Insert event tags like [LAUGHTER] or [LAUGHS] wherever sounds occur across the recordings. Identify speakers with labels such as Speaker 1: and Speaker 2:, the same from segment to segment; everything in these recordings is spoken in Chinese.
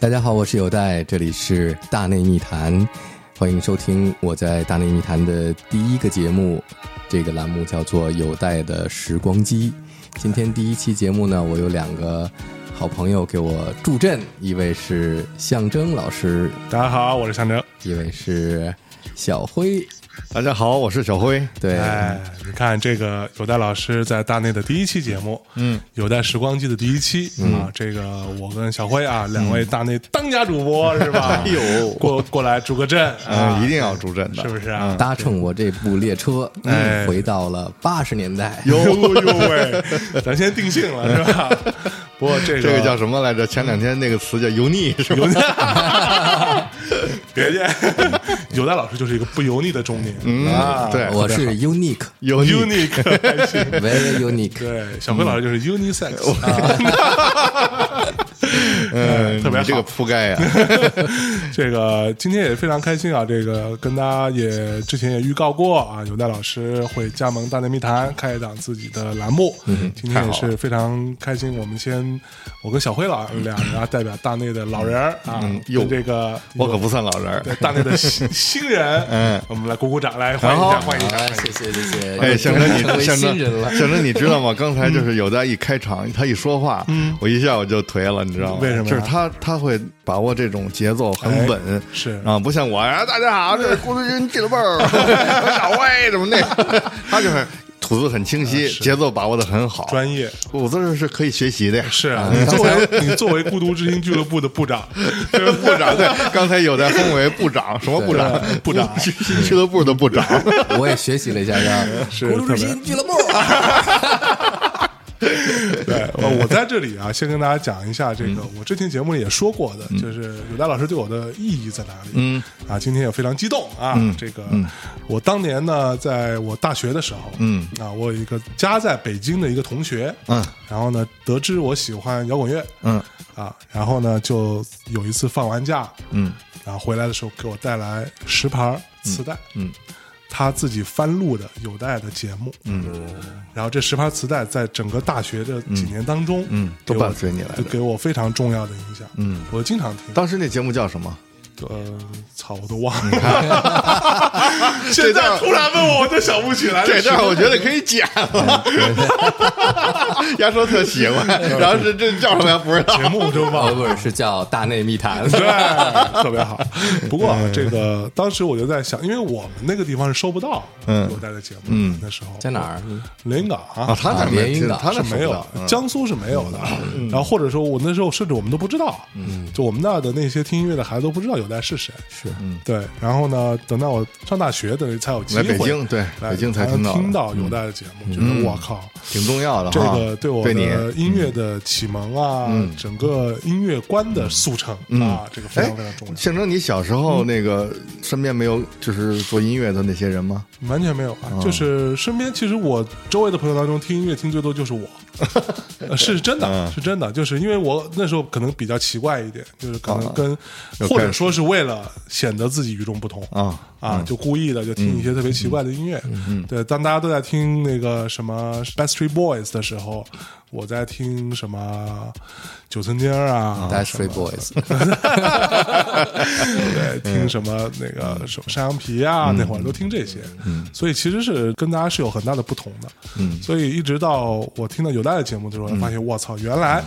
Speaker 1: 大家好，我是有代，这里是大内密谈，欢迎收听我在大内密谈的第一个节目，这个栏目叫做《有代的时光机》。今天第一期节目呢，我有两个好朋友给我助阵，一位是象征老师，
Speaker 2: 大家好，我是象征。
Speaker 1: 一位是小辉。
Speaker 3: 大家好，我是小辉。
Speaker 1: 对，
Speaker 2: 哎，你看这个有代老师在大内的第一期节目，嗯，有代时光机的第一期、
Speaker 3: 嗯
Speaker 2: 啊，这个我跟小辉啊，两位大内当家主播、
Speaker 3: [LAUGHS]
Speaker 2: 是吧？
Speaker 3: 哎呦
Speaker 2: 过过来助个阵啊，
Speaker 3: 嗯，一定要助阵的，嗯
Speaker 2: 是不是啊？
Speaker 1: 搭乘我这部列车，嗯
Speaker 2: 哎
Speaker 1: 回到了八十年代。
Speaker 2: 呦呦喂，咱先定性了是吧？不过这个
Speaker 3: 嗯这个叫什么来着？前两天那个词叫油腻，是吧？
Speaker 2: 别介， [LAUGHS] 有代老师就是一个不油腻的中年、
Speaker 3: 嗯，
Speaker 2: 啊，
Speaker 3: 对，
Speaker 1: 我是 unique，very
Speaker 3: 油腻。
Speaker 2: ，unique 还行。
Speaker 1: unique。
Speaker 2: 对，小辉老师就是 unisex，、
Speaker 3: [LAUGHS]
Speaker 2: 啊
Speaker 3: 嗯，
Speaker 2: 特别好
Speaker 3: 你这个铺盖啊呀，
Speaker 2: [LAUGHS]
Speaker 3: [LAUGHS]
Speaker 2: 这个今天也非常开心啊！这个跟大家也之前也预告过啊，有代老师会加盟《大内密谈》，开一档自己的栏目。嗯，今天也是非常开心。我们先，我跟小辉老两人啊，代表大内的老人儿啊，
Speaker 3: 嗯哟
Speaker 2: 跟这个
Speaker 3: 我可不算老人儿。
Speaker 2: 对 [LAUGHS] 大内的新新人，
Speaker 3: [LAUGHS] 嗯，
Speaker 2: 我们来鼓鼓掌，来 [LAUGHS] 欢迎一下，
Speaker 3: 好
Speaker 2: 欢迎一下。
Speaker 1: 哎谢谢谢谢。
Speaker 3: 哎，象征你
Speaker 1: 成为，
Speaker 3: 象
Speaker 1: 新人
Speaker 3: 征，
Speaker 1: 了。
Speaker 3: 象征，你知
Speaker 2: [LAUGHS]
Speaker 3: 道吗？刚才就是有的一开场，他一说话，我一下我就颓了，你知道吗？
Speaker 2: 嗯为什么呀哎
Speaker 3: 就是他他会把握这种节奏很稳，
Speaker 2: 是嗯
Speaker 3: 啊，不像我啊，大家好，这是孤独军俱乐部，
Speaker 2: [LAUGHS]
Speaker 3: 小魏怎么那个， [LAUGHS] 他就是吐字很清晰，节奏把握的很好，
Speaker 2: 啊专业
Speaker 3: 我这是可以学习的呀。
Speaker 2: 是啊，你作为 [LAUGHS] 你作为孤独之星俱乐部的部
Speaker 3: [LAUGHS]
Speaker 2: 长，对吧
Speaker 3: 部长对， [LAUGHS] 刚才有在封为部长，什么部长？
Speaker 2: 部长
Speaker 3: 俱俱乐部的部长。
Speaker 1: 我也学习了一下，让
Speaker 2: [LAUGHS] 是
Speaker 1: 葫芦
Speaker 2: 特
Speaker 1: 之
Speaker 2: 别
Speaker 1: 星俱乐部。
Speaker 2: [LAUGHS] 对，呃我在这里啊，先跟大家讲一下这个，我之前节目里也说过的，就是有戴老师对我的意义在哪里。嗯，啊，今天也非常激动啊。这个我当年呢，在我大学的时候，嗯，啊，我有一个家在北京的一个同学，
Speaker 3: 嗯，
Speaker 2: 然后呢，得知我喜欢摇滚乐，
Speaker 3: 嗯，
Speaker 2: 啊，然后呢，就有一次放完假，
Speaker 3: 嗯，
Speaker 2: 然后回来的时候给我带来十盘磁带，
Speaker 3: 嗯嗯
Speaker 2: 他自己翻录的有带的节目，嗯，然后这十盘磁带在整个大学这几年当中，
Speaker 3: 嗯
Speaker 2: 给我
Speaker 3: 都伴随你来
Speaker 2: 就
Speaker 3: 的
Speaker 2: 给我非常重要的影响，嗯，我经常听，
Speaker 3: [LAUGHS] 当时那节目叫什么？
Speaker 2: 呃，操，我都忘了，现在突然问我，我都想不起来了，
Speaker 3: 这段我觉得可以剪 [LAUGHS] 了。丫说特喜 [LAUGHS] 欢，然后是这叫什么呀？不知道
Speaker 2: 节。目都忘
Speaker 1: 哦，
Speaker 2: 了。
Speaker 1: 不是，是叫《大内密谈》
Speaker 2: [LAUGHS]
Speaker 1: [LAUGHS]
Speaker 2: 对，特别
Speaker 3: [LAUGHS]
Speaker 2: 好。不过啊，这个当时我就在想，因为我们那个地方是收不到
Speaker 3: 嗯
Speaker 2: 有带的节目，嗯，那时候
Speaker 1: 在哪
Speaker 2: [LAUGHS]
Speaker 1: 儿？
Speaker 2: 连云港啊
Speaker 3: [LAUGHS] 啊，他那
Speaker 1: 啊连云
Speaker 3: 没，
Speaker 1: 港
Speaker 3: 他那
Speaker 2: 是没有的，
Speaker 3: 嗯
Speaker 2: 江苏是没有的。然后或者说，我那时候甚至我们都不知道，
Speaker 3: 嗯
Speaker 2: 就我们那儿的那些听音乐的孩子都不知道有代是谁。是，对。然后呢，等到我上大学的才有机会
Speaker 3: 来北京对
Speaker 2: 来
Speaker 3: 北京才听到
Speaker 2: 听到有代的节目，觉得我靠，
Speaker 3: 挺重要的
Speaker 2: 这
Speaker 3: 哈。
Speaker 2: 个对我
Speaker 3: 啊对你，嗯
Speaker 2: 的音乐的启蒙啊，整个音乐观的速成啊，这个非
Speaker 3: 哎
Speaker 2: 常非常重要，。嗯
Speaker 3: 象征，你小时候那个身边没有就是做音乐的那些人吗？
Speaker 2: 完全没有
Speaker 3: 嗯
Speaker 2: 啊，就是身边其实我周围的朋友当中听音乐听最多就是
Speaker 3: [LAUGHS]
Speaker 2: 我，呃是真
Speaker 3: 嗯
Speaker 2: 的，是真的，就是因为我那时候可能比较奇怪一点，就是可能跟
Speaker 3: 啊有
Speaker 2: 或者
Speaker 3: 感
Speaker 2: 说是为了显得自己与众不同
Speaker 3: 啊嗯
Speaker 2: 啊，就故意的就听一些特别奇怪的音乐。对，当大家都在听那个什么 Backstreet Boys 的时候，我在听什么九寸钉儿啊
Speaker 1: d a s h r e e Boys，
Speaker 2: 对，听什么那个什么山羊皮啊，那会儿都听这些，所以其实是跟大家是有很大的不同的，嗯，所以一直到我听到有代的节目的时候，发现我操，原来，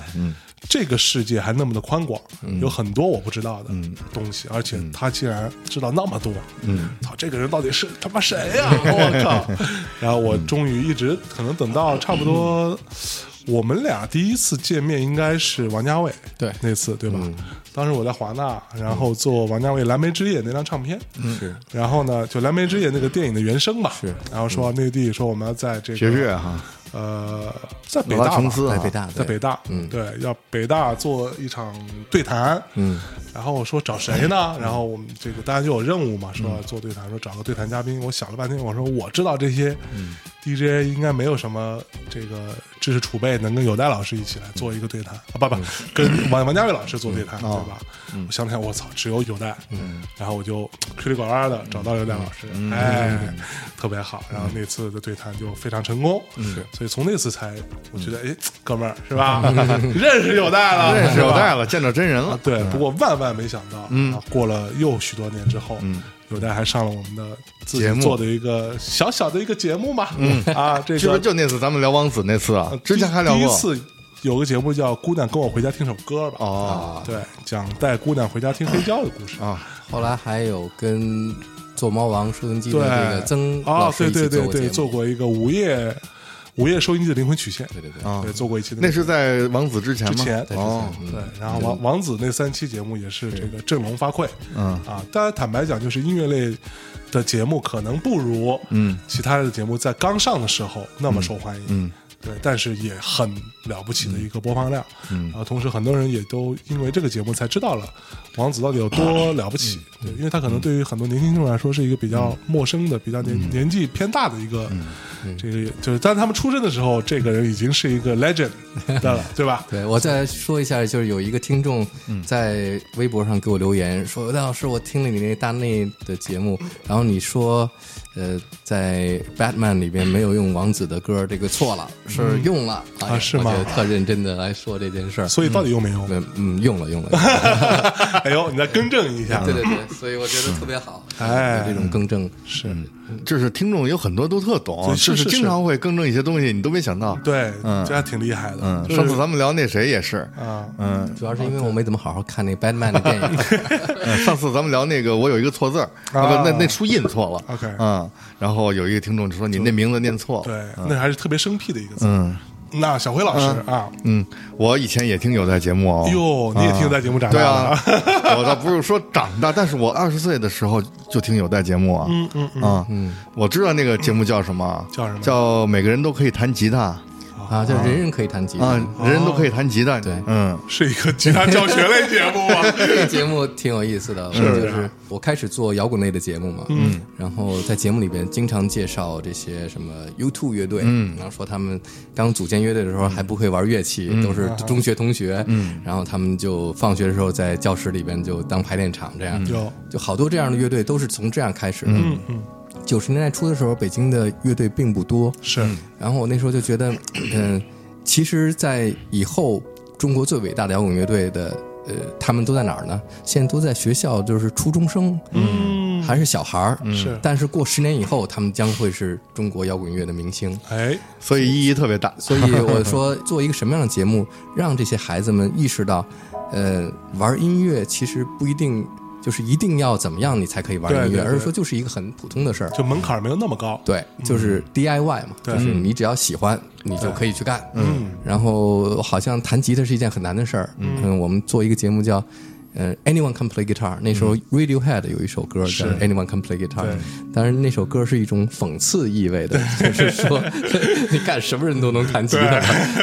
Speaker 2: 这个世界还那么的宽广，有很多我不知道的东西，而且他竟然知道那么多，嗯，操，这个人到底是他妈谁呀、 [LAUGHS] 我靠！然后我终于一直可能等到差不多。我们俩第一次见面应该是王家卫，
Speaker 1: 对
Speaker 2: 那次对吧？当时我在华纳，然后做王家卫《蓝莓之夜》那张唱片，
Speaker 1: 是
Speaker 2: 然后呢，就《蓝莓之夜》那个电影的原声吧，是。然后说内地说我们要在这个
Speaker 3: 爵士乐哈，
Speaker 2: 呃，在北
Speaker 3: 罗拉
Speaker 2: 大
Speaker 3: 琼
Speaker 2: 吧，
Speaker 3: 斯
Speaker 1: 在
Speaker 3: 啊，
Speaker 1: 北大，
Speaker 2: 在北大，嗯，对，要北大做一场对谈，嗯，然后我说找谁呢？然后我们这个大家就有任务嘛，说要做对谈，说找个对谈嘉宾。我想了半天，我说我知道这些 DJ 应该没有什么这个知识储备，能跟有代老师一起来做一个对谈啊，不不，
Speaker 3: 嗯
Speaker 2: 跟王王家卫老师做对谈，对
Speaker 3: 哦
Speaker 2: 吧？嗯我想想，我操，只有有代，
Speaker 3: 嗯
Speaker 2: 然后我就曲里拐弯的找到有代老师，哎，
Speaker 3: 嗯
Speaker 2: 特别好。然后那次的对谈就非常成功，
Speaker 3: 嗯
Speaker 2: 所以从那次才我觉得，哎，哥们儿是
Speaker 3: [LAUGHS]
Speaker 2: 吧？认识有代了，
Speaker 3: 认识
Speaker 2: 是吧
Speaker 3: 有代了，哎嗯见着真人了
Speaker 2: 啊，， [LAUGHS] 对，不过万万没想到，啊，过了又许多年之后，有代还上了我们的自
Speaker 3: 嗯节
Speaker 2: 己
Speaker 3: 目嗯
Speaker 2: 做的一个小小的一个节目嘛，啊，这
Speaker 3: 是不
Speaker 2: 个
Speaker 3: 是就那次咱们聊王子那次啊
Speaker 2: 呃？
Speaker 3: 之前还聊
Speaker 2: 第一
Speaker 3: 过
Speaker 2: 次有个节目叫《姑娘跟我回家听首歌》吧，
Speaker 3: 哦
Speaker 2: 对，讲带姑娘回家听黑胶的故事。
Speaker 3: 啊，
Speaker 1: 后来还有跟做猫王收音机的
Speaker 2: 对，
Speaker 1: 这个曾老
Speaker 2: 啊，
Speaker 1: 师
Speaker 2: 对
Speaker 1: 一起做
Speaker 2: 对对
Speaker 1: 过节
Speaker 2: 对，
Speaker 1: 目
Speaker 2: 做过一个午夜午夜收音机的灵魂曲线，
Speaker 1: 对对对，
Speaker 3: 啊
Speaker 2: 对，做过一期的
Speaker 3: 那是在王子之前吗？
Speaker 2: 之前在之前
Speaker 3: 哦，
Speaker 2: 对，然后王王子那三期节目也是这个振聋发聩，嗯啊，当然坦白讲，就是音乐类的节目可能不如嗯其他的节目在刚上的时候那么受欢迎，嗯，对，但是也很了不起的一个播放量，嗯，然后同时很多人也都因为这个节目才知道了王子到底有 [CLEARS THROAT] 多了不起，对，因为他可能对于很多年轻听众来说是一个比较陌生的、比较年年纪偏大的一个。这个就是，当他们出生的时候，这个人已经是一个 [LAUGHS] legend 的了，对吧？
Speaker 1: 对，我再说一下，就是有一个听众
Speaker 2: 嗯
Speaker 1: 在微博上给我留言说：“刘老师，我听了你那大内的节
Speaker 2: [LAUGHS]
Speaker 1: 目，然后你说，呃，在 Batman 里面没有用王子的歌，这个错了，是用了、哎呀
Speaker 2: 嗯啊是吗
Speaker 1: 我就特认真的来说这件事儿。
Speaker 2: 所以到底有没有？
Speaker 1: 嗯嗯，用了用了，
Speaker 2: [LAUGHS] 哎呦，你再更正一下
Speaker 1: [LAUGHS] 对，对对，所以我觉得特别好，嗯
Speaker 2: 哎
Speaker 1: 有这种更正，
Speaker 2: 是
Speaker 3: 就是听众有很多都特懂，
Speaker 2: 嗯对
Speaker 3: 就是
Speaker 2: 是
Speaker 3: 经常会更正一些东西，你都没想到。
Speaker 2: 对，
Speaker 3: 嗯
Speaker 2: 这还挺厉害的。
Speaker 3: 嗯，
Speaker 2: 就是
Speaker 3: 上次咱们聊那谁也是，
Speaker 2: 啊，
Speaker 3: 嗯，
Speaker 1: 主要是因为我没怎么好好看那 Batman 的电影。 [LAUGHS]
Speaker 3: 嗯上次咱们聊那个我有一个错字儿，
Speaker 2: 啊
Speaker 3: 不，那那书印错了
Speaker 2: OK
Speaker 3: 嗯，然后有一个听众就说你那名字念错了，
Speaker 2: 对，那还是特别生僻的一个字。嗯，那小辉老师啊，
Speaker 3: 嗯，我以前也听有在节目哦，
Speaker 2: 哟，你也听在节目长大
Speaker 3: 对
Speaker 2: 的
Speaker 3: 啊，我倒不是说长大，但是我二十岁的时候就听有代节目啊，嗯嗯啊，嗯，我知道那个节目叫什么，
Speaker 2: 叫什么
Speaker 3: 叫每个人都可以弹吉他啊，
Speaker 1: 啊，嗯就是人人可以弹
Speaker 2: 嗯
Speaker 1: 吉他。
Speaker 3: 人人都可以弹吉他，
Speaker 1: 对
Speaker 3: 嗯，
Speaker 2: 是一个吉他教学类节目啊。
Speaker 1: [LAUGHS] 这个节目挺有意思的，我就是我开始做摇滚类的节目嘛，嗯，然后在节目里边经常介绍这些什么 U2 乐队，嗯，然后说他们刚组建乐队的时候还不会玩乐器，都是中学同学，嗯，然后他们就放学的时候在教室里边就当排练场这样，
Speaker 2: 有
Speaker 1: 就好多这样的乐队都是从这样开始的。嗯嗯，九十年代初的时候，北京的乐队并不多，
Speaker 2: 是
Speaker 1: 然后我那时候就觉得，嗯、其实，在以后中国最伟大的摇滚乐队的，呃，他们都在哪儿呢？现在都在学校，就是初中生，嗯，还是小孩儿，
Speaker 2: 是
Speaker 1: 但是过十年以后，他们将会是中国摇滚乐的明星。
Speaker 2: 哎，
Speaker 3: 所以意义特别大，
Speaker 1: 所以我说，做一个什么样的节目，让这些孩子们意识到，呃，玩音乐其实不一定就是一定要怎么样你才可以玩音乐，
Speaker 2: 对对对
Speaker 1: 而是说就是一个很普通的事儿。
Speaker 2: 就门槛没有那么高。
Speaker 1: 对，
Speaker 3: 嗯
Speaker 1: 就是 DIY 嘛，
Speaker 2: 对
Speaker 1: 就是你只要喜欢，你就可以去干。嗯，然后好像弹吉他是一件很难的事儿。嗯，我们做一个节目叫。呃，Anyone Can Play Guitar，那时候
Speaker 3: 嗯
Speaker 1: Radiohead 有一首歌叫 Anyone Can Play Guitar，
Speaker 2: 对
Speaker 1: 当然那首歌是一种讽刺意味的， [LAUGHS] 就是说你干什么人都能弹吉他，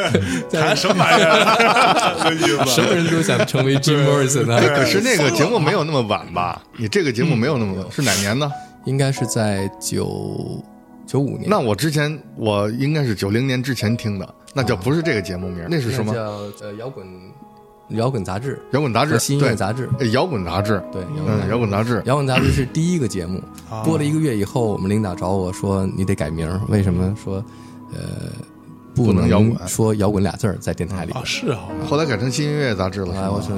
Speaker 1: [LAUGHS]
Speaker 2: 谈哎什么玩意儿？ [LAUGHS] 这意
Speaker 3: 啊
Speaker 1: 什
Speaker 2: 思
Speaker 1: 么人都想成为 Jim Morrison 啊。
Speaker 3: 哎，可是那个节目没有那么晚吧？你这个节目没有那么
Speaker 1: 哦
Speaker 3: 晚，是哪年呢？
Speaker 1: 应该是在九九五年，
Speaker 3: 那我之前我应该是九零年之前听的，那就不是这个节目名，那是什
Speaker 1: 哦那
Speaker 3: 么？
Speaker 1: 叫呃摇滚摇滚杂志，
Speaker 3: 摇滚杂志，
Speaker 1: 新音乐
Speaker 3: 对
Speaker 1: 杂志
Speaker 3: 哎摇滚杂志，
Speaker 1: 对，摇滚杂
Speaker 3: 嗯，哦
Speaker 1: 志
Speaker 3: 摇滚杂志，
Speaker 1: 摇滚杂志是第一个节目，
Speaker 2: 啊
Speaker 1: 播了一个月以后，我们领导找我说你得改名儿，为什么？说，呃，不
Speaker 3: 能摇滚嗯哦
Speaker 1: 说摇滚俩字儿在电台里。
Speaker 2: 啊？是啊，
Speaker 3: 后来改成新音乐杂志了，
Speaker 1: 后
Speaker 3: 是
Speaker 1: 来哎我
Speaker 3: 吗
Speaker 1: 说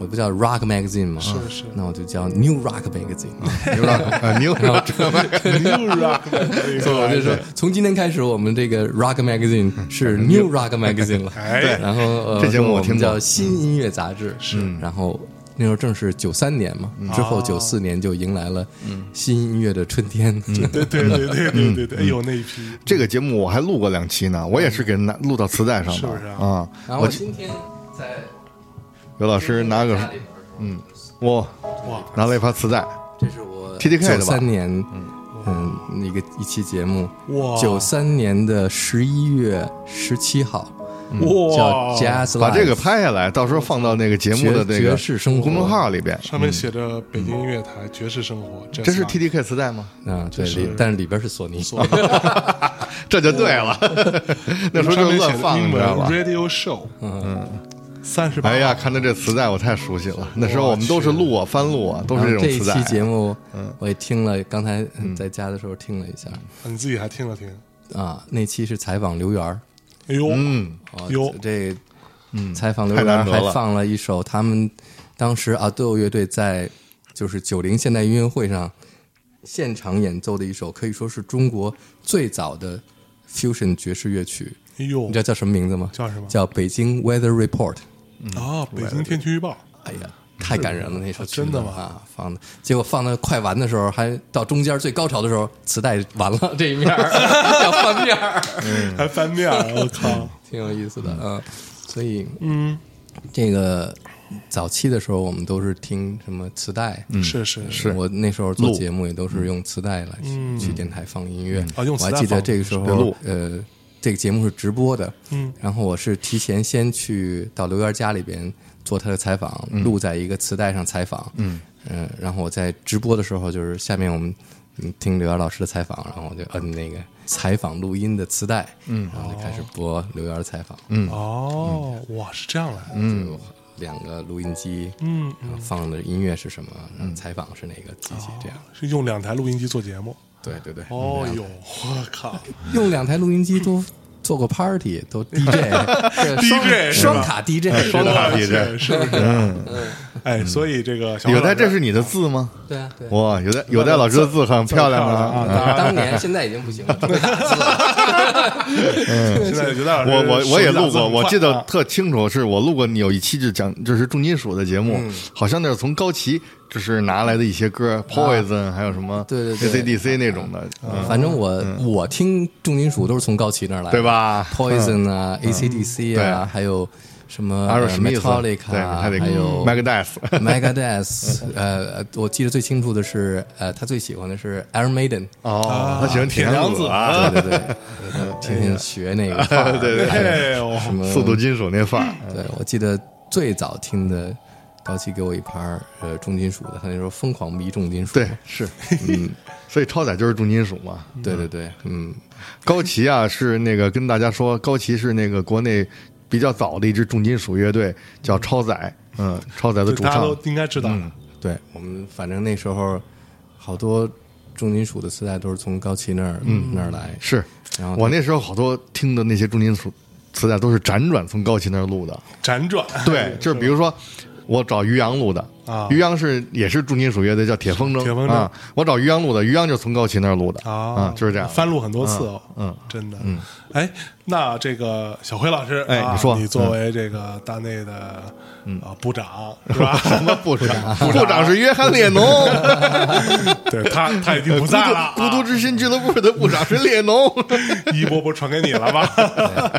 Speaker 1: 我不叫 Rock Magazine 吗？
Speaker 2: 是是
Speaker 1: 那我就叫 New Rock Magazine。 [LAUGHS]
Speaker 3: 牛拉啊牛拉，
Speaker 2: 就是啊，
Speaker 1: [LAUGHS] 所以我就说，从今天开始，我们这个 Rock Magazine 是 New Rock Magazine
Speaker 3: [LAUGHS]
Speaker 1: 了。
Speaker 2: 哎
Speaker 1: 对然后呃，
Speaker 3: 嗯这节目我
Speaker 1: 我
Speaker 3: 听
Speaker 1: 们
Speaker 3: 过嗯
Speaker 1: 叫新音乐杂志，是。然后那时候正是九三年嘛，之
Speaker 3: 哦
Speaker 1: 后九四年就迎来了
Speaker 3: 嗯
Speaker 1: 新音乐的春天。
Speaker 2: 对对对对对对对，哎呦那一批，
Speaker 3: [LAUGHS] 这个节目我还录过两期呢，我也是给拿录到磁带上
Speaker 2: 是不是
Speaker 3: 的
Speaker 2: 啊
Speaker 3: 啊。
Speaker 1: 然后我今天在
Speaker 3: 刘老师拿个嗯
Speaker 1: 家里边儿的时候
Speaker 3: 哇，
Speaker 2: 哇，
Speaker 3: 拿了一盘磁带，
Speaker 1: 这是我
Speaker 3: TDK 的吧
Speaker 1: 九三年，嗯，那个一期节目，
Speaker 2: 哇
Speaker 1: 九三年的十一月十七号，叫
Speaker 2: 哇，
Speaker 1: Jazz Live，
Speaker 3: 把这个拍下来，到时候放到那个节目的那
Speaker 1: 爵
Speaker 3: 个
Speaker 1: 爵士生活
Speaker 3: 公众号里边。
Speaker 2: 上面写着北京音乐台爵士生活，这
Speaker 3: 嗯这是 T 啊 D K 磁带吗？
Speaker 1: 啊，对，里但是里边是索尼，
Speaker 2: [LAUGHS]
Speaker 3: 这就对了， [LAUGHS] 那时候
Speaker 2: 上
Speaker 3: 就
Speaker 2: 面写
Speaker 3: 乱
Speaker 2: 的
Speaker 3: 放，你
Speaker 2: 英
Speaker 3: 知
Speaker 2: 文
Speaker 3: 道吧？
Speaker 2: Radio Show，嗯，三十八，
Speaker 3: 哎呀，看到这磁带我太熟悉了，那时候我们都是录啊、翻录啊，都
Speaker 1: 然
Speaker 3: 是
Speaker 1: 后
Speaker 3: 种
Speaker 1: 一
Speaker 3: 磁带嗯
Speaker 1: 期。节目，我也听了，刚才在家的时候听了一下，
Speaker 2: 你自己还听了听，
Speaker 1: 啊，那期是采访刘源儿，
Speaker 2: 哎呦，
Speaker 3: 嗯，
Speaker 1: 哦
Speaker 2: 哟嗯
Speaker 1: 这采访刘
Speaker 3: 太
Speaker 1: 源儿
Speaker 3: 难得
Speaker 1: 还
Speaker 3: 了
Speaker 1: 放了一首他们当时啊，都有乐队在就是九零现代音乐会上现场演奏的一首，可以说是中国最早的 fusion 爵士乐曲。
Speaker 2: 哎呦，
Speaker 1: 你知道叫什么名字吗？
Speaker 2: 叫什么
Speaker 1: 叫《北京 Weather Report》。
Speaker 2: 啊，
Speaker 3: 嗯
Speaker 2: 北京天气预报，
Speaker 1: 哎呀，太感人了那首曲子
Speaker 2: 嗯真的吗
Speaker 1: 啊，放的，结果放到快完的时候，还到中间最高潮的时候，磁带完了这一面儿 [LAUGHS] 要翻面儿，
Speaker 3: 嗯
Speaker 2: 还翻面儿，我靠，
Speaker 1: 挺有意思的啊。所以
Speaker 2: 嗯，
Speaker 1: 这个早期的时候，我们都是听什么磁带。
Speaker 2: 是是是，嗯
Speaker 1: 是我那时候做节目也都是用磁带来去,、去电台放音乐。
Speaker 2: 啊用
Speaker 1: 我
Speaker 2: 磁带
Speaker 1: 还记得
Speaker 2: 放
Speaker 1: 这个时
Speaker 3: 对
Speaker 1: 候
Speaker 3: 录，
Speaker 1: 呃，这个节目是直播的。嗯，然后我是提前先去到刘源家里边做他的采访，
Speaker 2: 嗯
Speaker 1: 录在一个磁带上采访。嗯嗯、然后我在直播的时候，就是下面我们。嗯，听刘源老师的采访，然后我就摁那个采访录音的磁带，嗯，然后就开始播刘源采访，嗯，
Speaker 2: 哦，哇，是这样来的，
Speaker 1: 嗯，两个录音机，
Speaker 2: 嗯，
Speaker 1: 然后放的音乐是什么，然后采访是哪个机器，这样。
Speaker 2: 是用两台录音机做节目，
Speaker 1: 对对
Speaker 3: 嗯
Speaker 1: 对，
Speaker 2: 哦呦，我靠，
Speaker 1: 用两台录音机都做过 party，都 [LAUGHS] DJ，这个双
Speaker 2: DJ 是吧
Speaker 1: 双卡 DJ，
Speaker 3: 双卡
Speaker 2: 我去
Speaker 3: DJ
Speaker 2: 是不是？嗯，哎，所以这个小
Speaker 3: 有
Speaker 2: 马
Speaker 3: 在
Speaker 2: 老师
Speaker 3: 这是你的字吗？
Speaker 1: 对啊，对啊。
Speaker 3: 哇，有在有在老师的字很漂亮
Speaker 2: 啊，
Speaker 3: 啊！
Speaker 2: 大
Speaker 1: 当年现在已经不行
Speaker 3: [LAUGHS]
Speaker 1: 了，都打字
Speaker 2: 家现在有
Speaker 1: 啊
Speaker 2: 点儿
Speaker 3: 我我我也录过，我记得
Speaker 2: 啊
Speaker 3: 特清楚，是我录过你有一期就讲就是重金属的节目，
Speaker 1: 嗯
Speaker 3: 好像那是从高崎就是拿来的一些歌，Poison 还有什么
Speaker 1: 啊对对啊对
Speaker 3: ACDC 那种的，嗯
Speaker 1: 了。 [LAUGHS] 反正我我听重金属都是从高崎那儿来的，
Speaker 3: 对吧嗯
Speaker 1: ？Poison 啊，AC/DC 啊，
Speaker 3: 对
Speaker 1: 还有什么
Speaker 3: 阿
Speaker 1: 呃
Speaker 3: 尔史密斯，
Speaker 1: Metallica
Speaker 3: 对，
Speaker 1: 啊，
Speaker 3: 还得嗯
Speaker 1: 还有
Speaker 3: Megadeth，
Speaker 1: [LAUGHS] Megadeth，呃，我记得最清楚的是，呃，他最喜欢的是 Iron Maiden，
Speaker 3: 哦，他喜欢
Speaker 2: 铁
Speaker 3: 铁娘
Speaker 2: 娘
Speaker 3: 子
Speaker 2: 子
Speaker 3: 啊，
Speaker 1: 对
Speaker 3: [LAUGHS]
Speaker 1: 对对，天天学那个范儿，
Speaker 3: 对对对
Speaker 1: 还有
Speaker 2: 哎呦，
Speaker 1: 什么
Speaker 3: 速度金属那
Speaker 1: [LAUGHS]
Speaker 3: 范儿，
Speaker 1: 对，我记得最早听的，高奇给我一盘儿呃重金属的，他那时候疯狂迷重金属。
Speaker 3: 对，是，嗯，所以超载就是重金属嘛。
Speaker 1: 对对对，嗯，
Speaker 3: 高旗啊，是那个跟大家说，高旗是那个国内比较早的一支重金属乐队，叫超载，嗯，超载的
Speaker 2: 对
Speaker 3: 主
Speaker 2: 大家都
Speaker 3: 唱，嗯
Speaker 2: 应该知道了，
Speaker 1: 对我们反正那时候好多重金属的磁带都是从高奇那儿、那儿来，
Speaker 3: 是
Speaker 1: 然后
Speaker 3: 我那时候好多听的那些重金属磁带都是辗转从高旗那儿录的，
Speaker 2: 辗转，
Speaker 3: 对，就是比如说。我找于洋录的
Speaker 2: 啊
Speaker 3: 于洋是也是重金属乐队，叫铁风筝。
Speaker 2: 铁风筝
Speaker 3: 啊，我找于洋录的，于洋就是从高旗那儿录的
Speaker 2: 啊
Speaker 3: 啊，，就是这样。
Speaker 2: 翻录很多次哦，
Speaker 3: 嗯嗯
Speaker 2: 真的，嗯，哎，那这个小辉老师，
Speaker 3: 哎
Speaker 2: 啊
Speaker 3: 你说嗯
Speaker 2: 你作为这个大内的啊部长是
Speaker 3: [LAUGHS]
Speaker 2: 吧？
Speaker 3: 什么部长？部长是约翰列侬，
Speaker 2: 对他他已经 [LAUGHS] 不
Speaker 3: 孤
Speaker 2: 在
Speaker 3: 独
Speaker 2: 了，
Speaker 3: [LAUGHS]
Speaker 2: 啊
Speaker 3: 孤独之心俱乐部的部长是列侬。
Speaker 2: 一波波传给你
Speaker 3: [LAUGHS]
Speaker 2: 了吧？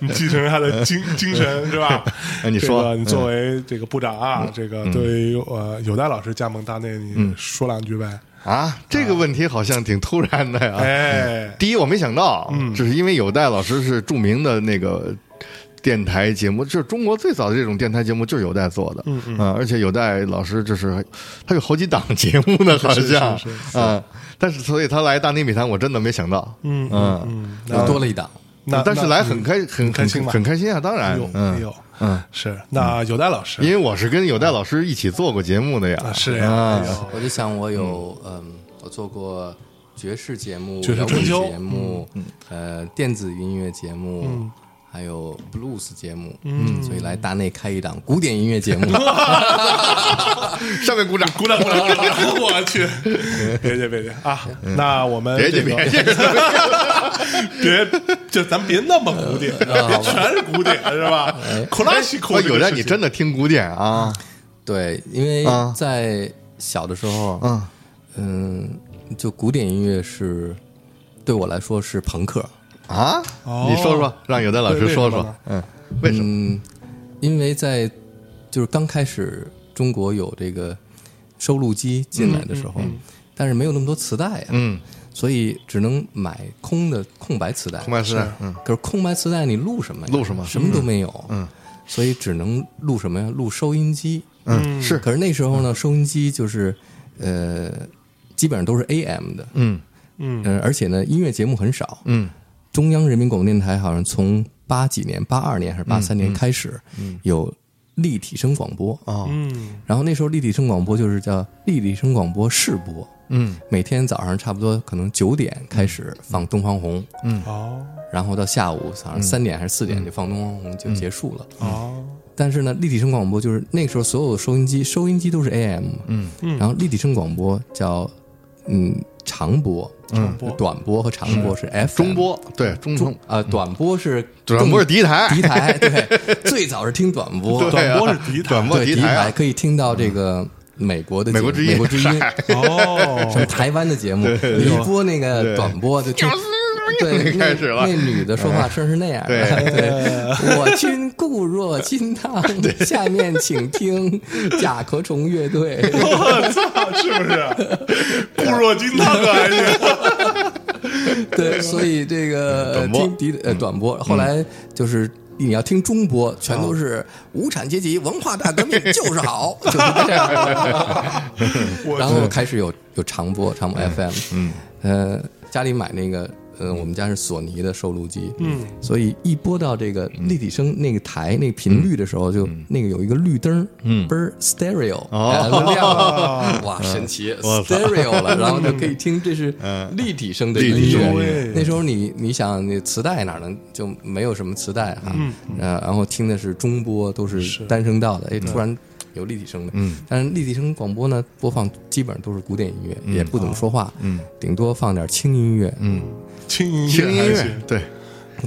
Speaker 2: 你继承他的精精神是吧？
Speaker 3: 哎你说
Speaker 2: 这个你
Speaker 3: 嗯
Speaker 2: 作为这个部长啊，这个对于呃有代老师加盟大内，你
Speaker 3: 嗯
Speaker 2: 说两句呗？
Speaker 3: 啊，这个问题好像挺突然的呀。
Speaker 2: 哎，嗯
Speaker 3: 第一，我没想到，就是因为有戴老师是著名的那个电台节目，就是中国最早的这种电台节目就是有戴做的，嗯嗯、而且有戴老师就是他有好几档节目呢，好像，
Speaker 2: [LAUGHS] 是是
Speaker 3: 嗯，但是所以他来大内密谈，我真的没想到，
Speaker 2: 嗯
Speaker 3: 嗯
Speaker 2: 嗯，
Speaker 1: 又多了一档。
Speaker 2: 那
Speaker 3: 但是
Speaker 2: 那嗯
Speaker 3: 来很开很
Speaker 2: 开心吧
Speaker 3: 很开心啊，当
Speaker 2: 哎
Speaker 3: 然
Speaker 2: 呦，哎
Speaker 3: 嗯
Speaker 2: 呦，嗯，是那有代老师
Speaker 3: 因为我是跟有戴老师一起做过节目的呀，
Speaker 2: 啊是呀，哎呦
Speaker 1: 我就想我有嗯，我做过爵士节目、
Speaker 2: 爵士
Speaker 1: 摇滚
Speaker 2: 春秋
Speaker 1: 节目，呃，电子音乐节目。还有 blues 节目，嗯，所以来大内开一档古典音乐节 [LAUGHS] 目，
Speaker 3: 上面
Speaker 2: [LAUGHS]
Speaker 3: 鼓掌，
Speaker 2: 鼓掌鼓掌鼓掌！ [LAUGHS] 我去，别介别介啊！那我们
Speaker 3: 别
Speaker 2: 这
Speaker 3: 介
Speaker 2: 个
Speaker 3: 别介，
Speaker 2: [LAUGHS] 别，就咱别那么
Speaker 1: [LAUGHS]
Speaker 2: 古典，
Speaker 1: 啊
Speaker 2: 全是古典是吧？
Speaker 1: 哎
Speaker 2: 克拉西克
Speaker 3: 我啊有戴你
Speaker 2: 真。
Speaker 3: 真的听古典啊，
Speaker 1: 对，因为
Speaker 3: 啊
Speaker 1: 在小的时候，
Speaker 3: 嗯
Speaker 1: 嗯，就古典音乐是对我来说是朋克，
Speaker 3: 啊，
Speaker 2: 哦
Speaker 3: 你说说，让有的老师
Speaker 2: 对为什么
Speaker 3: 说说
Speaker 2: 呢，
Speaker 3: 嗯，为什么？
Speaker 1: 嗯，因为在就是刚开始中国有这个收录机进来的时候，但是没有那么多磁带呀、
Speaker 3: 嗯，
Speaker 1: 所以只能买空的空白磁带。
Speaker 3: 空白磁带，嗯，
Speaker 1: 可是空白磁带你录什么呀？
Speaker 3: 录什么
Speaker 1: 什么都没有。
Speaker 3: 嗯，
Speaker 1: 所以只能录什么呀？录收音机。
Speaker 3: 嗯，是，
Speaker 1: 可是那时候呢，收音机就是呃，基本上都是 AM 的。
Speaker 3: 嗯
Speaker 2: 嗯
Speaker 1: 嗯，而且呢，音乐节目很少。
Speaker 3: 嗯
Speaker 1: 中央人民广播电台好像从八几年、八二年还是八
Speaker 3: 嗯
Speaker 1: 三年开始，有立体声广播。
Speaker 3: 哦
Speaker 2: 嗯
Speaker 1: 然后那时候立体声广播就是叫立体声广播试播，
Speaker 3: 嗯
Speaker 1: 每天早上差不多可能九点开始放东方红，
Speaker 3: 嗯
Speaker 2: 哦
Speaker 1: 然后到下午好像三点还是四点就放东方红就结束了。
Speaker 3: 嗯
Speaker 2: 哦
Speaker 1: 但是呢，立体声广播就是那个时候所有的收音机，收音机都是 AM，
Speaker 3: 嗯
Speaker 2: 嗯
Speaker 1: 然后立体声广播叫嗯长波、
Speaker 3: 嗯，
Speaker 2: 播
Speaker 1: 短波和长波是 F
Speaker 3: 中波对中
Speaker 1: 中
Speaker 3: 嗯中，
Speaker 1: 呃短波是
Speaker 3: 短波是
Speaker 1: 更
Speaker 3: 第一台，
Speaker 1: 敌台，对，最早是听短波，
Speaker 3: [LAUGHS] 对
Speaker 2: 短
Speaker 3: 啊
Speaker 2: 波是敌台
Speaker 3: 短波
Speaker 1: 对
Speaker 3: 敌
Speaker 1: 敌
Speaker 3: 台啊嗯
Speaker 1: 台可以听到这个美国的
Speaker 3: 美国
Speaker 1: 节
Speaker 3: 之
Speaker 1: 目美
Speaker 3: 音
Speaker 1: 国之音。
Speaker 3: [LAUGHS]
Speaker 1: 什么
Speaker 2: 哦，
Speaker 1: 台湾的节目，你一播那个短波就听，对，那
Speaker 3: 开始了
Speaker 1: 那女的说话声是那样的，
Speaker 3: 对 [LAUGHS]
Speaker 1: 对，我军固若金汤，下面请
Speaker 3: [LAUGHS]
Speaker 1: 听甲壳虫乐队。
Speaker 2: 我操，是不是？固若金汤啊，还是
Speaker 1: 对，所以这个呃
Speaker 3: 嗯短波
Speaker 1: 听笛呃短波，后来就是。你要听中波，全都
Speaker 3: 哦
Speaker 1: 是无产阶级文化大革命就是好，就是这样。
Speaker 2: 我
Speaker 1: [LAUGHS] 然后开始有有长波，长波 FM，嗯，呃，家里买那个，呃，我们家是索尼的收录机，
Speaker 2: 嗯，
Speaker 1: 所以一播到这个立体声那个台那个频率的时候，就那个有一个绿灯，嗯，嘣儿 stereo，
Speaker 3: 哦
Speaker 1: 哎就亮了，哇，神奇
Speaker 3: 我操
Speaker 1: ，stereo 了，然后就可以听这是
Speaker 3: 嗯
Speaker 1: 立体声的
Speaker 3: 立
Speaker 1: 音
Speaker 3: 体声
Speaker 1: 乐
Speaker 2: 哎呦，喂
Speaker 1: 那时候你你想那磁带哪能就没有什么磁带哈，呃，然后听的是中波，都是单声道的，哎，突然有立体声的，嗯，但是立体声广播呢，播放基本上都是古典音乐，也不怎么说话，嗯，顶多放点轻音乐，嗯，
Speaker 2: 轻音
Speaker 3: 轻音
Speaker 2: 还
Speaker 3: 乐
Speaker 2: 行，
Speaker 3: 对。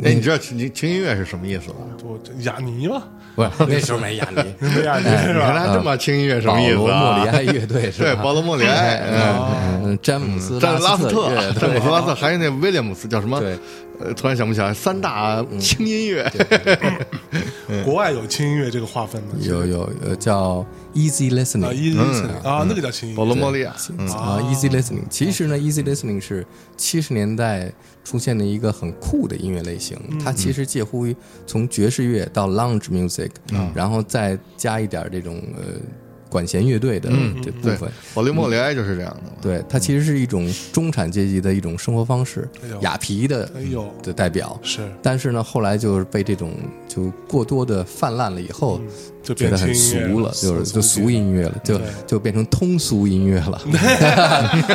Speaker 3: 哎，你知道轻轻音乐是什么意思吗？
Speaker 2: 我这雅尼嘛，
Speaker 1: 不是那时候没
Speaker 3: [LAUGHS]
Speaker 1: 雅尼，
Speaker 2: 没雅尼
Speaker 1: 哎
Speaker 2: 是
Speaker 3: 你看
Speaker 2: 吧？
Speaker 3: 他这么轻音乐什么
Speaker 1: 保
Speaker 3: 意
Speaker 1: 罗
Speaker 3: 思
Speaker 1: 莫里
Speaker 3: 啊？
Speaker 1: 埃乐队是吧？
Speaker 3: 对，保罗·莫里埃，嗯，
Speaker 1: 嗯，嗯詹姆斯
Speaker 3: 詹姆斯拉
Speaker 1: 斯
Speaker 3: 斯特、
Speaker 1: 乐
Speaker 3: 詹
Speaker 1: 队
Speaker 3: 姆斯拉斯特，还有那威廉姆斯叫什么？
Speaker 1: 对
Speaker 3: 呃，突然想不起来，三大轻音乐。
Speaker 2: 国外有轻音乐这个划分吗？
Speaker 1: 有有有叫 Easy
Speaker 2: 啊，
Speaker 1: Listening
Speaker 2: 一啊，那
Speaker 1: 嗯
Speaker 2: 个叫轻音
Speaker 3: 保
Speaker 2: 乐
Speaker 3: 罗·莫利亚，
Speaker 1: 啊，Easy
Speaker 2: 哦
Speaker 1: Listening。其实呢，Easy Listening 是七十年代出现的一个很酷的音乐类型，
Speaker 2: 嗯
Speaker 1: 它其实介乎于从爵士乐到 lounge music，然后再加一点这种呃管弦乐队的这部
Speaker 3: 对嗯
Speaker 1: 分。，
Speaker 3: 保罗·莫里埃就是这样的。
Speaker 1: 对，它其实是一种中产阶级的一种生活方式
Speaker 2: 哎呦，
Speaker 1: 雅皮的
Speaker 2: 哎呦，
Speaker 1: 的代表。
Speaker 2: 是
Speaker 1: 但是呢，后来就是被这种就过多的泛滥了以后，
Speaker 2: 就
Speaker 1: 觉
Speaker 2: 变
Speaker 1: 得很
Speaker 2: 轻音乐
Speaker 1: 俗了，就是就俗
Speaker 2: 音
Speaker 1: 音乐了，就
Speaker 2: 对
Speaker 1: 就变成通俗音乐
Speaker 2: [LAUGHS]
Speaker 1: 了，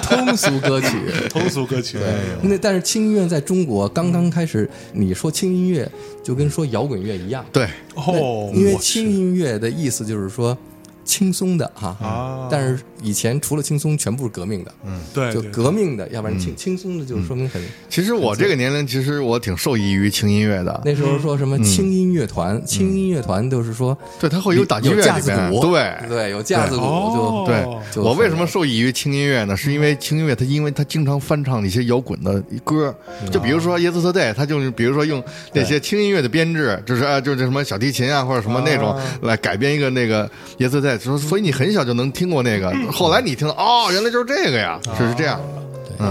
Speaker 1: 通俗歌曲。
Speaker 2: 通俗歌曲，哎呦
Speaker 1: 那但是轻音乐在中国刚刚开始，你说轻音乐就跟说摇滚乐一样，
Speaker 3: 对，
Speaker 2: 哦，
Speaker 1: 因为
Speaker 2: 我
Speaker 1: 轻音乐的意思就是说轻松的哈、
Speaker 2: 啊
Speaker 1: 但是以前除了轻松，全部是革命的，
Speaker 2: 对
Speaker 1: 就
Speaker 2: 对嗯
Speaker 1: 革命的，要不然轻轻松的，就是说明很、
Speaker 3: 其实我这个年龄，其实我挺受益于轻音乐的。
Speaker 1: 那时候说什么轻音乐团，
Speaker 2: 嗯
Speaker 1: 轻音乐团就是说
Speaker 3: 对，它嗯会有打击乐
Speaker 1: 架
Speaker 3: 里
Speaker 1: 子
Speaker 3: 边，
Speaker 1: 鼓，
Speaker 3: 对。
Speaker 1: 对，有架子鼓就
Speaker 3: 对
Speaker 2: 哦，
Speaker 1: 就
Speaker 3: 我为
Speaker 1: 很
Speaker 3: 什么受益于轻音乐呢？是因为轻音乐，它因为它经常翻唱一些摇滚的歌，就比如说《Yesterday》，它就是比如说用那些轻音乐的编制，就是啊，就是什么小提琴啊或者什么那种
Speaker 2: 啊
Speaker 3: 来改编一个那个《Yesterday》，说所以你很小就能听过那个，后来你听到哦，原来就是这个呀，
Speaker 1: 啊
Speaker 3: 是这样的。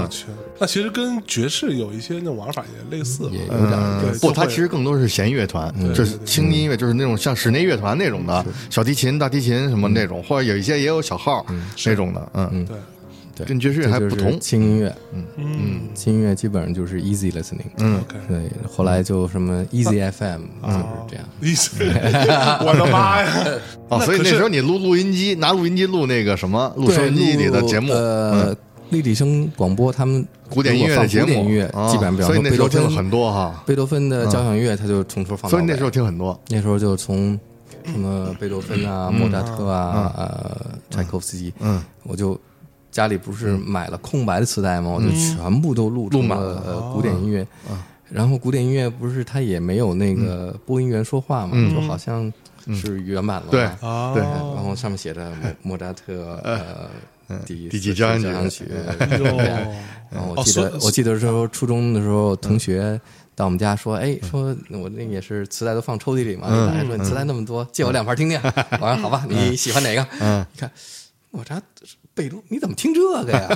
Speaker 2: 我去，那其实跟爵士有一些那玩法也类似嘛，
Speaker 1: 也有点
Speaker 2: 对
Speaker 3: 嗯，
Speaker 2: 就
Speaker 3: 不，
Speaker 2: 会
Speaker 3: 它其实更多是弦乐团，就是轻音乐，就是那种像室内乐团那种的，小提琴、大提琴什么
Speaker 1: 嗯
Speaker 3: 那种，或者有一些也有小号那种的，嗯，
Speaker 2: 对，
Speaker 1: 对
Speaker 3: 跟爵士
Speaker 1: 这
Speaker 3: 乐还
Speaker 1: 就
Speaker 3: 不
Speaker 1: 是
Speaker 3: 同。
Speaker 1: 轻音乐，
Speaker 2: 嗯
Speaker 1: 轻音乐基本上就是 easy listening，
Speaker 3: 嗯
Speaker 2: OK
Speaker 1: 对，后来就什
Speaker 3: 啊
Speaker 1: 么 easy FM 就是
Speaker 2: 哦
Speaker 1: 这样。
Speaker 2: 意思，我的妈
Speaker 1: [LAUGHS]
Speaker 2: 呀！
Speaker 3: 哦，所以
Speaker 2: 可
Speaker 3: 那
Speaker 2: 是
Speaker 3: 时候你录录音机，拿录音机录那个什么，录
Speaker 1: 对
Speaker 3: 收音机里的
Speaker 1: 录
Speaker 3: 节目，嗯
Speaker 1: 呃，立体声广播他们
Speaker 3: 古典音乐
Speaker 1: 如果放
Speaker 3: 的节
Speaker 1: 古
Speaker 3: 目，
Speaker 1: 典音乐
Speaker 3: 啊
Speaker 1: 基本上，比方
Speaker 3: 所以
Speaker 1: 说
Speaker 3: 那
Speaker 1: 贝
Speaker 3: 时候
Speaker 1: 多
Speaker 3: 听了
Speaker 1: 芬，
Speaker 3: 很多哈，
Speaker 1: 贝多芬的交响乐他就从头放到
Speaker 3: 所以
Speaker 1: 尾。
Speaker 3: 那时候听很多，
Speaker 1: 那时候就从什么贝多芬啊、莫扎特啊、呃柴可夫斯基，
Speaker 3: 嗯，
Speaker 1: 我就家里不是买了空白的磁带吗？我就全部都录
Speaker 3: 录
Speaker 1: 成
Speaker 3: 满
Speaker 1: 了呃古典音乐，然后古典音乐不是它也没有那个播音员说话嘛，就好像是原版了嘛，
Speaker 3: 对
Speaker 2: 啊，
Speaker 3: 对
Speaker 1: 然后上面写着莫莫扎特呃第几
Speaker 3: 第几交响曲
Speaker 1: 响曲，[LAUGHS]
Speaker 2: 哎
Speaker 1: 呃
Speaker 2: 哟，
Speaker 1: 然后
Speaker 2: 哦
Speaker 1: 我记
Speaker 2: 所
Speaker 1: 得、
Speaker 2: 以
Speaker 1: 我记得说初中的时候，同学到我们家说：“哎，说我那也是磁带都放抽屉里嘛。大家说：“你磁带那么多，借我两盘听听。”我说：“好吧，你喜欢哪个？”嗯，你看，我这贝贝多，你怎么听这个呀？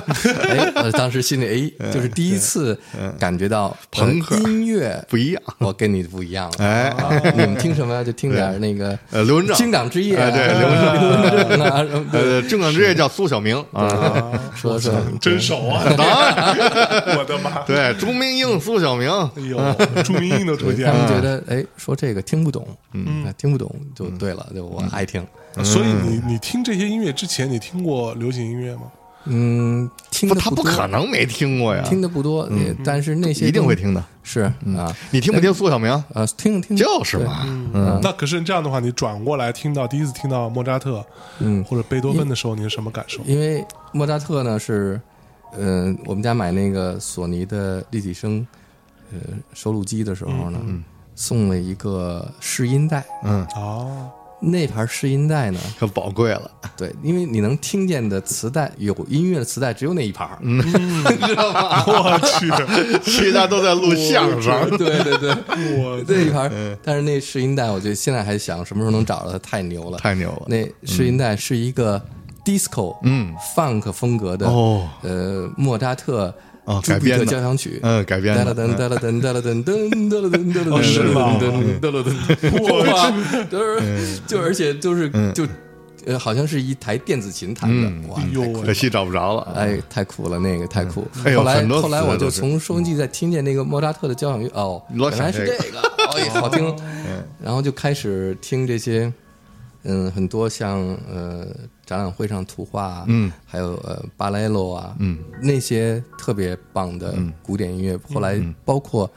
Speaker 1: 哎，我当时心里哎，就是第一次感觉到
Speaker 3: 朋克
Speaker 1: 呃音乐
Speaker 3: [LAUGHS]
Speaker 1: [LAUGHS]
Speaker 3: 不一样。
Speaker 1: 我跟你不一样了。
Speaker 3: 哎
Speaker 1: 啊你们听什么呀？就听点那个
Speaker 3: 呃刘文正
Speaker 1: 京港之夜啊，
Speaker 3: 哎对
Speaker 1: [LAUGHS] 刘文正啊什么的，
Speaker 3: 呃，正港之夜叫苏小明啊，
Speaker 1: 说说
Speaker 2: 真熟啊！ [LAUGHS] 我的妈！
Speaker 3: 对，朱明英、苏小明，
Speaker 2: 哎呦，朱明英都出现
Speaker 1: 他们
Speaker 2: 了，
Speaker 3: 嗯
Speaker 1: 觉得哎，说这个听不懂，嗯，听不懂就对了，就
Speaker 3: 嗯
Speaker 1: 嗯我爱听，
Speaker 2: 所以你你听这些音乐之前，你听过流行音乐吗？
Speaker 1: 嗯，听
Speaker 3: 不，
Speaker 1: 的
Speaker 3: 他不
Speaker 1: 多
Speaker 3: 可能没听过呀，
Speaker 1: 听的不多，也但是那些
Speaker 3: 一定会听的。
Speaker 1: 是啊，
Speaker 3: 你听不听苏小明？
Speaker 1: 呃，听听
Speaker 3: 就是嘛，
Speaker 1: 嗯
Speaker 2: 那可是这样的话，你转过来听到第一次听到莫扎特，
Speaker 1: 嗯
Speaker 2: 或者贝多芬的时候，你是什么感受？
Speaker 1: 因为莫扎特呢是，呃，我们家买那个索尼的立体声，呃，收录机的时候呢，送了一个试音带。
Speaker 3: 嗯，
Speaker 2: 哦，
Speaker 1: 那盘试音带呢，
Speaker 3: 可宝贵了。
Speaker 1: 对，因为你能听见的磁带有音乐的磁带只有那一盘儿，嗯，
Speaker 2: 我 [LAUGHS] 去，
Speaker 3: 其他都在录
Speaker 1: [LAUGHS]
Speaker 3: 相声。
Speaker 1: [LAUGHS] 对对对，
Speaker 3: [LAUGHS]
Speaker 2: 我
Speaker 1: [LAUGHS] 那一盘
Speaker 3: 嗯
Speaker 1: 儿。但是那试音带，我觉得现在还想什么时候能找到它，太牛了，
Speaker 3: 太牛了嗯
Speaker 1: 那试音带是一个 disco，嗯，funk 风格的
Speaker 3: 哦，
Speaker 1: 呃，莫扎特
Speaker 3: 哦
Speaker 1: 朱
Speaker 3: 改
Speaker 1: 庇
Speaker 3: 编
Speaker 1: 特
Speaker 3: 的
Speaker 1: 交响曲，
Speaker 3: 嗯改编
Speaker 1: 哒
Speaker 3: 的
Speaker 1: 啦噔哒啦噔哒啦噔噔哒啦噔哒啦噔
Speaker 2: 哦是吗
Speaker 1: 噔哒啦
Speaker 3: 嗯 [LAUGHS]
Speaker 1: 噔，哇， [LAUGHS] 就是就而且就是就呃，好像是一台电子琴弹
Speaker 3: 嗯
Speaker 1: 的，哇
Speaker 2: 哎，呦
Speaker 3: 可
Speaker 2: 喂，
Speaker 3: 惜找不着了。
Speaker 1: 哎，太酷了，那个太酷。
Speaker 3: 啊哎呦
Speaker 1: 后来
Speaker 3: 很多
Speaker 1: 后来我
Speaker 3: 词都
Speaker 1: 就是从收音机再听见那个莫扎特的交响乐，哦，
Speaker 3: 老
Speaker 1: 原来
Speaker 3: 想
Speaker 1: 是
Speaker 3: 这嗯
Speaker 1: 这个，哎，好听。
Speaker 3: [LAUGHS]
Speaker 1: 然后就开始听这些，嗯，很多像呃展览会上图画啊，嗯，还有呃巴莱罗啊，嗯，那些特别棒的
Speaker 3: 嗯
Speaker 1: 古典音乐。后来包括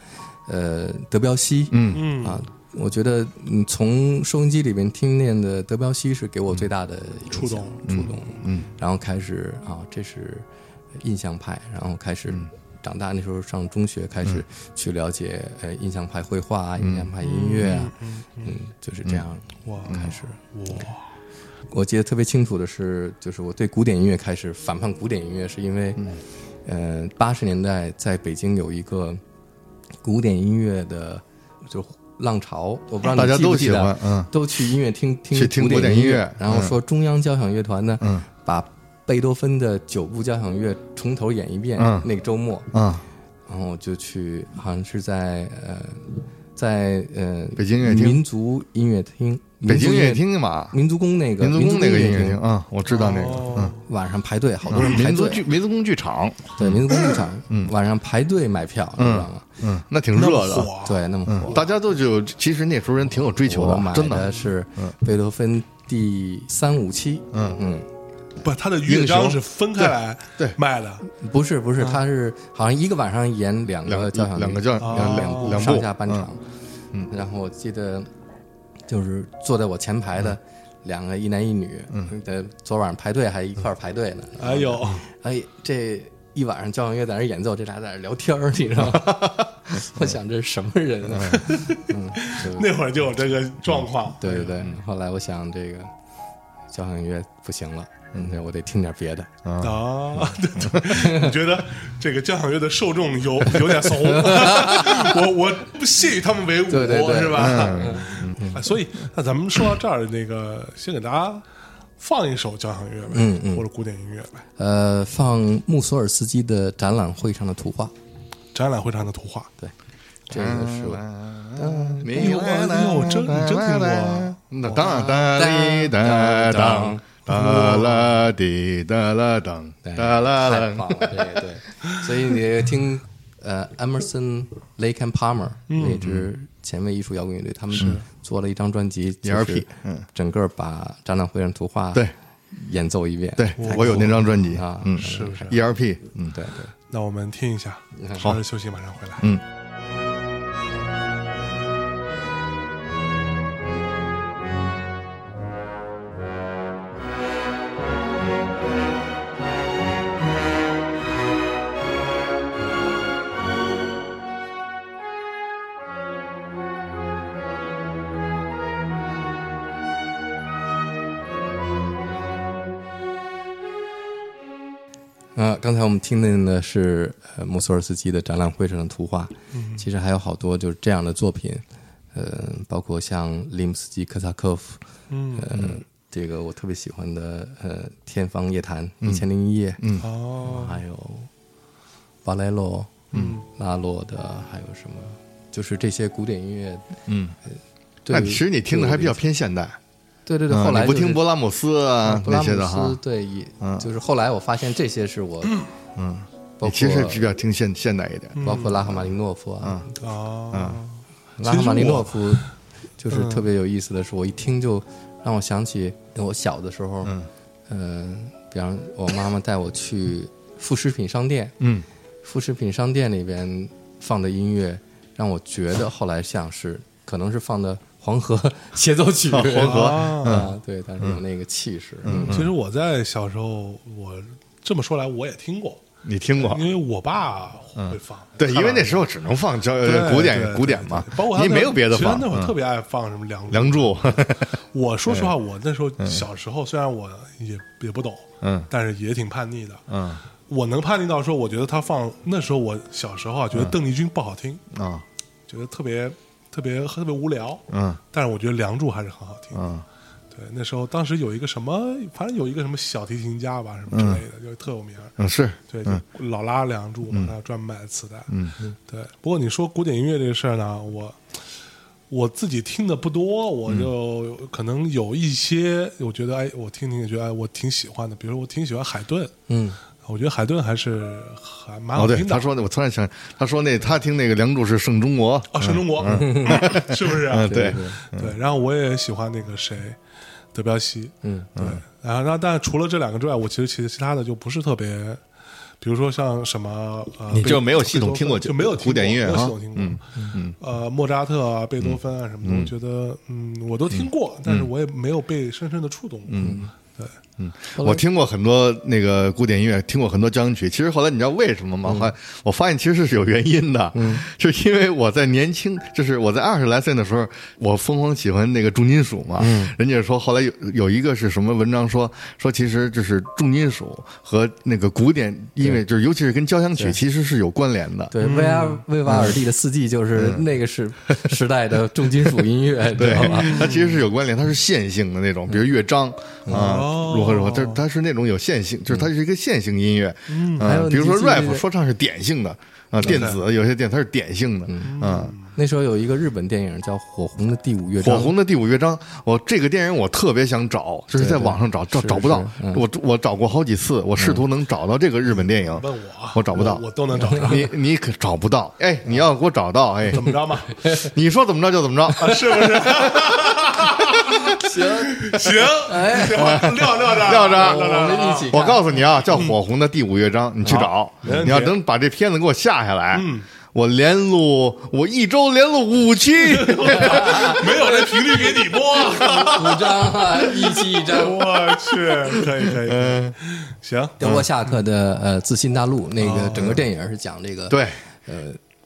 Speaker 1: 呃德彪西，嗯啊。我觉得，嗯，从收音机里面听见的德彪西是给我最大的影响
Speaker 2: 触动
Speaker 1: 触动，嗯，然后开始啊，这是印象派，然后开
Speaker 3: 嗯
Speaker 1: 始长大，那时候上中学开始去了解呃印象派绘画啊，
Speaker 3: 嗯
Speaker 1: 印象派音乐啊，嗯，就是这样
Speaker 2: 哇
Speaker 1: 开始。
Speaker 2: 哇，
Speaker 1: 我记得特别清楚的是，就是我对古典音乐开始反叛古典音乐，是因为，
Speaker 3: 嗯
Speaker 1: 呃，八十年代在北京有一个古典音乐的就浪潮，我不知道
Speaker 3: 大
Speaker 1: 你
Speaker 3: 家
Speaker 1: 记不
Speaker 3: 都
Speaker 1: 记
Speaker 3: 喜
Speaker 1: 得啊
Speaker 3: 欢，，嗯，
Speaker 1: 都去音乐厅听
Speaker 3: 去听古
Speaker 1: 古
Speaker 3: 典
Speaker 1: 典
Speaker 3: 音乐
Speaker 1: 乐，然后
Speaker 3: 嗯
Speaker 1: 说中央交响乐团呢，
Speaker 3: 嗯
Speaker 1: 把贝多芬的九部交响乐从头演一遍。
Speaker 3: 嗯
Speaker 1: 那个周末，
Speaker 3: 啊，
Speaker 1: 然后我就去，好像是在呃，在呃
Speaker 3: 北京音乐厅
Speaker 1: 民族音乐厅，
Speaker 3: 北
Speaker 1: 民族
Speaker 3: 京音
Speaker 1: 音
Speaker 3: 乐、厅嘛，
Speaker 1: 民族宫那个
Speaker 3: 民族宫那个
Speaker 1: 音
Speaker 3: 音乐
Speaker 1: 厅
Speaker 3: 厅，啊，我知道那个，嗯，
Speaker 2: 哦
Speaker 1: 晚上排队，好多人
Speaker 3: 嗯
Speaker 1: 排
Speaker 3: 民族剧
Speaker 1: 队，
Speaker 3: 民族宫剧场，
Speaker 1: 对民族宫剧场，晚上排队买票，你知道吗？
Speaker 3: 嗯，那挺热
Speaker 2: 那么
Speaker 3: 的。嗯
Speaker 2: 火
Speaker 1: 对，那么火，
Speaker 3: 大家都就其实那时候人挺有追求
Speaker 1: 我买
Speaker 3: 的，真
Speaker 1: 的
Speaker 3: 的。嗯
Speaker 1: 是贝多芬第三五七，嗯嗯。
Speaker 2: 不，他的乐章
Speaker 3: 英雄
Speaker 2: 是分开来
Speaker 3: 对对
Speaker 2: 卖的，
Speaker 1: 不是不是，他是好像一个晚上演两个
Speaker 3: 嗯两
Speaker 1: 交响乐，
Speaker 3: 两个交
Speaker 2: 哦
Speaker 1: 两
Speaker 3: 两两两
Speaker 1: 上
Speaker 3: 部
Speaker 1: 下半
Speaker 3: 嗯
Speaker 1: 场。嗯，然后我记得就是坐在我前排
Speaker 3: 嗯
Speaker 1: 的两个一男一女，嗯，在昨晚上排队还一
Speaker 3: 嗯
Speaker 1: 块儿排队呢。
Speaker 2: 哎呦，
Speaker 1: 哎，这一晚上交响乐在那儿演奏，这俩在那儿聊天儿，你知
Speaker 3: [LAUGHS]
Speaker 1: 道吗？我想这是什么人啊？
Speaker 3: 嗯
Speaker 2: 那会儿就有这个状况，
Speaker 1: [LAUGHS] 对对
Speaker 3: 嗯
Speaker 1: 对，后来我想这个交响乐不行了，嗯，我得听点别的。
Speaker 3: 嗯
Speaker 2: 啊， [LAUGHS] 对对，你觉得这个交响乐的受众
Speaker 3: [LAUGHS]
Speaker 2: 有有点怂， [LAUGHS] 我我不屑于他们为伍，
Speaker 1: 对对对
Speaker 2: 是吧？
Speaker 3: 嗯
Speaker 2: 啊所以那咱们说到这儿，那个先给大家放一首交响乐呗，
Speaker 1: 嗯嗯
Speaker 2: 或者古典音乐呗，
Speaker 1: 呃，放穆索尔斯基的展览会上的图画，
Speaker 2: 展览会上的图画。
Speaker 1: 这个是
Speaker 3: 啊
Speaker 1: 我。
Speaker 3: 没
Speaker 2: 哎呦哎呦真你真听过
Speaker 3: 那当然，
Speaker 1: 哦
Speaker 3: 哒哩哒当，哒啦滴哒啦当，
Speaker 1: 对
Speaker 3: 哒啦
Speaker 1: 太
Speaker 3: 啦
Speaker 1: 棒。了，这个
Speaker 3: [LAUGHS]
Speaker 1: 对。所以你听，呃，Emerson, Lake and Palmer
Speaker 3: 嗯
Speaker 1: 那支前卫艺术摇滚乐队，他们做了一张专辑，就是
Speaker 3: ERP 嗯
Speaker 1: 整个把展览会上图画
Speaker 3: 对
Speaker 1: 演奏一遍，
Speaker 3: 对，我有那张专辑
Speaker 1: 啊，
Speaker 3: 嗯，
Speaker 2: 是不是
Speaker 3: ERP，嗯，
Speaker 1: 对对。
Speaker 2: 那我们听一下，稍事休息，马上回来。
Speaker 1: 呃，刚才我们听见的是呃穆索尔斯基的展览会上的图画，
Speaker 3: 嗯
Speaker 1: 其实还有好多就是这样的作品，呃，包括像林姆斯基科萨科夫，嗯，呃，这个我特别喜欢的，呃，《天方夜谭》一千零一夜，
Speaker 3: 嗯
Speaker 2: 哦，
Speaker 1: 还有巴莱洛、
Speaker 2: 嗯，
Speaker 1: 拉洛的，还有什么？就是这些古典音乐。呃
Speaker 3: 嗯，
Speaker 1: 对
Speaker 3: 那其实你听的还比较偏现代，
Speaker 1: 对对对，
Speaker 3: 嗯
Speaker 1: 后来
Speaker 3: 你不
Speaker 1: 就是
Speaker 3: 听勃拉姆斯啊
Speaker 1: 嗯勃
Speaker 3: 那
Speaker 1: 拉
Speaker 3: 些
Speaker 1: 姆
Speaker 3: 的哈
Speaker 1: 斯，，对，也
Speaker 3: 嗯
Speaker 1: 就是后来我发现这些是我，嗯，包括
Speaker 3: 你其实比较听现现代一
Speaker 2: 嗯
Speaker 3: 点。
Speaker 1: 包括拉赫玛尼诺夫啊，
Speaker 3: 嗯
Speaker 2: 哦，
Speaker 1: 拉赫玛尼诺夫就是特别有意思的是，我一听就让我想起我小的时候，嗯，呃，比方我妈妈带我去副食品商店，
Speaker 3: 嗯，
Speaker 1: 副食品商店里边放的音乐，让我觉得后来像是可能是放的黄河 [LAUGHS] 协奏曲，
Speaker 3: [LAUGHS] 黄河
Speaker 2: 啊
Speaker 1: 啊，对，但是有那个气势，嗯
Speaker 2: 其实我在小时候，我这么说来我也听过，
Speaker 3: 你听过
Speaker 2: 因？为我爸会放。
Speaker 3: 嗯对，因为那时候只能放这
Speaker 2: 对
Speaker 3: 古
Speaker 2: 对
Speaker 3: 典
Speaker 2: 对
Speaker 3: 古典嘛
Speaker 2: 对对包括，他
Speaker 3: 你没有别的
Speaker 2: 其实
Speaker 3: 放。
Speaker 2: 那会儿
Speaker 3: 嗯
Speaker 2: 特别爱放什么梁 [LAUGHS]
Speaker 3: 梁祝，
Speaker 2: 我说实话，我那时候小时候，虽然我也也不懂，
Speaker 3: 嗯
Speaker 2: 但是也挺叛逆的。
Speaker 3: 嗯
Speaker 2: 我能叛逆到说，我觉得他放那时候我小时候啊，觉
Speaker 3: 嗯
Speaker 2: 得邓丽君不好听，
Speaker 3: 啊
Speaker 2: 觉得特别特别特别无聊。
Speaker 3: 嗯
Speaker 2: 但是我觉得《梁祝》还是很好听。
Speaker 3: 嗯
Speaker 2: 对，那时候当时有一个什么，反正有一个什么小提琴家吧，什么之类的，就特有名儿。
Speaker 3: 嗯是，
Speaker 2: 对，就老拉梁祝嘛，他专门买的磁带。嗯，对。不过你说古典音乐这个事儿呢，我我自己听的不多，我就
Speaker 3: 嗯
Speaker 2: 可能有一些，我觉得哎，我听听也觉得哎，我挺喜欢的。比如我挺喜欢海顿，
Speaker 1: 嗯，
Speaker 2: 我觉得海顿还是还蛮
Speaker 3: 哦
Speaker 2: 好
Speaker 3: 对，
Speaker 2: 听的。
Speaker 3: 他说的，我突然想，他说那他听那个梁祝是圣中国，
Speaker 2: 啊，是中国， [LAUGHS] 是不是啊？
Speaker 3: 嗯对，
Speaker 2: 对。然后我也喜欢那个谁，德彪西。
Speaker 1: 嗯，
Speaker 2: 对。然后，那但除了这两个之外，我其实其其他的就不是特别，比如说像什么呃，
Speaker 3: 你就
Speaker 2: 贝
Speaker 3: 没有系统
Speaker 2: 贝多芬
Speaker 3: 听过
Speaker 2: 就没有听过
Speaker 3: 古典音乐
Speaker 2: 没有系
Speaker 3: 啊
Speaker 2: 统听过。呃，莫扎特啊，贝多芬啊什么的，我觉得嗯，我都听过，但
Speaker 3: 嗯
Speaker 2: 是我也没有被深深的触动过。嗯，对，
Speaker 3: 我听过很多那个古典音乐，听过很多交响曲。其实后来你知道为什么吗？后来我发现其实是有原因的， [LAUGHS] 就是因为我在年轻，就是我在二十来岁的时候，我疯狂喜欢那个重金属嘛。人家说后来有有一个是什么文章说说，其实就是重金属和那个古典音乐，就是尤其是跟交响曲其实是有关联的。
Speaker 1: 对，维阿
Speaker 3: 嗯
Speaker 1: 维瓦尔第的《四季》就是那个时时代的重金属音乐，知
Speaker 3: 对
Speaker 1: 道吧？，
Speaker 3: 它其实是有关联，它是线性的那种，比如乐章
Speaker 1: 嗯
Speaker 3: 啊，
Speaker 2: 哦
Speaker 3: 如何如何，它它是那种有线性，就是它是一个线性音乐，嗯
Speaker 1: 还有你
Speaker 3: 比如说
Speaker 1: 记不记得
Speaker 3: rap 说唱是点性的啊，电子有些电它是点性的，嗯，
Speaker 1: 那时候有一个日本电影叫《火红的第五乐章》，
Speaker 3: 火红的第五乐章，我这个电影我特别想找，就是在
Speaker 1: 对对
Speaker 3: 网上找找
Speaker 1: 是
Speaker 3: 找不到
Speaker 1: 是，嗯
Speaker 3: 我我找过好几次，我试图能找到这个日本电影，
Speaker 2: 问我啊
Speaker 3: 我找不到
Speaker 2: 我我都能找
Speaker 3: [LAUGHS]
Speaker 2: 着，
Speaker 3: 你你可找不到，哎，你要给我找到，哎，
Speaker 2: 怎么着嘛？
Speaker 3: 你说怎么着就怎么
Speaker 1: [LAUGHS]
Speaker 3: 着，
Speaker 2: 是不是？行行，哎， [LAUGHS] 撂啊撂着，
Speaker 3: 撂啊着
Speaker 2: 撂
Speaker 1: 我
Speaker 2: 着，
Speaker 1: 们一起
Speaker 3: 我
Speaker 1: 看。
Speaker 3: 告诉你啊，叫《火红的第五乐章》，你去找。
Speaker 2: 没问题
Speaker 3: 你要能把这片子给我下下来，我连录，我一周连录五 [LAUGHS] 期。
Speaker 2: 没有这频率给你播。
Speaker 1: 五张啊，一期一
Speaker 3: 嗯
Speaker 1: 张。
Speaker 2: 我去，可以可以，行，
Speaker 1: 德沃夏克的呃《自信大陆》，那个整个电影是讲这个
Speaker 3: 哦对，呃，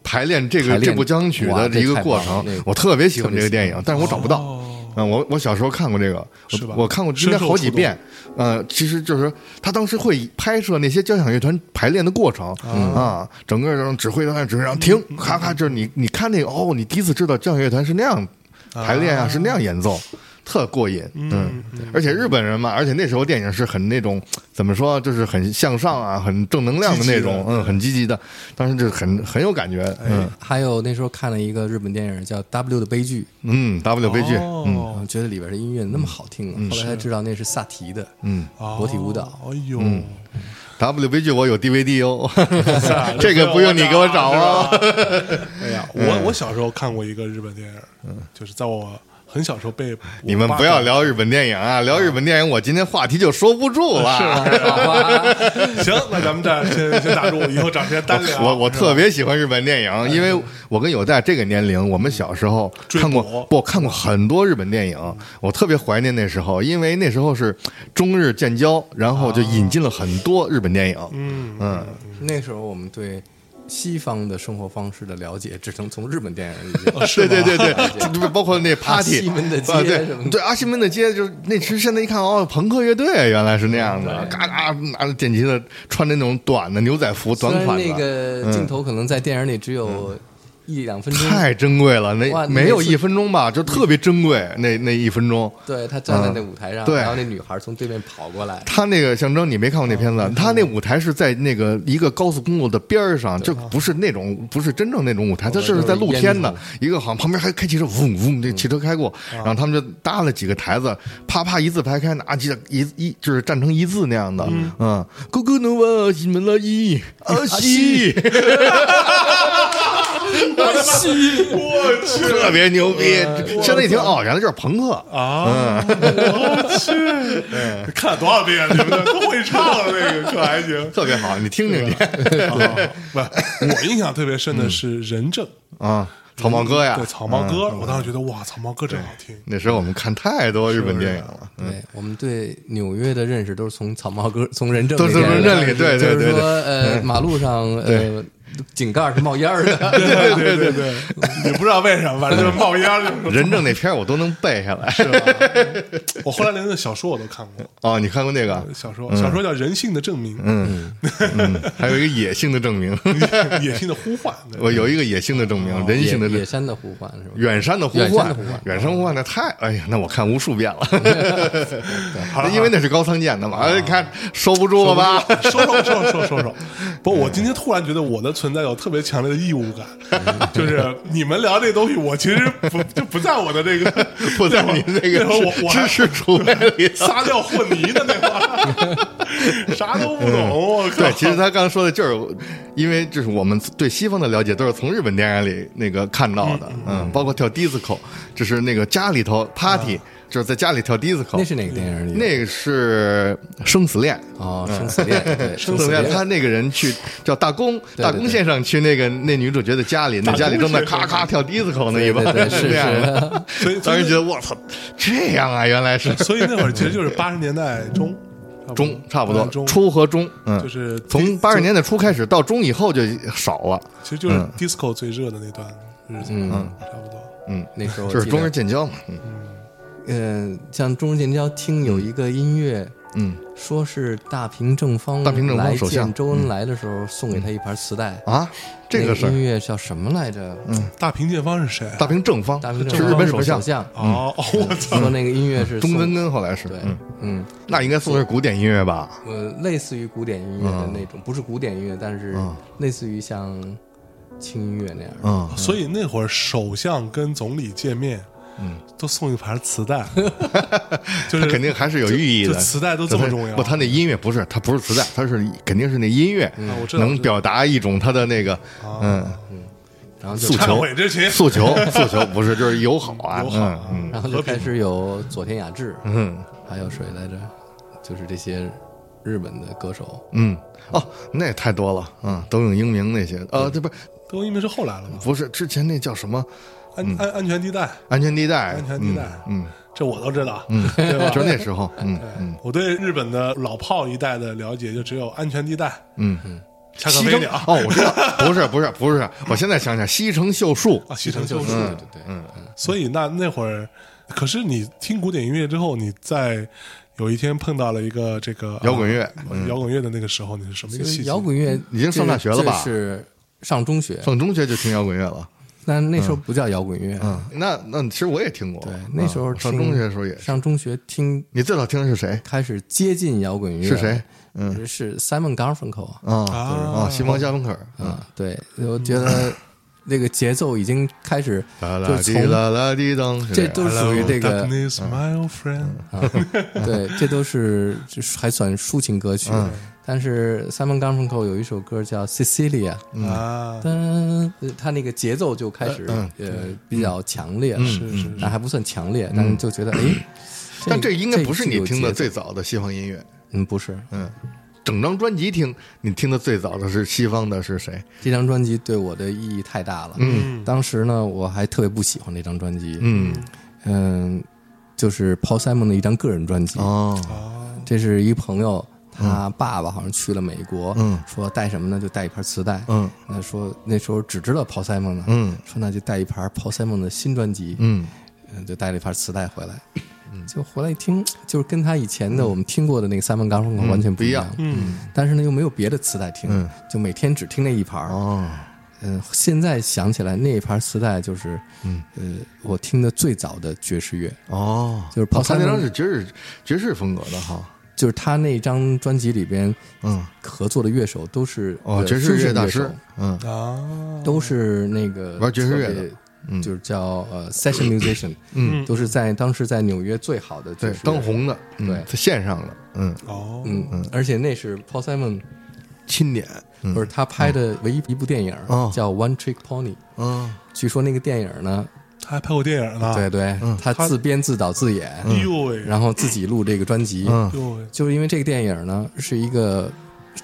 Speaker 3: 排练这
Speaker 1: 排
Speaker 3: 个
Speaker 1: 练
Speaker 3: 这部交响曲
Speaker 1: 哇
Speaker 3: 的
Speaker 1: 这
Speaker 3: 一个
Speaker 1: 太
Speaker 3: 过
Speaker 1: 棒了
Speaker 3: 程
Speaker 1: 那个，
Speaker 3: 我特别喜欢这个电影，但是我找不到。嗯，我我小时候看过这个，
Speaker 2: 哦是吧
Speaker 3: 我我看过应
Speaker 2: 深
Speaker 3: 该
Speaker 2: 受
Speaker 3: 好几
Speaker 2: 触动
Speaker 3: 遍。呃，其实就是他当时会拍摄那些交响乐团排练的过程、啊，整个这种指挥团指挥然后停，
Speaker 2: 嗯
Speaker 3: 咔咔，就是你你看那个哦，你第一次知道交响乐团是那样排练啊，是那样演奏。特过瘾，嗯，而且日本人嘛，而且那时候电影是很那种怎么说，就是很向上啊，很正能量的
Speaker 2: 积极
Speaker 3: 那
Speaker 2: 的
Speaker 3: 种，嗯，很积极的，当时就很很有感觉，
Speaker 2: 哎
Speaker 3: 嗯
Speaker 1: 还有那时候看了一个日本电影叫《W 的悲剧
Speaker 3: 嗯，W 悲剧，嗯
Speaker 1: 然
Speaker 2: 哦
Speaker 1: 后觉得里边的音乐那么好听啊，后来才知道那是萨提的，
Speaker 3: 嗯
Speaker 1: 裸体舞蹈。
Speaker 2: 哎呦，
Speaker 3: ，W 悲剧我有
Speaker 2: [LAUGHS]
Speaker 3: DVD 哦，
Speaker 2: 算了
Speaker 3: 这个不用你给我找啊嗯
Speaker 2: 是吧。
Speaker 3: [LAUGHS]
Speaker 2: 哎呀，我我小时候看过一个日本电影，就是在我很小时候被
Speaker 3: [LAUGHS] 你们不要聊日本电影啊，聊日本电影，我今天话题就收不住了。
Speaker 2: 聊。 [LAUGHS] 行，那咱们这儿先先打住，以后找时间单聊。
Speaker 3: 我我特别喜欢日本电影，因为我跟有代这个年龄，我们小时候
Speaker 2: 追
Speaker 3: 看过
Speaker 2: 捕
Speaker 3: 不看过很多日本电影，我特别怀念那时候，因为那时候是中日建交，然后就引进了很多日本电影。
Speaker 2: 嗯
Speaker 3: 嗯，
Speaker 1: [LAUGHS] 那时候我们对西方的生活方式的了解，只能从日本电影里面。
Speaker 3: 对对
Speaker 1: [LAUGHS]
Speaker 3: 对对，就包括那 party，
Speaker 1: 阿西门的街
Speaker 3: 啊
Speaker 1: 什么
Speaker 3: 对
Speaker 1: 的
Speaker 3: 对，阿西门的街就是那，其实现在一看哦，朋克乐队原来是那样的，嘎嘎拿着电吉他，穿着那种短的牛仔服，短
Speaker 1: 虽然
Speaker 3: 款的，嗯
Speaker 1: 那个镜头可能在电影里只有一两分钟，
Speaker 3: 太珍贵
Speaker 1: 哇
Speaker 3: 了，那
Speaker 1: 你
Speaker 3: 没有
Speaker 1: 每次
Speaker 3: 一分钟吧，就特别珍贵，那那一分钟。
Speaker 1: 对他站在那舞台上，
Speaker 3: 嗯对
Speaker 1: 然后那女孩从对面跑过
Speaker 3: [LAUGHS]
Speaker 1: 来，
Speaker 3: 他那个象征，你没看过那片
Speaker 2: 哦
Speaker 3: 子？他那舞台是在那个一个高速公路的边儿上，就不是那种不是真正那种舞
Speaker 2: 哦
Speaker 3: 台，他这是在露天的，一个好像旁边还开汽车，嗡嗡，这汽车开过，
Speaker 2: 嗯
Speaker 3: 然后他们就搭了几个台子，啪啪一字排开，拿起一一就是站成一字那样的，嗯，哥哥侬哇西门拉伊
Speaker 2: 啊
Speaker 3: 阿西，
Speaker 2: 我去
Speaker 3: 特别牛逼。现在一听哦，原来就是朋克，
Speaker 2: 嗯啊！我去，看了多少遍，你们这都会唱了，那个可还行。
Speaker 3: 特别好，你听听去
Speaker 2: [LAUGHS] 不，我印象特别深的是任正，
Speaker 3: 啊，草帽哥呀嗯
Speaker 2: 对，草帽哥，我当时觉得哇，草帽哥真好听。
Speaker 3: 那时候我们看太多日本电影了。
Speaker 1: 对我们对纽约的认识都是从草帽
Speaker 3: [LAUGHS]
Speaker 1: 哥、从人证
Speaker 3: 都是
Speaker 1: 那边
Speaker 3: 从
Speaker 1: 来的
Speaker 3: 人证里对
Speaker 1: 就
Speaker 3: 对
Speaker 1: 是
Speaker 3: 对对嗯
Speaker 1: 说呃，马路上呃，井盖是冒烟儿
Speaker 3: [LAUGHS]
Speaker 1: 的， [LAUGHS]
Speaker 2: 对 [LAUGHS] 对对对，也不知道为什么，反正就是冒烟儿。就是
Speaker 3: 人证那片儿我都能背下来。 [LAUGHS]
Speaker 2: [LAUGHS] 我后来连那小说我都看过，
Speaker 3: 哦，你看过那个？
Speaker 2: 小说小说叫《人性的证明》，
Speaker 3: 嗯，嗯还有一个野性的证明， [LAUGHS]
Speaker 2: [LAUGHS] 野性的呼唤。对 [LAUGHS]
Speaker 3: 我有一个野性的证明，人性的
Speaker 1: 哦野
Speaker 3: 证
Speaker 1: 野。山的呼唤是吧？
Speaker 3: 远山的呼
Speaker 1: 远山的
Speaker 3: 唤
Speaker 1: 呼唤，
Speaker 3: 远山呼唤那太，哎呀，那我看无数遍了，
Speaker 2: 好了
Speaker 3: 因为那是高仓健的嘛，哎，你看收不住了吧？
Speaker 2: [LAUGHS] 收收收收收收！不，我今天突然觉得我的存在有特别强烈的义务感，就是你们聊这东西，我其实不 [LAUGHS] 就不在我的 [LAUGHS] 这个
Speaker 3: 不在你那
Speaker 2: 那会儿我
Speaker 3: 个
Speaker 2: 我
Speaker 3: 知
Speaker 2: 还
Speaker 3: 识储备里。
Speaker 2: 撒尿和泥的那会 [LAUGHS] 儿，啥都不懂。我靠！
Speaker 3: 对，其实他刚才说的就是，因为就是我们对西方的了解都是从日本电影里那个看到的，嗯，包括跳 disco，就是那个家里头 party，就是在家里跳 disco，
Speaker 1: 那是哪个电影里？
Speaker 3: 那个是生死恋。
Speaker 1: 哦，生死恋，
Speaker 3: [LAUGHS]
Speaker 1: 对，
Speaker 3: 嗯生死恋，他那个人去叫大公，
Speaker 1: 对
Speaker 3: 大公先生去那个那女主角的家里，那家里正在咔咔跳迪斯科呢，一帮
Speaker 1: 对对
Speaker 3: 人
Speaker 1: 对是
Speaker 3: 这样的。
Speaker 2: 所以
Speaker 3: [LAUGHS] 当时觉得我操，这样啊，原来
Speaker 1: [LAUGHS]
Speaker 3: 是
Speaker 2: 所以那会儿其实就是八十年代中，
Speaker 3: 中差不多
Speaker 2: 中
Speaker 3: 初和中，嗯，
Speaker 2: 就是
Speaker 3: 从八十年代初开始到中以后就少了，
Speaker 2: 其实就是 disco 最热的那段日子，嗯，差不多。
Speaker 3: 嗯，
Speaker 1: 那时候我
Speaker 3: 就是
Speaker 1: 记
Speaker 3: 中
Speaker 1: 得
Speaker 3: 日建交嘛，嗯
Speaker 1: 嗯，像中日建交厅有一个音乐，
Speaker 3: 嗯
Speaker 1: 说是大平正方
Speaker 3: 大平正方
Speaker 1: 来
Speaker 3: 首相
Speaker 1: 见周恩来的时候送给他一盘磁带，
Speaker 3: 啊，这
Speaker 1: 那
Speaker 3: 个事
Speaker 1: 音
Speaker 3: 儿，
Speaker 1: 乐叫什么来着？嗯，
Speaker 2: 大平建方是谁？
Speaker 3: 大平正方
Speaker 1: 大平
Speaker 3: 是
Speaker 1: 正
Speaker 3: 日
Speaker 1: 方
Speaker 3: 本
Speaker 1: 首嗯
Speaker 3: 首相， [LAUGHS]
Speaker 2: 哦，哦
Speaker 3: 嗯
Speaker 2: 我操！
Speaker 1: 说那个音乐是
Speaker 3: 中
Speaker 1: 送
Speaker 3: 曾根后来是，
Speaker 1: 对
Speaker 3: 嗯，，
Speaker 1: 嗯，
Speaker 3: 那应该算是古典音乐吧，
Speaker 1: 呃，类似于古典音乐
Speaker 3: 嗯
Speaker 1: 的那种，不是古典音乐，但是类似于像轻音乐那样。
Speaker 3: 嗯，
Speaker 2: 所以那会儿首相跟总理见面，嗯，都送一盘磁
Speaker 3: [LAUGHS]
Speaker 2: 带，就是
Speaker 3: 它肯定还是有寓意的。
Speaker 2: 就磁带都这么重要
Speaker 3: 不，他那音乐不是，他不是磁带，他是肯定是那音乐
Speaker 1: 嗯
Speaker 2: 啊我知道啊
Speaker 3: 能表达一种他的那个嗯
Speaker 1: 然后就
Speaker 3: 诉
Speaker 2: 忏
Speaker 3: 求
Speaker 2: 悔之情
Speaker 3: 诉求诉求不是就是友好啊
Speaker 2: 友好
Speaker 3: 嗯
Speaker 2: 啊
Speaker 3: 嗯
Speaker 1: 然后就开始有佐田雅志，
Speaker 3: 嗯
Speaker 1: 还有谁来着？就是这些日本的歌手。
Speaker 3: 嗯哦，那也太多了嗯，都用英明那些呃，这不是
Speaker 2: 都因为是后来了嘛，
Speaker 3: 不是之前那叫什么
Speaker 2: 安安安全地带，
Speaker 3: 安全地带
Speaker 2: 安全地带
Speaker 3: 嗯
Speaker 2: 这我都知道，
Speaker 3: 嗯
Speaker 2: 对吧
Speaker 3: 嗯，？就是那时候嗯
Speaker 2: 对我对日本的老炮一代的了解就只有安全地带、
Speaker 3: 嗯嗯，
Speaker 2: 恰克
Speaker 3: 西
Speaker 2: 飞
Speaker 3: 城
Speaker 2: 鸟
Speaker 3: 哦，我知道不是不是不是，我现在想想西城秀树
Speaker 2: 啊，西城秀
Speaker 1: 就
Speaker 2: 树
Speaker 1: 是。对对对，嗯，
Speaker 2: 所以那那会儿，可是你听古典音乐之后，你在有一天碰到了一个这个
Speaker 3: 摇滚乐嗯
Speaker 2: 啊摇滚乐的那个时候，你是什么一个
Speaker 1: 所
Speaker 2: 契
Speaker 1: 以
Speaker 2: 机？
Speaker 1: 摇滚乐
Speaker 3: 已经上大学了吧
Speaker 1: 这是上中学，
Speaker 3: 上中学就听摇滚乐了。
Speaker 1: 但那时候不叫摇滚乐。
Speaker 3: 嗯，那那其实我也听过，
Speaker 1: 对，那时候
Speaker 3: 嗯
Speaker 1: 听
Speaker 3: 上中学的时候也是。
Speaker 1: 上中学听
Speaker 3: 你最早听的是谁？
Speaker 1: 开始接近摇滚乐
Speaker 3: 是谁？
Speaker 1: 嗯，是 Simon Garfunkel 啊。
Speaker 3: 啊
Speaker 2: 啊
Speaker 3: 啊，西蒙加文克尔。
Speaker 1: 啊，对，我觉
Speaker 3: [LAUGHS]
Speaker 1: 得那个节奏已经开始，
Speaker 3: 啦
Speaker 1: 就
Speaker 3: 啦滴
Speaker 1: 从
Speaker 3: 啦啦滴当，
Speaker 1: 这都是
Speaker 2: Hello,
Speaker 1: 属于这个嗯
Speaker 2: darkness, my old friend，
Speaker 1: 啊对，这都是就是还算抒情歌曲。
Speaker 3: 嗯
Speaker 1: 但是 Simon Garfunkel 有一首歌叫《Cecilia》，
Speaker 2: 啊，
Speaker 1: 噔，他那个节奏就开始
Speaker 3: 嗯
Speaker 1: 呃比较强烈了，
Speaker 2: 是是
Speaker 1: 但还不算强烈，但是就觉得哎，
Speaker 3: 嗯但这应该不是
Speaker 1: 这
Speaker 3: 你
Speaker 1: 有
Speaker 3: 听的
Speaker 1: 节奏
Speaker 3: 最早的西方音乐。
Speaker 1: 嗯，不是
Speaker 3: 嗯，整张专辑听你听的最早的是西方的是谁？
Speaker 1: 这张专辑对我的意义太大了。嗯，当时呢，我还特别不喜欢这张专辑。
Speaker 3: 嗯
Speaker 1: 嗯，就是 Paul Simon 的一张个人专辑。
Speaker 3: 哦，
Speaker 2: 啊
Speaker 1: 这是一朋友，他爸爸好像去了美国，
Speaker 3: 嗯
Speaker 1: 说带什么呢？就带一盘磁带，
Speaker 3: 嗯，
Speaker 1: 那说那时候只知道 Paul Simon 呢，
Speaker 3: 嗯，
Speaker 1: 说那就带一盘 Paul Simon 的新专辑，
Speaker 3: 嗯
Speaker 1: 嗯，就带了一盘磁带回来，嗯就回来一听，就是跟他以前
Speaker 3: 嗯
Speaker 1: 的我们听过的那个 Simon Garfunkel 完全不一样，
Speaker 2: 嗯，
Speaker 1: 但是呢又没有别的磁带听，就每天只听那一盘，
Speaker 3: 嗯哦，
Speaker 1: 嗯、呃，现在想起来那一盘磁带就是，
Speaker 3: 嗯
Speaker 1: 呃，我听的最早的爵士乐，
Speaker 3: 哦，
Speaker 1: 就是跑
Speaker 3: 他
Speaker 1: 三
Speaker 3: 那
Speaker 1: 轮
Speaker 3: 张是爵士爵士风格的哈，
Speaker 1: 就是他那张专辑里边
Speaker 3: 嗯，
Speaker 1: 合作的乐手都是
Speaker 3: 哦，
Speaker 1: 呃
Speaker 3: 爵士
Speaker 1: fusion
Speaker 3: 乐大
Speaker 1: 手
Speaker 3: 师，嗯，
Speaker 2: 啊，
Speaker 1: 都是那个
Speaker 3: 玩爵士乐的
Speaker 1: 特别
Speaker 3: 嗯
Speaker 1: 就是叫呃 session musician，
Speaker 2: 嗯
Speaker 1: 都是在当时在纽约最好的爵
Speaker 3: 对
Speaker 1: 士，乐
Speaker 3: 当红的，嗯
Speaker 1: 对
Speaker 3: 在线上的，嗯，
Speaker 2: 哦，
Speaker 1: 嗯，而且那是 Paul Simon
Speaker 3: 钦点，嗯
Speaker 1: 不是他拍的唯一一部电影
Speaker 3: 哦
Speaker 1: 叫《One Trick Pony》，
Speaker 3: 嗯，
Speaker 1: 据说那个电影呢，
Speaker 2: 他还拍过电影
Speaker 3: 啊
Speaker 2: 呢，
Speaker 1: 对对，他
Speaker 3: 嗯
Speaker 2: 他
Speaker 1: 自编自导自演，
Speaker 2: 哎呦喂，
Speaker 1: 然后自己录这个专辑，
Speaker 3: 嗯
Speaker 2: 哎呦喂，
Speaker 1: 就是因为这个电影呢是一个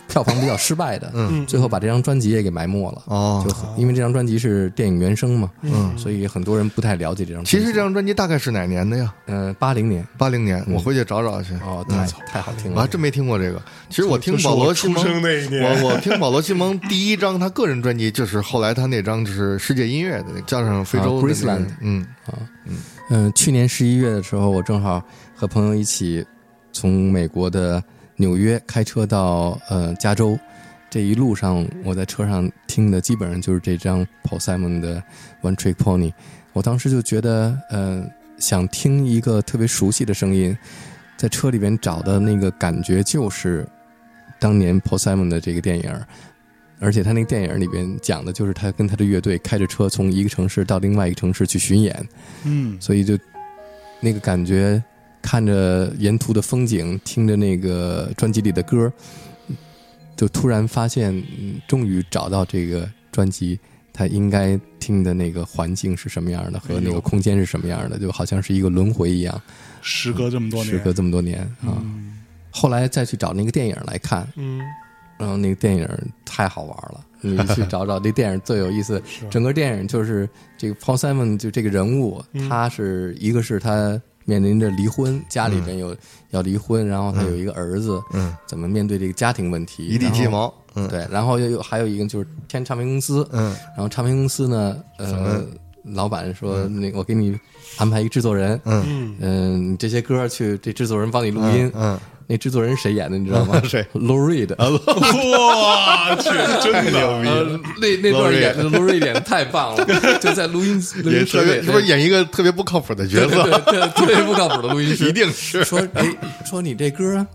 Speaker 1: 票房比较失败的，
Speaker 3: 嗯
Speaker 2: 嗯，
Speaker 1: 最后把这张专辑也给埋没了。
Speaker 3: 哦
Speaker 1: 就，很因为这张专辑是电影原声嘛，
Speaker 2: 嗯
Speaker 1: 所以很多人不太了解这张专辑。
Speaker 3: 其实这张专辑大概是哪年的呀？
Speaker 1: 嗯，八零年
Speaker 3: 八零年，我回去找找去。
Speaker 1: 哦，
Speaker 3: 嗯
Speaker 1: 太太好听
Speaker 3: 我还
Speaker 1: 了，
Speaker 3: 真没听过这个。其实我听
Speaker 2: 就是
Speaker 3: 保
Speaker 2: 我
Speaker 3: 罗西
Speaker 2: 出
Speaker 3: 蒙，
Speaker 2: 生那一年
Speaker 3: 我我听保罗西蒙第一张他个人专辑，就是后来他那张就是世界音乐的，那加上非洲
Speaker 1: 啊
Speaker 3: 的那
Speaker 1: Graceland
Speaker 3: 个嗯
Speaker 1: 嗯，去年十一月的时候，我正好和朋友一起从美国的纽约开车到呃加州，这一路上我在车上听的基本上就是这张 Paul Simon 的《One Trick Pony》，我当时就觉得呃想听一个特别熟悉的声音，在车里边找的那个感觉就是当年 Paul Simon 的这个电影儿。而且他那个电影里边讲的就是他跟他的乐队开着车从一个城市到另外一个城市去巡演，
Speaker 4: 嗯，
Speaker 1: 所以就那个感觉，看着沿途的风景，听着那个专辑里的歌，就突然发现，嗯终于找到这个专辑它应该听的那个环境是什么样的，和那个空间是什么样的，就好像是一个轮回一样。
Speaker 4: 时隔这么多年，
Speaker 1: 时隔这么多年啊，后来再去找那个电影来看，
Speaker 2: 嗯，
Speaker 1: 然后那个电影太好玩
Speaker 3: [LAUGHS]
Speaker 1: 了，你去找找那电影最有意思。整个电影就是这个 Paul Simon 就这个人物，
Speaker 3: 嗯
Speaker 1: 他是一个是他面临着离婚，家里边有要离婚，然后他有一个儿子，
Speaker 3: 嗯，
Speaker 1: 怎么面对这个家庭问题，
Speaker 3: 一地
Speaker 1: 然后
Speaker 3: 鸡。毛，嗯
Speaker 1: 对，然后又有还有一个就是签唱片公司，
Speaker 3: 嗯
Speaker 1: 然后唱片公司呢，呃，老板说那个我给你安排一个制作人，
Speaker 3: 嗯
Speaker 1: [LAUGHS] 嗯，你这些歌去这制作人帮你录音，
Speaker 3: 嗯，
Speaker 1: 那制作人谁演的你知道吗？
Speaker 3: [LAUGHS] 谁
Speaker 1: ？Lou Reed，
Speaker 2: 我去，真
Speaker 3: [LAUGHS]
Speaker 2: 的，
Speaker 1: 呃，那那段
Speaker 3: Lori [LAUGHS]
Speaker 1: 演的 Lori 演的太棒了，就在录音录
Speaker 3: 也
Speaker 1: 音
Speaker 3: 特
Speaker 1: 室
Speaker 3: 别
Speaker 1: 里，
Speaker 3: 是不是演一个特别不靠谱的角
Speaker 1: 对对
Speaker 3: 色？
Speaker 1: 对对特别不靠谱的录音师，
Speaker 3: [LAUGHS] 一定
Speaker 1: [LAUGHS]
Speaker 3: 是
Speaker 1: 说哎说你这歌，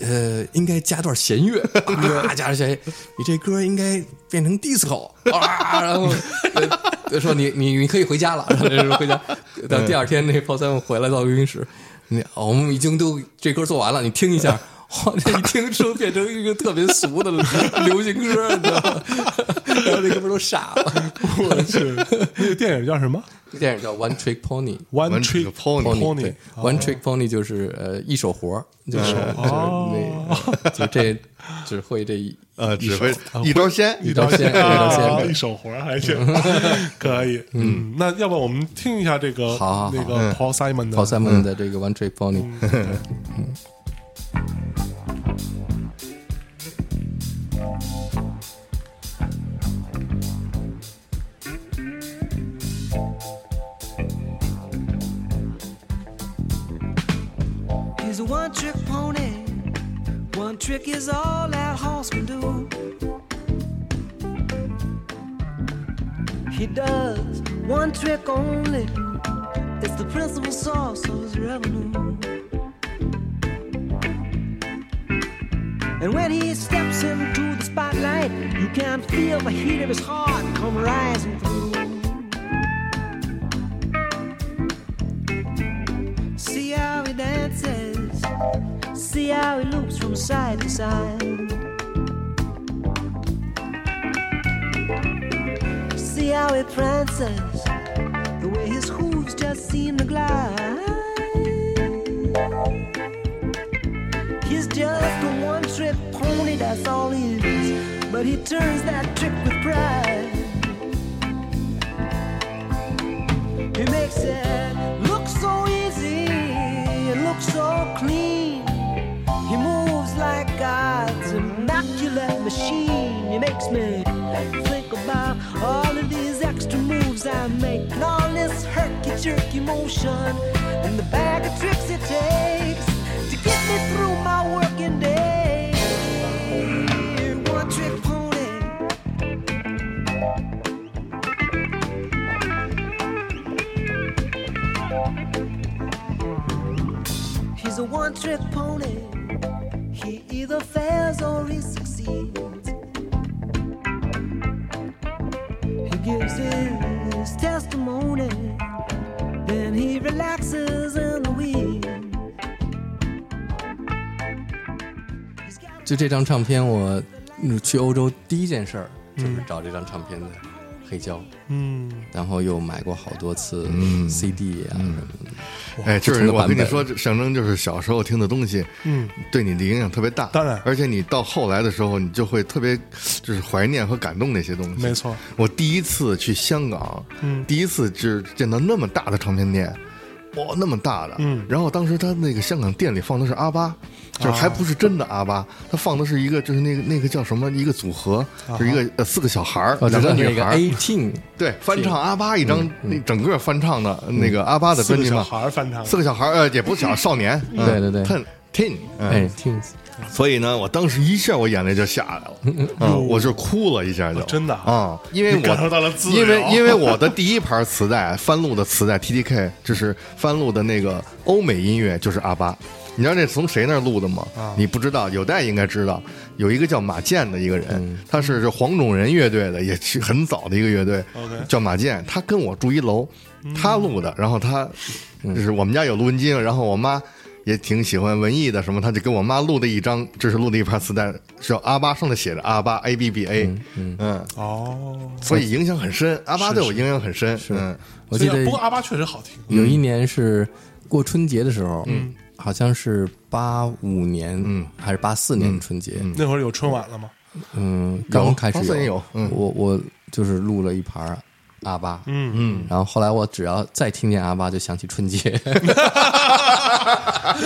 Speaker 1: 呃，应该加段弦乐，啊，加段弦乐，你这歌应该变成 disco 啊，然后呃说你你你可以回家了，然后那时候回家，到第二天那 Paul Simon 回来到录音室，你哦我们已经都这歌做完了，你听一下。哇！这一听说变成一个特别俗的流行歌，你知道吗？ [LAUGHS] 然后那哥们儿都傻了。 [LAUGHS]
Speaker 2: 我去，那个电影叫什么
Speaker 1: 电影叫《One Trick Pony》，
Speaker 2: ？One
Speaker 3: One
Speaker 2: Trick
Speaker 3: Trick Pony
Speaker 2: Pony，
Speaker 1: 对
Speaker 2: 哦
Speaker 1: ，One Trick Pony 就是呃一手活儿，就是就是那
Speaker 2: 哦
Speaker 1: 呃就这只会这一
Speaker 3: 呃，
Speaker 1: 一
Speaker 3: 只
Speaker 1: 手
Speaker 3: 会一招鲜，
Speaker 1: 一刀鲜，一刀
Speaker 2: 啊
Speaker 1: 鲜
Speaker 2: 一
Speaker 1: 对。
Speaker 2: 手活儿还行，可以。嗯，那要不我们听一下这个
Speaker 1: 好好好
Speaker 2: 那个 Paul Simon 的
Speaker 1: Paul Simon 的这个 One Trick Pony，
Speaker 2: 嗯
Speaker 5: He's a one trick pony. One trick is all that horse can do. He does one trick only. It's the principal source of his revenue. And when he steps into the spotlight, you can feel the heat of his heart come rising through. See how he dances. See how he loops from side to side. See how he prances. The way his hooves just seem to glide. He's just a one trick pony, that's all he is. But he turns that trick with pride. He makes it look so easy, it looks so clean. He moves like God's immaculate machine. He makes me think about all of these extra moves I make, and all this herky jerky motion, and the bag of tricks it takes to get me through my working day. One trick pony, He's a one trick pony. He either fails or he succeeds. He gives his testimony, then he relaxes in the weeds. He's got a
Speaker 1: 就这张唱片，我嗯去欧洲第一件事儿就是找这张唱片的黑胶，
Speaker 2: 嗯，
Speaker 1: 然后又买过好多次
Speaker 3: 嗯
Speaker 1: CD 啊什么的。
Speaker 3: 哎，就
Speaker 1: 不同的
Speaker 3: 是我
Speaker 1: 版
Speaker 3: 跟你
Speaker 1: 本
Speaker 3: 说，这象征就是小时候听的东西，
Speaker 2: 嗯，
Speaker 3: 对你的影响特别大。
Speaker 2: 当然
Speaker 3: 而且你到后来的时候，你就会特别就是怀念和感动那些东西。
Speaker 2: 没错，
Speaker 3: 我第一次去香港，
Speaker 2: 嗯
Speaker 3: 第一次就是见到那么大的唱片店，哇、那么大的，
Speaker 2: 嗯
Speaker 3: 然后当时他那个香港店里放的是阿巴，就是还不是真的阿巴，他放的是一个就是那个那个叫什么一个组合，就是一个呃四个小孩儿，
Speaker 1: 我知
Speaker 3: 两
Speaker 1: 道
Speaker 3: 女
Speaker 1: 哦那个
Speaker 3: 孩儿
Speaker 1: Eighteen，
Speaker 3: 对，翻唱阿巴一张，那整个翻唱的那个阿巴的
Speaker 2: 四
Speaker 3: 专
Speaker 2: 个
Speaker 3: 辑
Speaker 2: 小
Speaker 3: 嘛，
Speaker 2: 孩儿翻唱，
Speaker 3: 四个小孩儿呃也不小，少年，嗯
Speaker 1: 对对对
Speaker 3: ，ten teen，嗯
Speaker 1: 哎，Teens，
Speaker 3: 所以呢，我当时一下我眼泪就下来了，嗯，我就哭了一下就，
Speaker 2: 真的
Speaker 3: 啊，因为
Speaker 2: 你感受
Speaker 3: 我
Speaker 2: 到了自由，
Speaker 3: 因为因为我的第一盘磁带翻录的磁带 T D K 就是翻录的那个欧美音乐就是阿巴，你知道那从谁那儿录的吗？你不知道，有代应该知道，有一个叫马健的一个人，他是这黄种人乐队的，也是很早的一个乐队
Speaker 2: OK
Speaker 3: 叫马健，他跟我住一楼，他录的，然后他就是我们家有录音机，然后我妈。也挺喜欢文艺的，什么，他就给我妈录的一张，就是录的一盘磁带，是叫阿巴，上面写着阿巴 A B B A，嗯，
Speaker 2: 哦，
Speaker 3: 所以影响很深。阿巴对我影响很深，嗯，
Speaker 1: 我记
Speaker 2: 虽然
Speaker 1: 得
Speaker 2: 啊
Speaker 1: 嗯
Speaker 2: 不过阿巴确实好听，
Speaker 1: 有一年是过春节的时候，嗯，好像是八五年，
Speaker 3: 嗯，
Speaker 1: 还是八四年春节，
Speaker 2: 那会儿有春晚了吗？
Speaker 1: 嗯，刚开始
Speaker 3: 八四年有嗯
Speaker 1: 我我就是录了一盘儿阿巴，
Speaker 2: 嗯嗯，
Speaker 1: 然后后来我只要再听见阿巴，就想起春
Speaker 3: [LAUGHS]
Speaker 1: 节。
Speaker 2: [LAUGHS]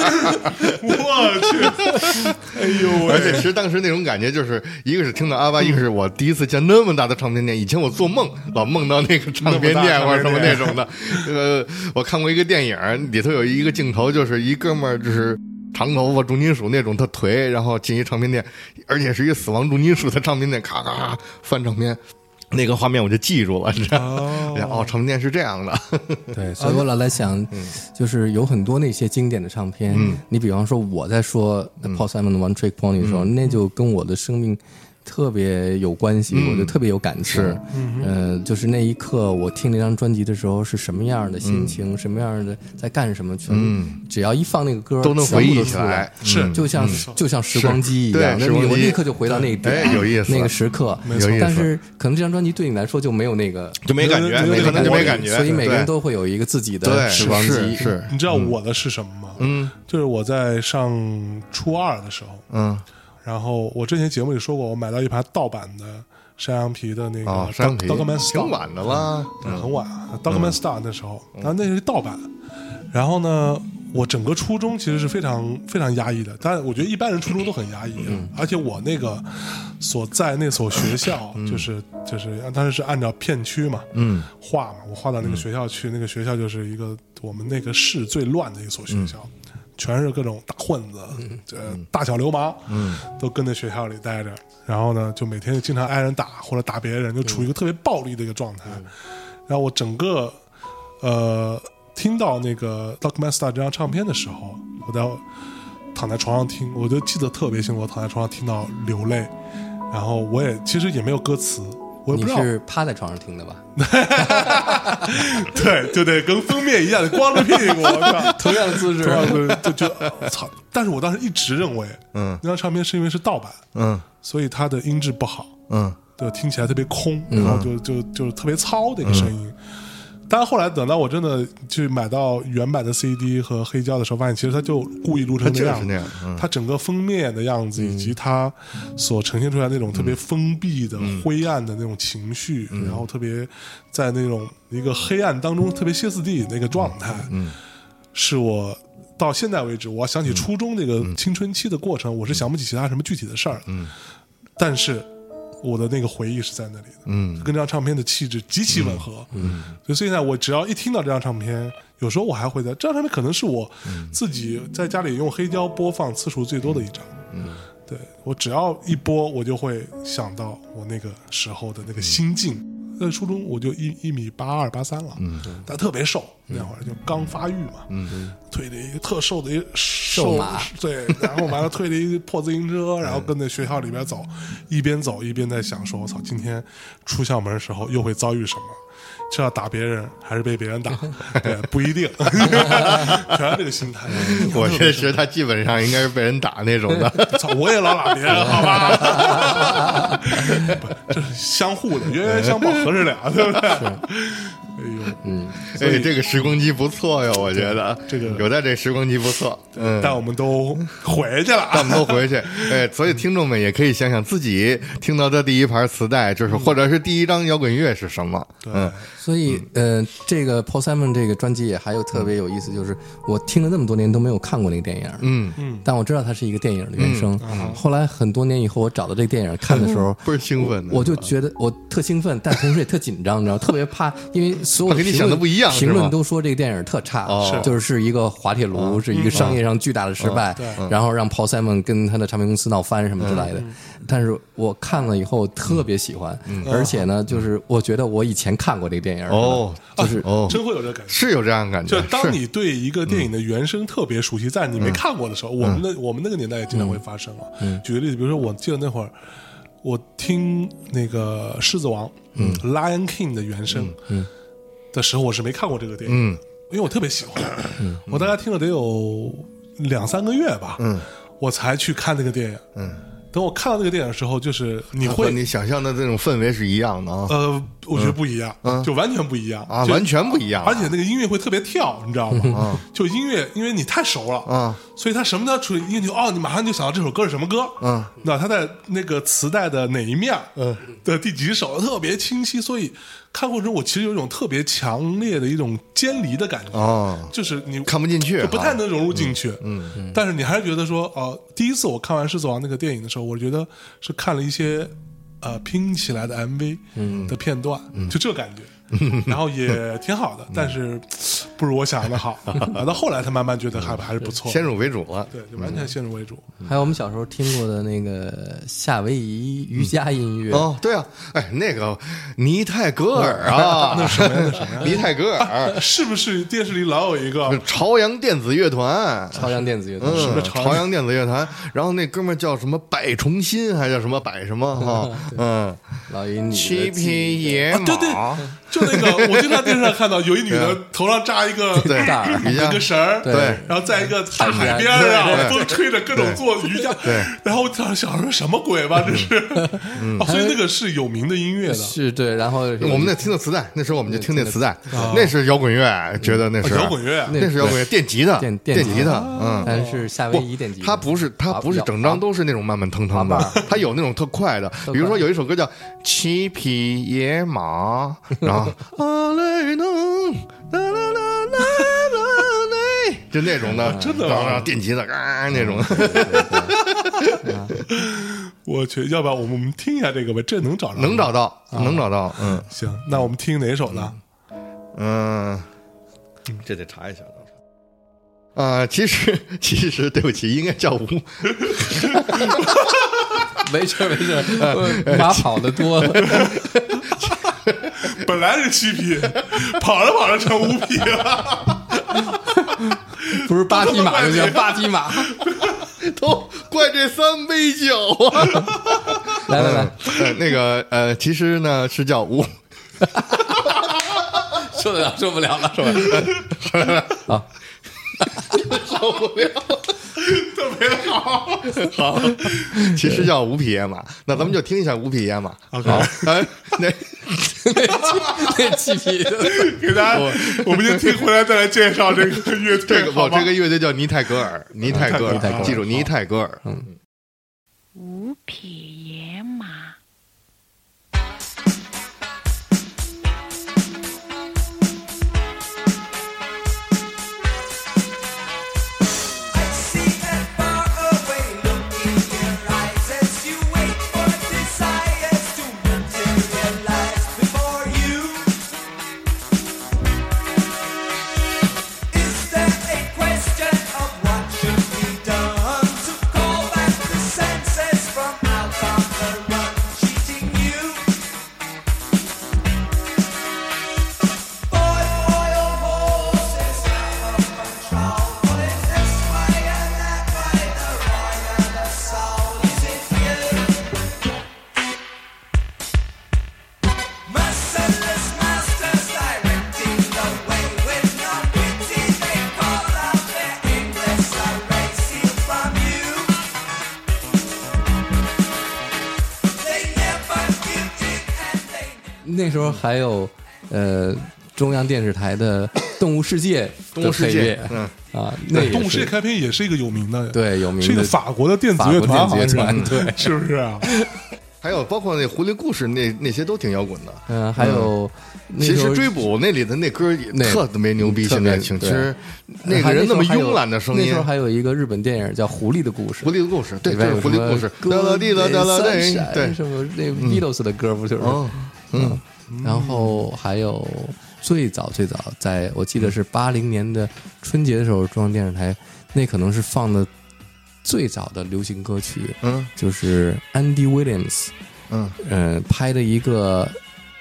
Speaker 2: 我去， [LAUGHS] 哎呦
Speaker 3: 而且
Speaker 2: 喂，
Speaker 3: 其实当时那种感觉就是，一个是听到阿巴，一个是我第一次见那么大的唱片店。以前我做 [LAUGHS] 梦老梦到那个唱片店或者什么那种的。 [LAUGHS] 呃，我看过一个电影，里头有一个镜头，就是一哥们儿就是。长头发、重金属那种，他颓，然后进一唱片店，而且是一个死亡重金属的唱片店，咔咔咔翻唱片，那个画面我就记住了，你知道吗？然后哦，唱片店是这样的，
Speaker 1: 对， [LAUGHS] 所以我老在想，
Speaker 3: 嗯
Speaker 1: 就是有很多那些经典的唱片，你比方说我在说
Speaker 3: 嗯
Speaker 1: Paul Simon 的 One Trick Pony 的时候，那就跟我的生命特别有关系，我就特别有感情。
Speaker 3: 嗯是嗯
Speaker 1: 呃，就是那一刻我听那张专辑的时候是什么样的心
Speaker 3: 嗯
Speaker 1: 情，什么样的在干什么，全只要一放那个歌，
Speaker 3: 都能
Speaker 1: 全部
Speaker 3: 回忆起
Speaker 1: 出
Speaker 3: 来。
Speaker 2: 是
Speaker 1: 就像就像时光机一样，
Speaker 3: 嗯
Speaker 1: 那
Speaker 3: 是对时光
Speaker 1: 你
Speaker 3: 机
Speaker 1: 我立刻就回到那个点
Speaker 3: 哎有意思
Speaker 1: 那个时刻，
Speaker 3: 错有意思
Speaker 1: 但是可能这张专辑对你来说就没有那个
Speaker 3: 就没感觉，
Speaker 2: 有有有
Speaker 3: 可能就没感觉，
Speaker 1: 所以每个人
Speaker 3: 对
Speaker 1: 都会有一个自己的
Speaker 3: 对
Speaker 1: 时光机，
Speaker 3: 是是，
Speaker 2: 你知道我的是什么吗？
Speaker 3: 嗯，
Speaker 2: 就是我在上初二的时候，
Speaker 3: 嗯，
Speaker 2: 然后我之前节目里说过，我买到一盘盗版的山羊皮的那
Speaker 3: 哦
Speaker 2: 个，
Speaker 3: 山皮
Speaker 2: d o g m a n s t a
Speaker 3: 挺
Speaker 2: r
Speaker 3: 晚的了，
Speaker 2: 很晚 d o g m a n Star 那时候，然后那是盗版。然后呢，我整个初中其实是非常非常压抑的，但我觉得一般人初中都很压抑，啊而且我那个所在那所学校，就是就是当时是按照片区嘛，嗯，划嘛，我划到那个学校去，那个学校就是一个我们那个市最乱的一所学校。全是各种大混子，呃，大小流氓，嗯，都跟在学校里待着。然后呢，就每天就经常挨人打或者打别人，就处于一个特别暴力的一个状态。然后我整个呃听到那个《Doc Master》这张唱片的时候，我在躺在床上听，我就记得特别清楚，我躺在床上听到流泪，然后我也其实也没有歌词，我也
Speaker 1: 你
Speaker 2: 不知道，
Speaker 1: 是趴在床上听的吧？
Speaker 2: [LAUGHS]
Speaker 1: [LAUGHS]
Speaker 2: 对，就得跟封面一样，光着屁股，我操
Speaker 1: 同样的姿势
Speaker 3: [LAUGHS]
Speaker 2: 突然 [LAUGHS] 就就就操！但是我当时一直认为，嗯，那张唱片是因为是盗版，
Speaker 3: 嗯
Speaker 2: 所以它的音质不好，
Speaker 3: 嗯
Speaker 2: 就听起来特别空，然后就就就是特别糙的一个声
Speaker 3: 嗯
Speaker 2: 音。但是后来等到我真的去买到原版的 CD 和黑胶的时候，发现其实它就故意录成那
Speaker 3: 它就是那样嗯
Speaker 2: 它整个封面的样子以及它所呈现出来那种特别封闭的、
Speaker 3: 嗯
Speaker 2: 灰暗的那种情绪，然后特别在那种一个黑暗当中特别歇斯底里那个状态，
Speaker 3: 嗯
Speaker 2: 是我到现在为止，我想起初中那
Speaker 3: 嗯
Speaker 2: 个青春期的过程，我是想不起其他什么具体的事儿，嗯，但是我的那个回忆是在那里的，嗯，跟这张唱片的气质极其吻合，嗯，所以现在我只要一听到这张唱片，有时候我还会在这张唱片可能是我自己在家里用黑胶播放次数最多的一张，嗯。嗯对我只要一播，我就会想到我那个时候的那个心境，在呃初中我就一一米八二八三了，嗯，但特别瘦，那会儿就刚发育嘛，嗯，推着一个特瘦的一瘦
Speaker 1: 马，
Speaker 2: 对，然后完了推着一个破自行车，然后跟在学校里边走，一边走一边在想说，我操，今天出校门的时候又会遭遇什么？是要打别人，还是被别人打？对，不一定， [LAUGHS] 全是这个心态。
Speaker 3: 嗯我觉得其实他基本上应该是被人打那种
Speaker 2: [LAUGHS]
Speaker 3: 的。
Speaker 2: 操，我也老打别人，好吧？ [LAUGHS] 不这是相互的，冤冤相报 [LAUGHS] 何时了，
Speaker 3: [LAUGHS]
Speaker 2: 对不对？哎呦，
Speaker 3: 哎，这个时光机不错哟，我觉得
Speaker 2: 这个
Speaker 3: 有在这时光机不错。嗯，
Speaker 2: 但我们都回去了
Speaker 3: 咱
Speaker 2: 啊，
Speaker 3: 们都回去。哎，所以听众们也可以想想自己听到的第一盘磁带，就是
Speaker 2: 嗯
Speaker 3: 或者是第一张摇滚乐是什么。嗯，
Speaker 1: 所以，呃，这个 Paul Simon 这个专辑也还有特别有意思，就是我听了那么多年都没有看过那个电影，嗯嗯，但我知道它是一个电影的
Speaker 3: 嗯
Speaker 1: 原声。后来很多年以后，我找到这个电影看的时
Speaker 3: [LAUGHS]
Speaker 1: 候，
Speaker 3: 倍儿兴奋的
Speaker 1: 我就觉得我特兴奋，但同时也特紧张，你知道吗，特别怕，因为所有
Speaker 3: 怕跟你
Speaker 1: 评论
Speaker 3: 想的不一样是吗
Speaker 1: 评论都说这个电影特差，
Speaker 3: 哦嗯
Speaker 1: 就是是一个滑铁卢，是一个商业上巨大的失败，然后让 Paul Simon 跟他的唱片公司闹翻什么之类的。
Speaker 3: 嗯
Speaker 1: 但是我看了以后特别喜欢，而且呢，就是我觉得我以前看过这个电影
Speaker 3: 哦，
Speaker 1: 就是
Speaker 3: 哦，
Speaker 2: 真会有这感觉。
Speaker 3: 是有这样的感觉
Speaker 2: 就。当
Speaker 3: 是
Speaker 2: 你对一个电影的原声特别熟悉，但你
Speaker 3: 嗯
Speaker 2: 没看过的时候，我们那我们那个年代也经常会发生啊。举个例子，比如说我记得那会儿，我听那个《狮子王》嗯《Lion King》的原声
Speaker 3: 嗯
Speaker 2: 的时候，我是没看过这个电影的，因为我特别喜欢，
Speaker 3: 嗯
Speaker 2: 我大概听了得有两三个月吧，
Speaker 3: 嗯
Speaker 2: 我才去看那个电影。等我看到那个电影的时候，就是你
Speaker 3: 它嗯和
Speaker 2: 会
Speaker 3: 你想象的那种氛围是一样的啊
Speaker 2: 呃，我觉得不一样，就完全不一样
Speaker 3: 嗯啊，
Speaker 2: 呃就
Speaker 3: 完全不一样。嗯
Speaker 2: 而且那个音乐会特别跳，你知道吗？就音乐，因为你太熟了，
Speaker 3: 啊，
Speaker 2: 所以他什么叫出音乐，你就哦，你马上就想到这首歌是什么歌，
Speaker 3: 嗯，
Speaker 2: 那他在那个磁带的哪一面，嗯，的第几首特别清晰，所以看过程中我其实有一种特别强烈的一种间离的感觉，
Speaker 3: 哦
Speaker 2: 就是你
Speaker 3: 看不进去
Speaker 2: 就不太
Speaker 3: 啊
Speaker 2: 能融入进去，嗯，但是你还是觉得说，哦、第一次我看完《狮子王》那个电影的时候，我觉得是看了一些呃拼起来的 MV 的片段，就这感觉，然后也挺好的，但是不如我想的好。啊到后来才慢慢觉得还还是不错，
Speaker 3: 先入为主了。
Speaker 2: 对，就完全先入为主。
Speaker 1: 还有我们小时候听过的那个夏威夷瑜伽音乐，
Speaker 3: 哦，对啊，哎，那个尼泰戈尔啊，那什么呀？那什么呀？尼泰戈尔，
Speaker 2: 是不是电视里老有一个
Speaker 3: 朝阳电子乐团。
Speaker 1: [LAUGHS] 朝阳电子乐团。
Speaker 3: 嗯，
Speaker 2: 么朝阳
Speaker 3: 朝阳电子乐团，然后那哥们儿叫什么百重新，还叫什么百什么哈？嗯，
Speaker 1: 老于你
Speaker 3: 七
Speaker 1: 的记
Speaker 3: 匹野马，
Speaker 2: 对对，就那个我经常电视上看到有一女的头上扎一个
Speaker 3: 对
Speaker 1: 带儿
Speaker 3: 瑜伽
Speaker 2: 一个绳儿，
Speaker 1: 对
Speaker 2: 然后在一个大海边
Speaker 1: 海边
Speaker 2: 啊，
Speaker 3: 对
Speaker 2: 风吹着各种做瑜伽，
Speaker 3: 对，
Speaker 2: 然后我当时想说什么鬼吧，这是， [LAUGHS] 哦，所以那个是有名的音乐的，
Speaker 1: 是对，然后
Speaker 3: 我们那听的磁带，那时候我们就听那磁带，那是摇滚乐，觉得那是
Speaker 2: 摇滚乐啊
Speaker 3: 那是摇滚乐，电吉他，
Speaker 1: 电电
Speaker 3: 电
Speaker 1: 吉
Speaker 3: 吉
Speaker 1: 他
Speaker 3: 他，嗯，
Speaker 1: 但是夏威夷电吉
Speaker 3: 它不是它不是整张都是那种慢啊慢腾腾
Speaker 1: 滑板
Speaker 3: 的，它有那种特快的，比如说有一首歌叫《七匹野 [LAUGHS] 马》，然后啊嘞能啦啦啦啦啦嘞，就那种的，真
Speaker 2: 的吗
Speaker 3: 然后电吉他啊那种，
Speaker 2: 我去，要不然我们我们听一下这个吧，这能找着吗
Speaker 3: 能找到，能找到，嗯
Speaker 2: 行，那我们听哪首呢？
Speaker 3: 嗯， [LAUGHS] 这得查一下。啊、其实其实对不起，应该叫无
Speaker 1: 没事没 [LAUGHS] 事，
Speaker 3: 嗯
Speaker 1: 呃马跑的
Speaker 3: [LAUGHS]
Speaker 1: 多了，
Speaker 2: [LAUGHS] 本来是七匹，跑着跑着成五匹了，
Speaker 1: 不是八匹马就行，八匹马。
Speaker 3: 都怪这三杯酒 [LAUGHS] 啊！
Speaker 1: 来来来，
Speaker 3: 呃，那个呃，其实呢是叫无
Speaker 1: 受得了受不了了，受不 [LAUGHS] 了啊！
Speaker 3: 好， [LAUGHS] 其实叫五匹野马。那咱们就听一下五匹野马。好，哎，那
Speaker 1: 那七匹
Speaker 2: [LAUGHS] 给大家，我们先听回来再来介绍这个乐队，
Speaker 3: [LAUGHS] 这个
Speaker 2: 好
Speaker 3: 哦，
Speaker 2: 吧
Speaker 3: 这个乐队叫尼泰戈尔，尼泰戈
Speaker 2: 尼泰戈
Speaker 3: 尔，
Speaker 2: 尔
Speaker 3: 记住尼泰戈尔。嗯，
Speaker 6: 五匹野马。
Speaker 7: Done to call back the senses from out of
Speaker 1: [LAUGHS] 那时候还有呃中央电视台的《动物世界》
Speaker 3: 动物世
Speaker 1: 的配
Speaker 3: 界
Speaker 1: 乐，
Speaker 3: 嗯，
Speaker 1: 啊，那也
Speaker 2: 动物世界
Speaker 1: 是
Speaker 2: 开篇也是一个有名的，，
Speaker 1: 对有名
Speaker 2: 是一个
Speaker 1: 的
Speaker 2: 法国的电子
Speaker 1: 法
Speaker 2: 乐
Speaker 1: 国电
Speaker 2: 团，
Speaker 1: 子
Speaker 2: 好像
Speaker 1: 乐
Speaker 2: 是
Speaker 1: 团，对，
Speaker 2: [LAUGHS] 是不是啊？
Speaker 3: 还有包括那狐狸故事那那些都挺摇滚的。
Speaker 1: 嗯，还有那
Speaker 3: 其
Speaker 1: 时
Speaker 3: 实
Speaker 1: 候
Speaker 3: 追捕那里的那歌也
Speaker 1: 那
Speaker 3: 特别牛逼，
Speaker 1: 特
Speaker 3: 现
Speaker 1: 别
Speaker 3: 在听，其
Speaker 1: 对
Speaker 3: 实那个
Speaker 1: 还
Speaker 3: 人那么
Speaker 1: 时候还有
Speaker 3: 慵懒的声
Speaker 1: 那
Speaker 3: 音
Speaker 1: 时候，还有一个日本电影叫《狐狸的故事》，
Speaker 3: 狐狸的故事，对，
Speaker 1: 里
Speaker 3: 就
Speaker 1: 边
Speaker 3: 是
Speaker 1: 有
Speaker 3: 狐
Speaker 1: 什
Speaker 3: 狸
Speaker 1: 么
Speaker 3: 故事，
Speaker 1: 歌
Speaker 3: 哒啦滴啦哒啦哒，
Speaker 1: Sunshine，
Speaker 3: 对，嗯
Speaker 1: 什么那 Beatles 的歌不就是？
Speaker 3: 哦，
Speaker 1: 嗯，然后还有最早最早，在我记得是八零年的春节的时候，中央电视台那可能是放的最早的流行歌曲，
Speaker 3: 嗯
Speaker 1: 就是 Andy Williams，
Speaker 3: 嗯
Speaker 1: 嗯、拍的一个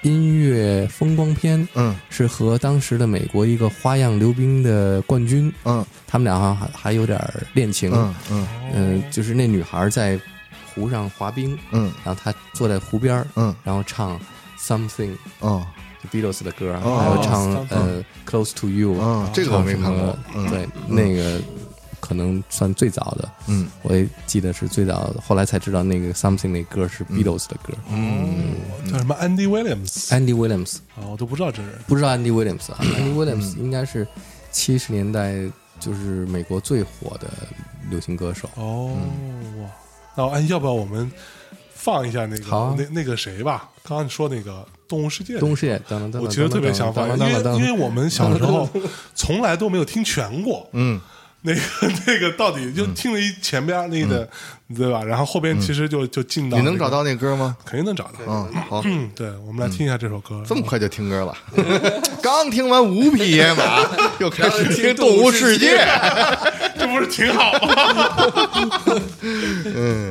Speaker 1: 音乐风光片，
Speaker 3: 嗯
Speaker 1: 是和当时的美国一个花样溜冰的冠军，
Speaker 3: 嗯
Speaker 1: 他们俩好像还还有点儿恋情，
Speaker 3: 嗯嗯
Speaker 1: 嗯、就是那女孩在湖上滑冰，
Speaker 3: 嗯
Speaker 1: 然后她坐在湖边儿，
Speaker 3: 嗯
Speaker 1: 然后唱 Something。
Speaker 3: 哦
Speaker 1: 就 Beatles 的歌，
Speaker 3: 哦
Speaker 1: 还有唱
Speaker 2: 哦
Speaker 1: 呃 Close to You，啊
Speaker 3: 哦，这个我没看过
Speaker 1: 唱，什么
Speaker 3: 嗯
Speaker 1: 对，那个可能算最早的，
Speaker 3: 嗯
Speaker 1: 我也记得是最早，后来才知道那个 Something 那歌是
Speaker 3: 嗯
Speaker 1: Beatles 的歌。
Speaker 2: 哦叫什么 Andy Williams，
Speaker 1: Andy Williams
Speaker 2: 啊，我都不知道这人。
Speaker 1: 不知道 Andy Williams 啊，Andy
Speaker 3: 嗯
Speaker 1: Williams 应该是七十年代就是美国最火的流行歌手。
Speaker 2: 哦，哇，那我哎，要不要我们放一下那个、
Speaker 1: 好啊
Speaker 2: 那那个谁吧？刚刚你说那个动物世界，
Speaker 1: 东视野，当当当当当当当
Speaker 2: 我其实特别想放，因为因为我们小时候从来都没有听全过。
Speaker 3: 嗯
Speaker 2: 那个 [LAUGHS] 那个到底就听了一前边那个，对吧？然后后边其实就就进到
Speaker 3: 你能
Speaker 2: 那
Speaker 3: 找
Speaker 2: 个，
Speaker 3: 到那歌吗？
Speaker 2: 肯定能找到。
Speaker 3: 嗯，好，
Speaker 2: 嗯，对，我们来听一下这首歌。
Speaker 3: 这么快就听歌了， [LAUGHS] 刚听完《五匹野马》，又开始听《动物世界》。
Speaker 2: [LAUGHS] 这不是挺好吗？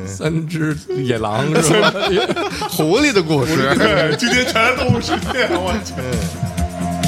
Speaker 1: 三只野 [LAUGHS] 狼是吧？
Speaker 3: 狐狸的故事，
Speaker 2: 对，今天全是动物世界，我去。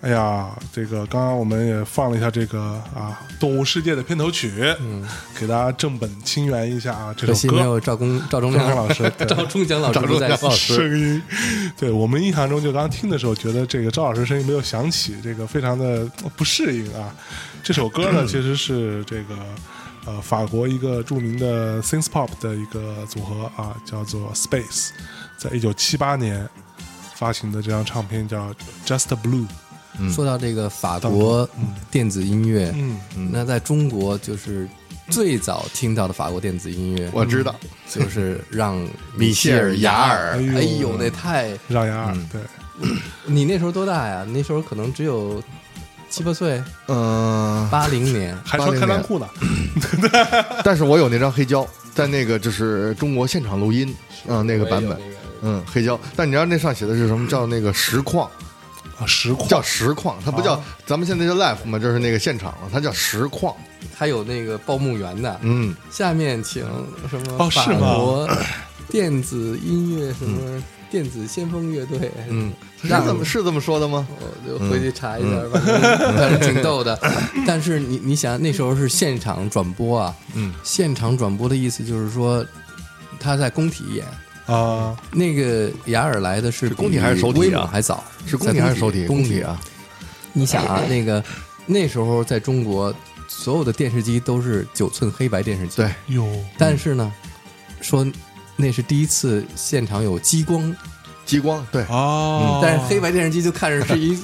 Speaker 2: 哎呀，这个刚刚我们也放了一下这个啊《动物世界》的片头曲，嗯，给大家正本清源一下啊，这
Speaker 1: 可惜
Speaker 2: 首
Speaker 1: 没
Speaker 2: 歌
Speaker 1: 有赵公赵忠
Speaker 2: 赵
Speaker 1: 良
Speaker 2: 忠老师
Speaker 1: [LAUGHS]
Speaker 2: 对
Speaker 1: 赵忠祥老师不在赵老师，
Speaker 2: 声音，对我们印象中就刚刚听的时候，觉得这个赵老师声音没有响起，这个非常的不适应啊。这首歌
Speaker 1: [CLEARS THROAT]
Speaker 2: 呢，其实是这个呃法国一个著名的 synth pop 的一个组合啊，叫做 Space，在一九七八年发行的这张唱片叫 Just Blue，
Speaker 1: 说到这个法国电子音乐，
Speaker 2: 嗯
Speaker 1: 那在中国就是最早听到的法国电子音乐，
Speaker 3: 我知道，
Speaker 1: 就是让
Speaker 3: 嗯米歇尔雅尔
Speaker 1: 米歇尔哎呦，那太
Speaker 2: 让牙尔对。
Speaker 1: 你那时候多大呀？你那时候可能只有七八岁，
Speaker 3: 嗯，
Speaker 1: 八零年。
Speaker 2: 还穿开裆裤呢，
Speaker 3: 但是我有那张黑胶，在那个就是中国现场录音，嗯，那个版本
Speaker 1: 我也有那，个
Speaker 3: 嗯，黑胶。但你知道那上写的是什么？叫那个实况，啊
Speaker 2: 啊，实况
Speaker 3: 叫实况，它不叫咱们现在叫 live 嘛，就是那个现场了，它叫实况。
Speaker 1: 还有那个报幕员的，
Speaker 3: 嗯，
Speaker 1: 下面请什么
Speaker 2: 哦
Speaker 1: 法
Speaker 2: 是吗
Speaker 1: 国电子音乐什么电子先锋乐队，
Speaker 3: 嗯，是
Speaker 1: 让
Speaker 3: 这么是这么说的吗？
Speaker 1: 我就回去查一下
Speaker 3: 嗯
Speaker 1: 吧，反正挺逗的。 [LAUGHS] 但是你你想，那时候是现场转播啊，
Speaker 3: 嗯，
Speaker 1: 现场转播的意思就是说他在工体演，
Speaker 2: 啊，
Speaker 1: 那个雅尔来的是
Speaker 3: 是工体还是首体啊
Speaker 1: 威猛还早，
Speaker 3: 是
Speaker 1: 工
Speaker 3: 工体还是手体？
Speaker 1: 工
Speaker 3: 工体！啊，
Speaker 1: 你想啊，那个那时候在中国，所有的电视机都是九寸黑白电视机，
Speaker 3: 对。
Speaker 2: 有
Speaker 1: 但是呢，说那是第一次现场有激光，
Speaker 3: 激光对，
Speaker 2: 哦，
Speaker 1: 但是黑白电视机就看着是
Speaker 3: [LAUGHS]
Speaker 1: 一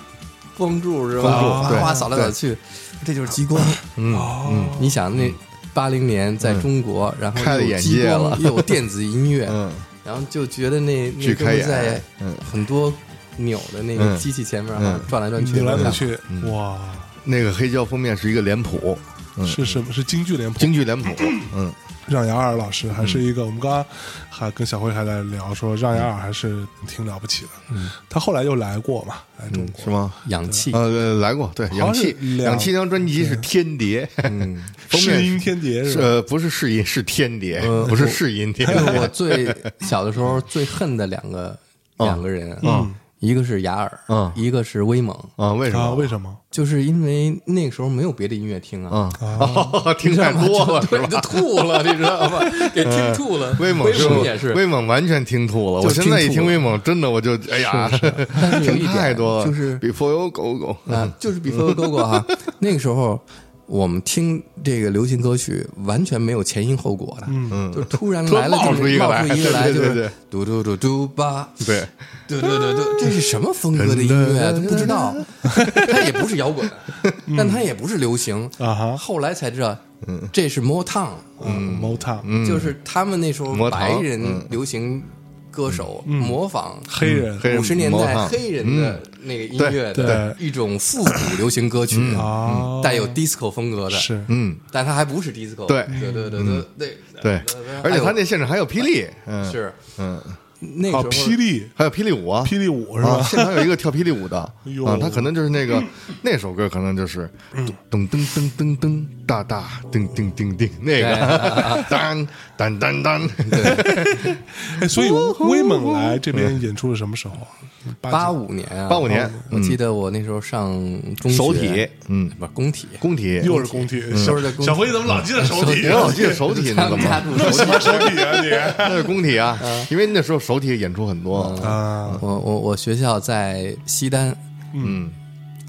Speaker 1: 光柱是吧？
Speaker 3: 光柱
Speaker 1: 哗
Speaker 3: 对
Speaker 1: 哗扫来扫去，这就是激光。
Speaker 3: [COUGHS] 嗯，
Speaker 2: 哦，
Speaker 1: 你想那八零年在中国，然后
Speaker 3: 开了
Speaker 1: 又有
Speaker 3: 眼
Speaker 1: 激
Speaker 3: 界
Speaker 1: 光
Speaker 3: 了
Speaker 1: 又有电子音乐，
Speaker 3: [LAUGHS] 嗯，
Speaker 1: 然后就觉得那那
Speaker 3: 巨
Speaker 1: 哥们
Speaker 3: 开
Speaker 1: 儿在
Speaker 3: 眼，嗯，
Speaker 1: 很多扭的那个
Speaker 3: 嗯
Speaker 1: 机器前面
Speaker 3: 嗯
Speaker 1: 啊转来转去，
Speaker 2: 扭来扭去，
Speaker 3: 嗯
Speaker 2: 哇，
Speaker 3: 那个黑胶封面是一个脸谱，嗯
Speaker 2: 是什么？是京嗯剧脸谱，
Speaker 3: 京剧脸谱，嗯，
Speaker 2: 让雅尔老师还是一个，我们刚刚还跟小辉还在聊说，让雅尔还是挺了不起的。他后来又来过嘛，来中国
Speaker 3: 是？吗？
Speaker 1: 氧气。
Speaker 3: 呃，来过，对，
Speaker 2: 像
Speaker 3: 氧
Speaker 2: 是
Speaker 3: 气，
Speaker 2: 两
Speaker 3: 氧气那张专辑是《天碟》，
Speaker 1: 嗯
Speaker 3: 封面
Speaker 2: 世音天碟
Speaker 3: 是
Speaker 2: 是吧？
Speaker 3: 呃，不是试音，是天碟
Speaker 1: 呃，
Speaker 3: 不是试音碟
Speaker 1: 这。是我最小的时候最恨的两个
Speaker 3: 嗯
Speaker 1: 两个人，
Speaker 3: 嗯，
Speaker 1: 一个是雅尔，
Speaker 3: 嗯
Speaker 1: 一个是威猛， [LAUGHS]
Speaker 3: 啊，为什
Speaker 2: 啊，
Speaker 3: 么？
Speaker 2: 为什么？
Speaker 1: 就是因为那个时候没有别的音乐听 [LAUGHS] 啊，
Speaker 3: 啊，哦 [LAUGHS] 听太多了是
Speaker 1: 对，就
Speaker 3: 吧？嗯
Speaker 1: 吐了，你知道
Speaker 3: [LAUGHS]
Speaker 1: 吗？给听吐了。
Speaker 3: 威猛
Speaker 1: 猛也是，啊
Speaker 3: 威猛完全听吐了。
Speaker 1: 就
Speaker 3: 我
Speaker 1: 是
Speaker 3: 现在一
Speaker 1: 听吐
Speaker 3: 听
Speaker 1: 了
Speaker 3: 威猛，真的我就哎呀，
Speaker 1: 但是有一
Speaker 3: [LAUGHS] 听
Speaker 1: 点
Speaker 3: 太多了。
Speaker 1: 就是
Speaker 3: Before You Go Go，
Speaker 1: 啊，就是比方说哥哥哈，那个时候我们听这个流行歌曲完全没有前因后果的，嗯，就突然来了
Speaker 3: [LAUGHS] 突然冒出一个来
Speaker 1: 来，冒出一个
Speaker 3: 对
Speaker 1: 就
Speaker 3: 对对
Speaker 1: 是嘟嘟嘟嘟吧，
Speaker 3: [LAUGHS] 对，
Speaker 1: 对对对对，这是什么风格的音乐啊？都不知
Speaker 3: [LAUGHS]
Speaker 1: 道，它也不是摇滚，
Speaker 3: 嗯
Speaker 1: 但它也不是流行
Speaker 2: 啊哈
Speaker 1: 后来才知道，这是 Motown，
Speaker 2: 嗯，Motown，
Speaker 1: 就是他们那时候
Speaker 3: 摩
Speaker 1: 白
Speaker 3: 堂
Speaker 1: 人流行歌手模仿
Speaker 2: 嗯黑人
Speaker 3: 嗯黑人嗯
Speaker 1: 五十年代
Speaker 3: 模仿
Speaker 1: 黑人的那个音乐的一种复古流行歌曲，
Speaker 2: 啊，
Speaker 1: 带有 disco 风格的，
Speaker 2: 是，
Speaker 3: 嗯，
Speaker 1: 但它还不是 disco，
Speaker 3: 对嗯
Speaker 1: 对对对对对
Speaker 3: 对，而且他
Speaker 1: 呃还
Speaker 3: 那现场还有霹雳，嗯，
Speaker 1: 有是
Speaker 3: 嗯，
Speaker 1: 那
Speaker 2: 啊，
Speaker 1: 个时候
Speaker 2: 霹雳，
Speaker 3: 还有霹雳舞啊，
Speaker 2: 霹雳舞 [LAUGHS] 是
Speaker 3: 啊，
Speaker 2: 吧？
Speaker 3: 现场有一个跳霹雳舞的
Speaker 2: [LAUGHS] 哎呦嗯
Speaker 3: 啊，他可能就是那个那首歌，可能就是噔噔噔噔噔哒哒噔叮叮叮那个 [LAUGHS] 当当当当， [LAUGHS]
Speaker 2: 哎， [LAUGHS] 所以威猛来这边演出是什么时候啊？
Speaker 1: 八
Speaker 2: 五
Speaker 1: 五年啊，
Speaker 3: 85年
Speaker 1: 我记得我那时候上中学，
Speaker 3: 手体，嗯，
Speaker 1: 不是工体，
Speaker 3: 工体，
Speaker 2: [LAUGHS] 又
Speaker 3: [LAUGHS]
Speaker 2: 是工体，小
Speaker 1: 又是工体
Speaker 2: 小辉怎么老记嗯得手体
Speaker 3: 你
Speaker 2: 啊？
Speaker 3: 让我记得手体呢，怎
Speaker 1: 他 [LAUGHS]
Speaker 3: 么？
Speaker 1: 不手体。
Speaker 2: 手体啊你
Speaker 3: 那是工体啊，
Speaker 1: 嗯
Speaker 3: 因为那时候手体演出很多，
Speaker 2: [LAUGHS] 啊，
Speaker 1: 我我我学校在西单，
Speaker 3: 嗯，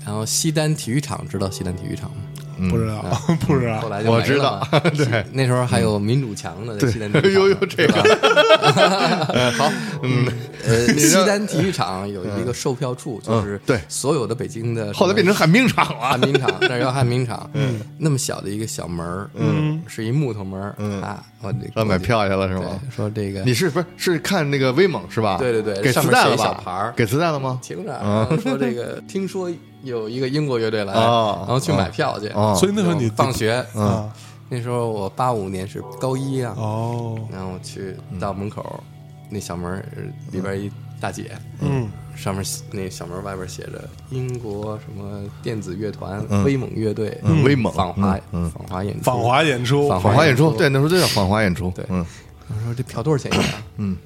Speaker 1: 然后西单体育场知道西单体育场吗？
Speaker 3: 嗯
Speaker 2: 不知道 [LAUGHS] 不知
Speaker 1: 后
Speaker 2: 道，啊
Speaker 1: 来就
Speaker 3: 我
Speaker 1: 没
Speaker 3: 知
Speaker 1: 了
Speaker 3: 道
Speaker 1: 嘛，
Speaker 3: [LAUGHS] 对。
Speaker 1: 那时候还有民主墙呢，在西单
Speaker 3: [LAUGHS]
Speaker 1: 体育场呢。
Speaker 3: 呦呦，这
Speaker 1: [LAUGHS]
Speaker 3: 个呃好，嗯，
Speaker 1: 呃，
Speaker 3: 你
Speaker 1: 西
Speaker 3: 让
Speaker 1: 单体育场有一个售票处，就是
Speaker 3: 嗯对
Speaker 1: 所有的北京的，
Speaker 3: 后来变成旱冰场了
Speaker 1: 旱。冰场，那儿有旱冰场，嗯，那么小的一个小门儿，嗯，是一木头门儿，嗯啊，我这
Speaker 3: 让买票去了是
Speaker 1: 对
Speaker 3: 吗？
Speaker 1: 说这个
Speaker 3: 你是不是是看那个威猛是吧？
Speaker 1: 对对对
Speaker 3: 给
Speaker 1: 上
Speaker 3: 磁
Speaker 1: 面
Speaker 3: 带
Speaker 1: 写
Speaker 3: 了
Speaker 1: 一
Speaker 3: 吧？
Speaker 1: 小牌儿
Speaker 3: 给磁带了吗？
Speaker 1: 听着，然
Speaker 3: 啊
Speaker 1: 后说这
Speaker 3: [LAUGHS]
Speaker 1: 个，听说有一个英国乐队来，
Speaker 3: 哦
Speaker 1: 然后去买票去，
Speaker 3: 哦
Speaker 2: 所以那时候你
Speaker 1: 放学，
Speaker 3: 嗯
Speaker 2: 啊，
Speaker 1: 那时候我八五年是高一啊，
Speaker 2: 哦，
Speaker 1: 然后我去到门口，
Speaker 3: 嗯
Speaker 1: 那小门儿里边一大姐，
Speaker 2: 嗯，
Speaker 1: 上面写那小门外边写着英国什么电子乐团威猛乐队，
Speaker 3: 嗯威猛
Speaker 1: 访华访华演出
Speaker 2: 访。华演出，
Speaker 1: 访
Speaker 3: 访华演
Speaker 1: 演
Speaker 3: 出，对，那时候就叫访华演出。
Speaker 1: 对
Speaker 3: 嗯
Speaker 1: 我说这票多少钱一张？嗯，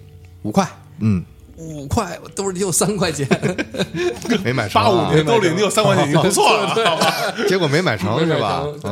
Speaker 1: 五块，
Speaker 3: 嗯，
Speaker 1: 五块，我兜里就三块
Speaker 3: [LAUGHS]
Speaker 1: 钱，
Speaker 3: 没买成
Speaker 2: 八
Speaker 3: 啊，
Speaker 2: 五年兜里你有三块钱已经不错 [LAUGHS] 了，好吧？
Speaker 3: [LAUGHS] 结果没买成
Speaker 1: 没买
Speaker 3: 是吧
Speaker 1: 成？对
Speaker 3: 嗯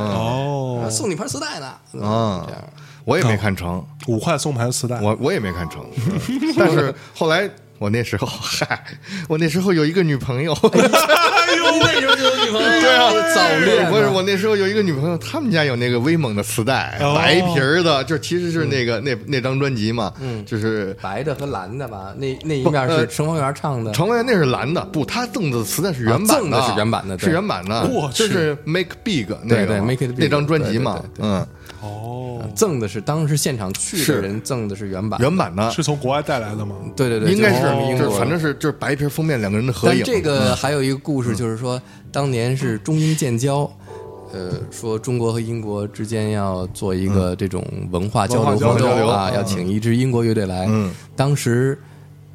Speaker 2: 哦，
Speaker 1: 送你盘磁带呢。
Speaker 3: 啊
Speaker 1: 这样
Speaker 3: 我也没看成，
Speaker 2: 五块送盘磁带，
Speaker 3: 我我也没看成， [LAUGHS] 嗯但是后来我那时候，嗨， [LAUGHS] 我那时候有一个女朋友， [LAUGHS]
Speaker 1: 哎呦，那时候就有女朋友，
Speaker 3: 对啊，
Speaker 1: 早恋哎啊
Speaker 3: 不是我那时候有一个女朋友，他们家有那个威猛的磁带，
Speaker 2: 哦
Speaker 3: 白皮儿的，就其实是那
Speaker 1: 嗯
Speaker 3: 个那那张专辑嘛，就是
Speaker 1: [LAUGHS] 白的和蓝的吧？那那一
Speaker 3: 不
Speaker 1: 面是
Speaker 3: 呃
Speaker 1: 程方圆唱的，
Speaker 3: 程文那是蓝的，不，他赠的磁带是原版的，
Speaker 1: 啊赠的是原版的对
Speaker 3: 是原版的，
Speaker 2: 我去
Speaker 3: 就是 Make Big 那
Speaker 1: 对
Speaker 3: 个
Speaker 1: 对，Make It Big，
Speaker 3: 那张专辑嘛
Speaker 1: 对，
Speaker 3: 嗯，
Speaker 2: 哦，
Speaker 1: 赠的是当时现场去的
Speaker 3: 是
Speaker 1: 人赠的是原版，
Speaker 3: 原版的，
Speaker 2: 是从国外带来的吗？
Speaker 1: 对对对，
Speaker 3: 应该是
Speaker 1: 就是英，国
Speaker 3: 就是
Speaker 1: 的
Speaker 3: 反正是就是白皮封面两个人的合
Speaker 1: 但
Speaker 3: 影，嗯
Speaker 1: 这个还有一个故事，就是说当年是中英建交，呃，说中国和英国之间要做一个这种文化交流
Speaker 3: 文化
Speaker 1: 活
Speaker 3: 交流
Speaker 1: 动啊，
Speaker 3: 嗯
Speaker 1: 要请一支英国乐队来。
Speaker 3: 嗯
Speaker 1: 当时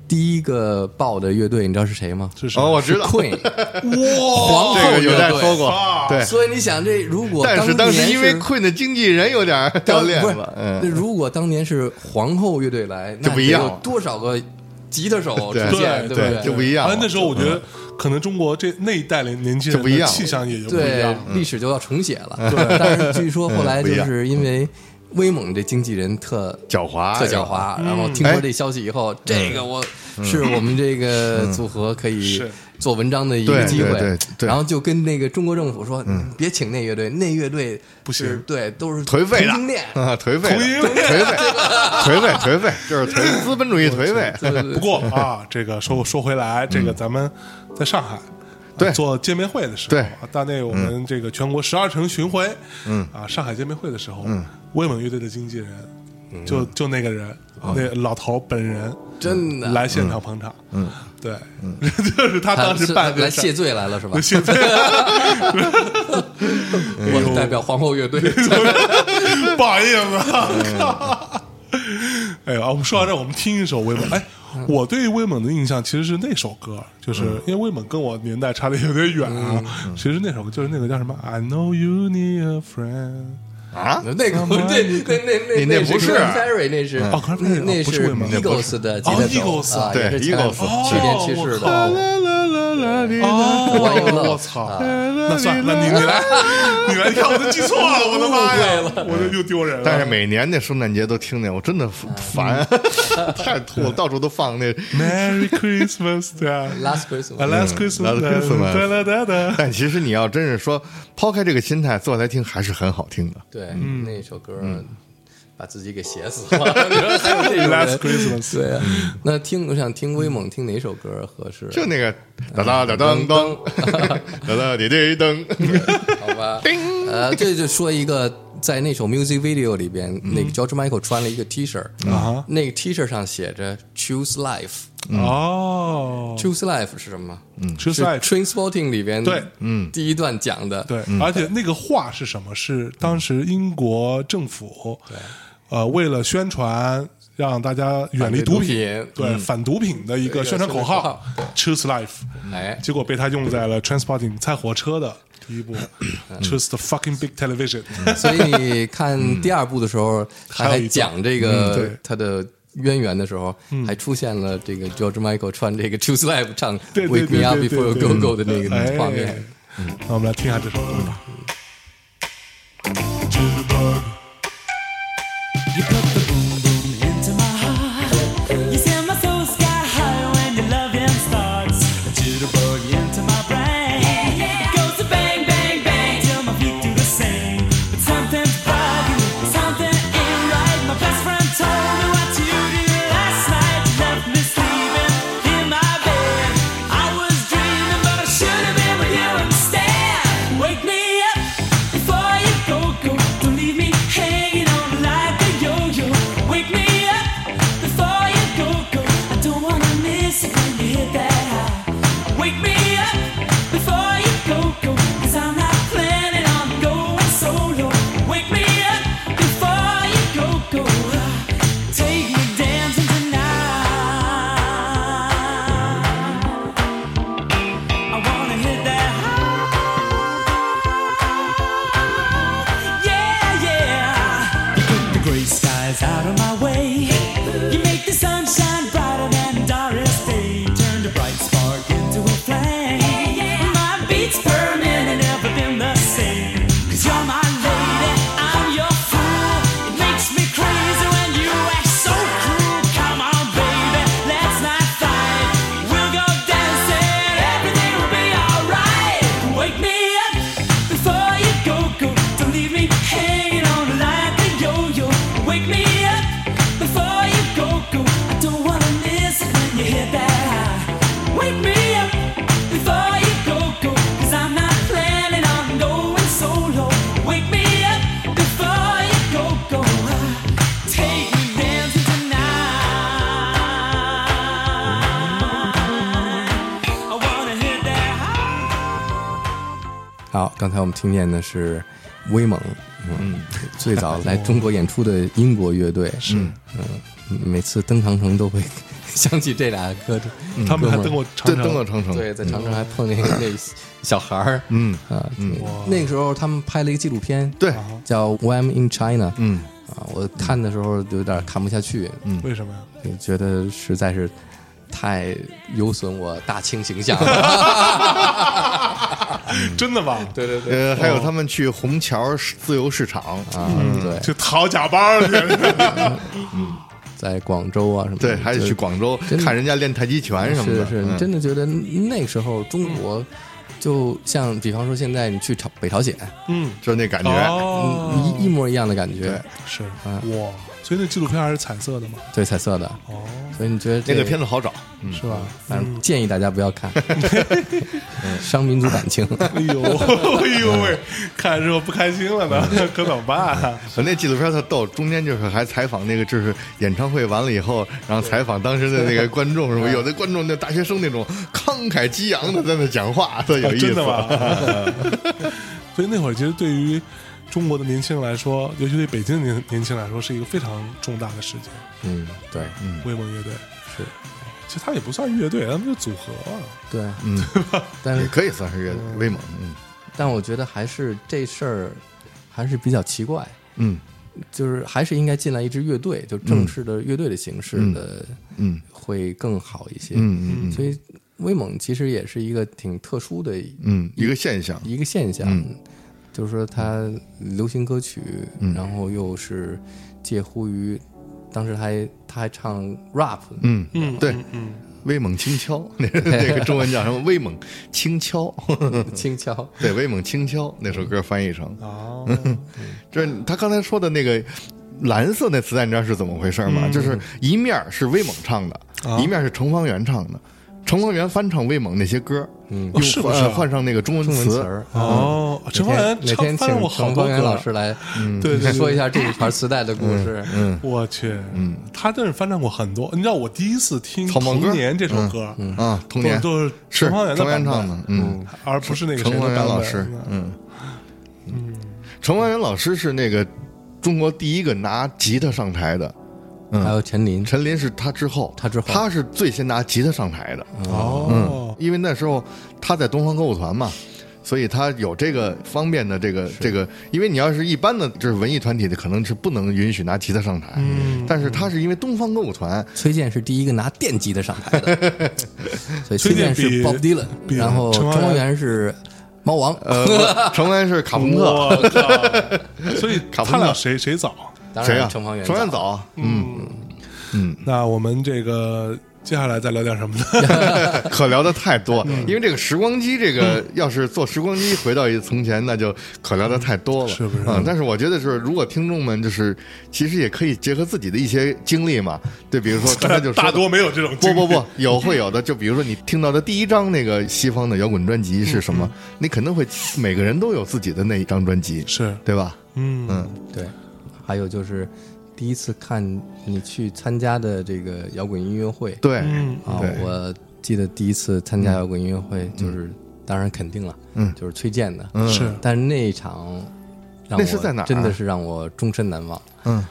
Speaker 1: 第一个爆的乐队，你知道是谁吗？
Speaker 2: 是谁
Speaker 3: 哦，？我知道， [LAUGHS]
Speaker 1: Queen，
Speaker 2: 哇
Speaker 1: 皇
Speaker 3: 这
Speaker 1: 后
Speaker 3: 个有
Speaker 1: 乐
Speaker 3: 待说
Speaker 1: 队。
Speaker 3: 过，对。
Speaker 1: 所以你想，这如果
Speaker 3: 但是当时
Speaker 1: 年
Speaker 3: 因为
Speaker 1: 是
Speaker 3: 困的经纪人有点儿掉
Speaker 1: 当
Speaker 3: 链
Speaker 1: 不是
Speaker 3: 子，，
Speaker 1: 那
Speaker 3: 嗯，
Speaker 1: 如果当年是皇后乐队来，那
Speaker 3: 就不一样
Speaker 1: 得有多少个吉他手出
Speaker 3: 对
Speaker 1: 现，
Speaker 2: 对
Speaker 1: 不对？
Speaker 3: 就不一样
Speaker 2: 哎
Speaker 3: 了。，嗯
Speaker 2: 那时候我觉得可能中国这那一代年年轻
Speaker 3: 就
Speaker 2: 人
Speaker 3: 不一
Speaker 2: 的
Speaker 3: 样了
Speaker 2: 气象也就不一
Speaker 1: 对
Speaker 2: 样，
Speaker 1: 历史就要重写了。对，但是据说后来
Speaker 3: [LAUGHS] 嗯不一
Speaker 1: 就
Speaker 3: 样
Speaker 1: 是因为威猛这经纪人特
Speaker 3: 狡猾，哎
Speaker 1: 特狡猾，然后听说这消息以后，这个我
Speaker 3: 嗯
Speaker 1: 是我们这个组合可以
Speaker 2: 是
Speaker 1: 做文章的一个
Speaker 3: 对
Speaker 1: 机
Speaker 3: 嗯对
Speaker 1: 会
Speaker 3: 对。对嗯
Speaker 1: 然后就跟那个中国政府说，别请那乐队，那乐队不是对，都是
Speaker 3: 颓废
Speaker 1: 同
Speaker 3: 的
Speaker 1: 性恋，
Speaker 3: 啊，颓废的，
Speaker 2: 同性
Speaker 3: 颓废，颓废，颓废，就是颓资本主义
Speaker 1: [LAUGHS]
Speaker 3: 颓废。
Speaker 2: 不过啊，这个说说回来，这个咱们在上海。
Speaker 3: 对
Speaker 2: 啊做见面会的时候，
Speaker 3: 对
Speaker 2: 啊大内我们这个全国十二城巡回，嗯啊，上海见面会的时候，威猛乐队的经纪人，就就那个人，那老头本人
Speaker 1: 真的
Speaker 2: 来现场捧场，嗯，对， [LAUGHS] 就是他当时办
Speaker 1: 来
Speaker 2: 的
Speaker 1: 谢
Speaker 2: 事
Speaker 1: 罪来了是吧
Speaker 2: [LAUGHS] 儿，？谢罪，
Speaker 1: 我代表皇后乐队，
Speaker 2: 哎 [LAUGHS] 不好意思啊，靠！ [LAUGHS] 哎呀，我们说到这儿，我们听一首威猛。哎，我对威猛的印象其实是那首歌，就是因为威猛跟我年代差的有点远啊。其实那首歌就是那个叫什么？I know you need a friend。
Speaker 3: 啊，
Speaker 1: [LAUGHS] 那个不那那那
Speaker 3: 你
Speaker 1: 那
Speaker 3: 那不是
Speaker 1: c a r r y 那是
Speaker 2: 哦，Katy
Speaker 1: 那
Speaker 2: Perry，
Speaker 1: 那
Speaker 2: 哦不是
Speaker 1: 是
Speaker 2: 魏萌那不
Speaker 1: Eagles 的吉
Speaker 2: 哦
Speaker 1: 他
Speaker 2: ，Eagles，
Speaker 1: 手啊，
Speaker 3: 对
Speaker 1: 也是前两
Speaker 3: Eagles
Speaker 1: 去年去世的。
Speaker 2: 哦，
Speaker 1: 我有了
Speaker 2: 我操！那算了，那你你来，你来，你看我都记错了，我的妈呀，我这又丢人了。
Speaker 3: 但是每年那圣诞节都听见，我真的
Speaker 1: 嗯
Speaker 3: 烦， [LAUGHS] 太吐了，到处都放那。
Speaker 2: Merry Christmas，对啊
Speaker 1: Last Christmas，
Speaker 2: ，Last Christmas，
Speaker 3: Last Christmas
Speaker 2: 哒哒哒哒。
Speaker 3: 但其实你要真是说抛开这个心态坐下来听，还是很好听的。
Speaker 1: 对，
Speaker 2: 嗯
Speaker 1: 那首歌把自己给写死了。 [LAUGHS] 你说还有这种人
Speaker 2: Last Christmas 嗯
Speaker 1: 对啊。那听我想听威猛听哪首歌合适？
Speaker 3: 就那个哒哒哒当当， [LAUGHS] 哒哒滴滴噔，
Speaker 1: 好吧。呃，这就说一个，在那首 music video 里边，
Speaker 2: 嗯
Speaker 1: 那个 George Michael 穿了一个 T 恤，
Speaker 2: 啊
Speaker 1: 那个 T 恤上写着 Choose Life。
Speaker 2: 哦
Speaker 1: Choose Life 是什么？嗯，
Speaker 2: ，Choose
Speaker 1: 是
Speaker 2: life
Speaker 1: Train Spotting 里边
Speaker 2: 对，
Speaker 1: 嗯，第一段讲的，
Speaker 2: 对，而且那个画是什么？是当时英国政府，呃，为了宣传让大家远
Speaker 1: 反
Speaker 2: 离
Speaker 1: 对毒
Speaker 2: 品，
Speaker 1: 品
Speaker 2: 对反毒品的一个宣传口号
Speaker 1: 对
Speaker 2: ，Choose Life，
Speaker 1: 哎
Speaker 2: 结果被他用在了嗯 Transporting 猜火车的第一部，Choose the fucking big television，
Speaker 1: 所以你看第二部的时候，他
Speaker 2: [LAUGHS] 还有
Speaker 1: 还
Speaker 2: 一段
Speaker 1: 讲这
Speaker 2: 嗯
Speaker 1: 个
Speaker 2: 对嗯
Speaker 1: 他的渊源的时候，还出现了这个 George Michael 穿这个 Choose Life 唱
Speaker 2: [LAUGHS] 对
Speaker 1: Wake Me
Speaker 2: 对对
Speaker 1: Up
Speaker 2: 对对
Speaker 1: Before You
Speaker 2: 对
Speaker 1: Go Go 的那
Speaker 2: 哎嗯
Speaker 1: 个画面。
Speaker 2: 那我们来听一下这首歌吧。
Speaker 7: You put the boom boom into my heart. You send my soul sky high when your loving starts. A jitterbug into my brain. Goes to bang bang bang till my feet do the same. But something's bugging, something ain't right. My best friend told me what you did last night. You left me sleeping in my bed. I was dreaming, but I should have been with you instead. Wake me up before you go go. Don't leave me hanging on like a yo-yo. Wake me up before you go go. I don't wanna miss it when you hit that high. Wake me up before you go go. Cause I'm not planning on going solo. Wake me up before you go go. Take me dancing tonight. I wanna hit that high. yeah, yeah. You put the gray skies out of my way. You make the sunshine brighter than a Doris day. Turned a bright spark into a flame. My beats per minute never been the same. Cause you're my lady, I'm your fool. It makes me crazy when you act so cruel. Come on, baby, let's not fight. We'll go dancing, everything will be alright. Wake me up before you go go. Don't leave me hanging on like a yo-yo. Wake me up before you go go. I don't wanna miss it when you hit that high. Wake me up before you go go. Cause I'm not planning on going solo. Wake me up before you go go. Take me dancing tonight. I wanna hit that high.
Speaker 1: 好，刚才我们听见的是威猛，嗯，最嗯早来中国演出的英国乐队，是，嗯，每次登长城都会想起这俩哥哥们儿，
Speaker 2: 嗯他们还登过长
Speaker 3: [LAUGHS] 对，
Speaker 2: 城，
Speaker 3: 登过长城，
Speaker 1: 对，在长城还碰见那小孩儿，
Speaker 3: 嗯
Speaker 1: 啊，那个时候他们拍了一个纪录片，
Speaker 3: 对，
Speaker 1: 叫《Wham in China》，
Speaker 3: 嗯
Speaker 1: 啊，我看的时候有点看不下去，
Speaker 2: 为什么呀？
Speaker 1: 觉得实在是太有损我大清形象了。
Speaker 2: [LAUGHS] 真的吧？
Speaker 1: 对对对，
Speaker 3: 呃，还有他们去虹桥市自由市场啊，
Speaker 1: 啊，对，
Speaker 2: [LAUGHS] 去讨假包去，
Speaker 1: [LAUGHS] 在广州啊什么的，
Speaker 3: 对，还得去广州
Speaker 1: 真的
Speaker 3: 看人家练太极拳什么的，
Speaker 1: 是是，
Speaker 3: 嗯
Speaker 1: 你真的觉得那时候中国，就像比方说现在你去朝北朝鲜，
Speaker 2: 嗯，
Speaker 3: 就是那感觉，
Speaker 2: 哦，
Speaker 1: 一一模一样的感觉，
Speaker 2: 是啊哇，所以那纪录片还是彩色的嘛？
Speaker 1: 对彩色的，
Speaker 2: 哦，
Speaker 1: 所以你觉得
Speaker 3: 那
Speaker 1: 这
Speaker 3: 个片子好找，嗯
Speaker 2: 是吧？
Speaker 1: 反正建议大家不要
Speaker 3: [LAUGHS]
Speaker 1: 看，伤民族感情。
Speaker 2: 哎 [LAUGHS] 呦，哎呦喂，看之后不开心了呢，可怎么办 [LAUGHS] 啊？
Speaker 3: 那纪录片特逗，中间就是还采访那个，就是演唱会完了以后，然后采访当时的那个观众，什么有的观众就大学生那种慷慨激昂的在那讲话，特有意思。
Speaker 2: [LAUGHS] 真的吗？ [LAUGHS] 所以那会儿其实对于中国的年轻人来说，尤其对北京的年年轻人来说，是一个非常重大的事件。
Speaker 1: 嗯，对，嗯
Speaker 2: 威猛乐队
Speaker 1: 是，
Speaker 2: 其实他也不算乐队，他们是组合啊。
Speaker 1: 对，
Speaker 3: 嗯，
Speaker 1: [LAUGHS] 但
Speaker 3: 也
Speaker 1: 是
Speaker 3: 可以算是威猛，嗯
Speaker 1: 但我觉得还是这事儿还是比较奇怪，
Speaker 3: 嗯
Speaker 1: 就是还是应该进来一支乐队，就正式的乐队的形式的
Speaker 3: 嗯
Speaker 1: 会更好一些。
Speaker 3: 嗯嗯
Speaker 1: 所以威猛其实也是一个挺特殊的
Speaker 3: 嗯，一个现象，
Speaker 1: 一个现象，
Speaker 3: 嗯
Speaker 1: 就是说它流行歌曲，
Speaker 3: 嗯
Speaker 1: 然后又是介乎于当时还他还唱 rap，
Speaker 3: 嗯，
Speaker 2: 嗯，
Speaker 3: 对
Speaker 2: 嗯嗯，
Speaker 3: 威猛轻敲， [LAUGHS] 那那个中文叫什么？威猛轻敲，
Speaker 1: [LAUGHS]
Speaker 3: [LAUGHS]
Speaker 1: 轻巧，
Speaker 3: 对，威猛轻敲那首歌翻译成， [LAUGHS]
Speaker 2: 哦，
Speaker 3: 就是他刚才说的那个蓝色那磁带，你知道是怎么回事
Speaker 2: 嗯
Speaker 3: 吗？就是一面是威猛唱的，
Speaker 2: 啊
Speaker 3: 一面是程方圆唱的。程方圆翻唱威猛那些歌，嗯
Speaker 2: 哦是不是啊
Speaker 3: 换上那个中文
Speaker 1: 中文词
Speaker 3: 词
Speaker 1: 儿。
Speaker 2: 哦，陈方圆
Speaker 1: 哪天
Speaker 2: 唱翻了
Speaker 1: 请
Speaker 2: 我好
Speaker 1: 程
Speaker 2: 多
Speaker 1: 方圆
Speaker 2: 歌
Speaker 1: 老师，来嗯
Speaker 2: 对对
Speaker 1: 说一
Speaker 2: 下，
Speaker 1: 下这一盘磁带的故事。嗯，
Speaker 2: 我去，嗯，他真是翻唱过很多。你知道我第一次听《
Speaker 3: 草帽歌
Speaker 2: 童年》这
Speaker 1: 嗯
Speaker 2: 首歌，
Speaker 3: 啊，童
Speaker 2: 都
Speaker 3: 年
Speaker 2: 都是
Speaker 3: 是
Speaker 2: 陈方圆的
Speaker 3: 程方
Speaker 2: 版本
Speaker 3: 圆唱的，嗯，
Speaker 2: 而不是那个谁
Speaker 3: 程
Speaker 2: 的
Speaker 3: 方
Speaker 2: 版
Speaker 3: 圆
Speaker 2: 本。
Speaker 3: 老师，嗯嗯，程方圆老师是那个中国第一个拿吉他上台的，
Speaker 1: 还有陈琳，
Speaker 3: 陈琳是他之后，
Speaker 1: 他之后
Speaker 3: 他是最先拿吉他上台的，
Speaker 2: 哦，
Speaker 3: 因为那时候他在东方歌舞团嘛，所以他有这个方便的这个这个，因为你要是一般的就是文艺团体的，可能是不能允许拿吉他上台，
Speaker 2: 嗯
Speaker 3: 但是他是因为东方歌舞团，
Speaker 1: 崔健是第一个拿电吉他上台
Speaker 2: [LAUGHS]
Speaker 1: 的，所以崔健
Speaker 2: 崔
Speaker 1: 是
Speaker 2: 健
Speaker 1: Bob
Speaker 2: 比
Speaker 1: Dylan，
Speaker 2: 比
Speaker 1: 然后
Speaker 2: 程
Speaker 1: 程
Speaker 2: 方圆
Speaker 1: 方圆是猫王，
Speaker 2: [LAUGHS]
Speaker 3: 呃，成员是卡朋克，
Speaker 2: 我
Speaker 3: [LAUGHS]
Speaker 2: 靠！所以他
Speaker 3: 卡朋
Speaker 2: 俩
Speaker 3: 克
Speaker 2: 谁谁早？
Speaker 1: [LAUGHS] 当
Speaker 3: 谁啊
Speaker 1: 然
Speaker 3: 呀？
Speaker 1: 程方圆，
Speaker 3: 程方
Speaker 2: 啊
Speaker 3: 圆，早，嗯，
Speaker 2: 那我们这个接下来再聊点什么呢？
Speaker 3: [LAUGHS] 可聊的太多，
Speaker 2: 嗯
Speaker 3: 因为这个时光机，这个要是坐时光机回到一从前，那就可聊的太多了，
Speaker 2: 是不是
Speaker 3: 啊、但是我觉得就是，如果听众们就是其实也可以结合自己的一些经历嘛，对，比如说刚才就说
Speaker 2: [LAUGHS] 大
Speaker 3: 的
Speaker 2: 多没有这种经
Speaker 3: 不
Speaker 2: 历
Speaker 3: 不不，有会有的。就比如说你听到的第一张那个西方的摇滚专辑是什么，
Speaker 2: 嗯
Speaker 3: 你肯定会每个人都有自己的那一张专辑，
Speaker 2: 是，
Speaker 3: 对吧？
Speaker 2: 嗯
Speaker 3: 嗯
Speaker 1: 对，还有就是第一次看你去参加的这个摇滚音乐会，
Speaker 3: 对，
Speaker 2: 嗯
Speaker 1: 啊
Speaker 3: 对，
Speaker 1: 我记得第一次参加摇滚音乐会就是，当然肯定了，
Speaker 3: 嗯
Speaker 1: 就是崔健的，
Speaker 3: 嗯
Speaker 2: 是
Speaker 1: 但是那一场。让
Speaker 3: 那是
Speaker 1: 我
Speaker 3: 在哪儿啊
Speaker 1: 真的是让我终身难忘。
Speaker 3: 嗯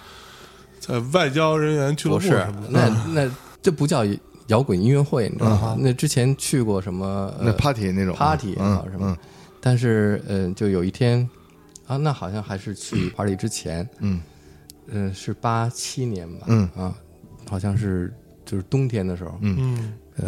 Speaker 2: 在外交人员俱乐
Speaker 1: 不
Speaker 2: 部
Speaker 1: 是
Speaker 2: 什么，的，
Speaker 1: 那那这不叫摇滚音乐会，你知道吗？那之前去过什么？
Speaker 3: 嗯那
Speaker 1: 呃
Speaker 3: party 那种
Speaker 1: party
Speaker 3: 嗯
Speaker 1: 啊什么，但是嗯、呃就有一天啊，那好像还是
Speaker 3: [COUGHS]
Speaker 1: 去 party 之前，
Speaker 3: 嗯
Speaker 1: 嗯、是八七年吧，
Speaker 3: 嗯
Speaker 1: 啊，好像是就是冬天的时候，嗯，
Speaker 2: 嗯，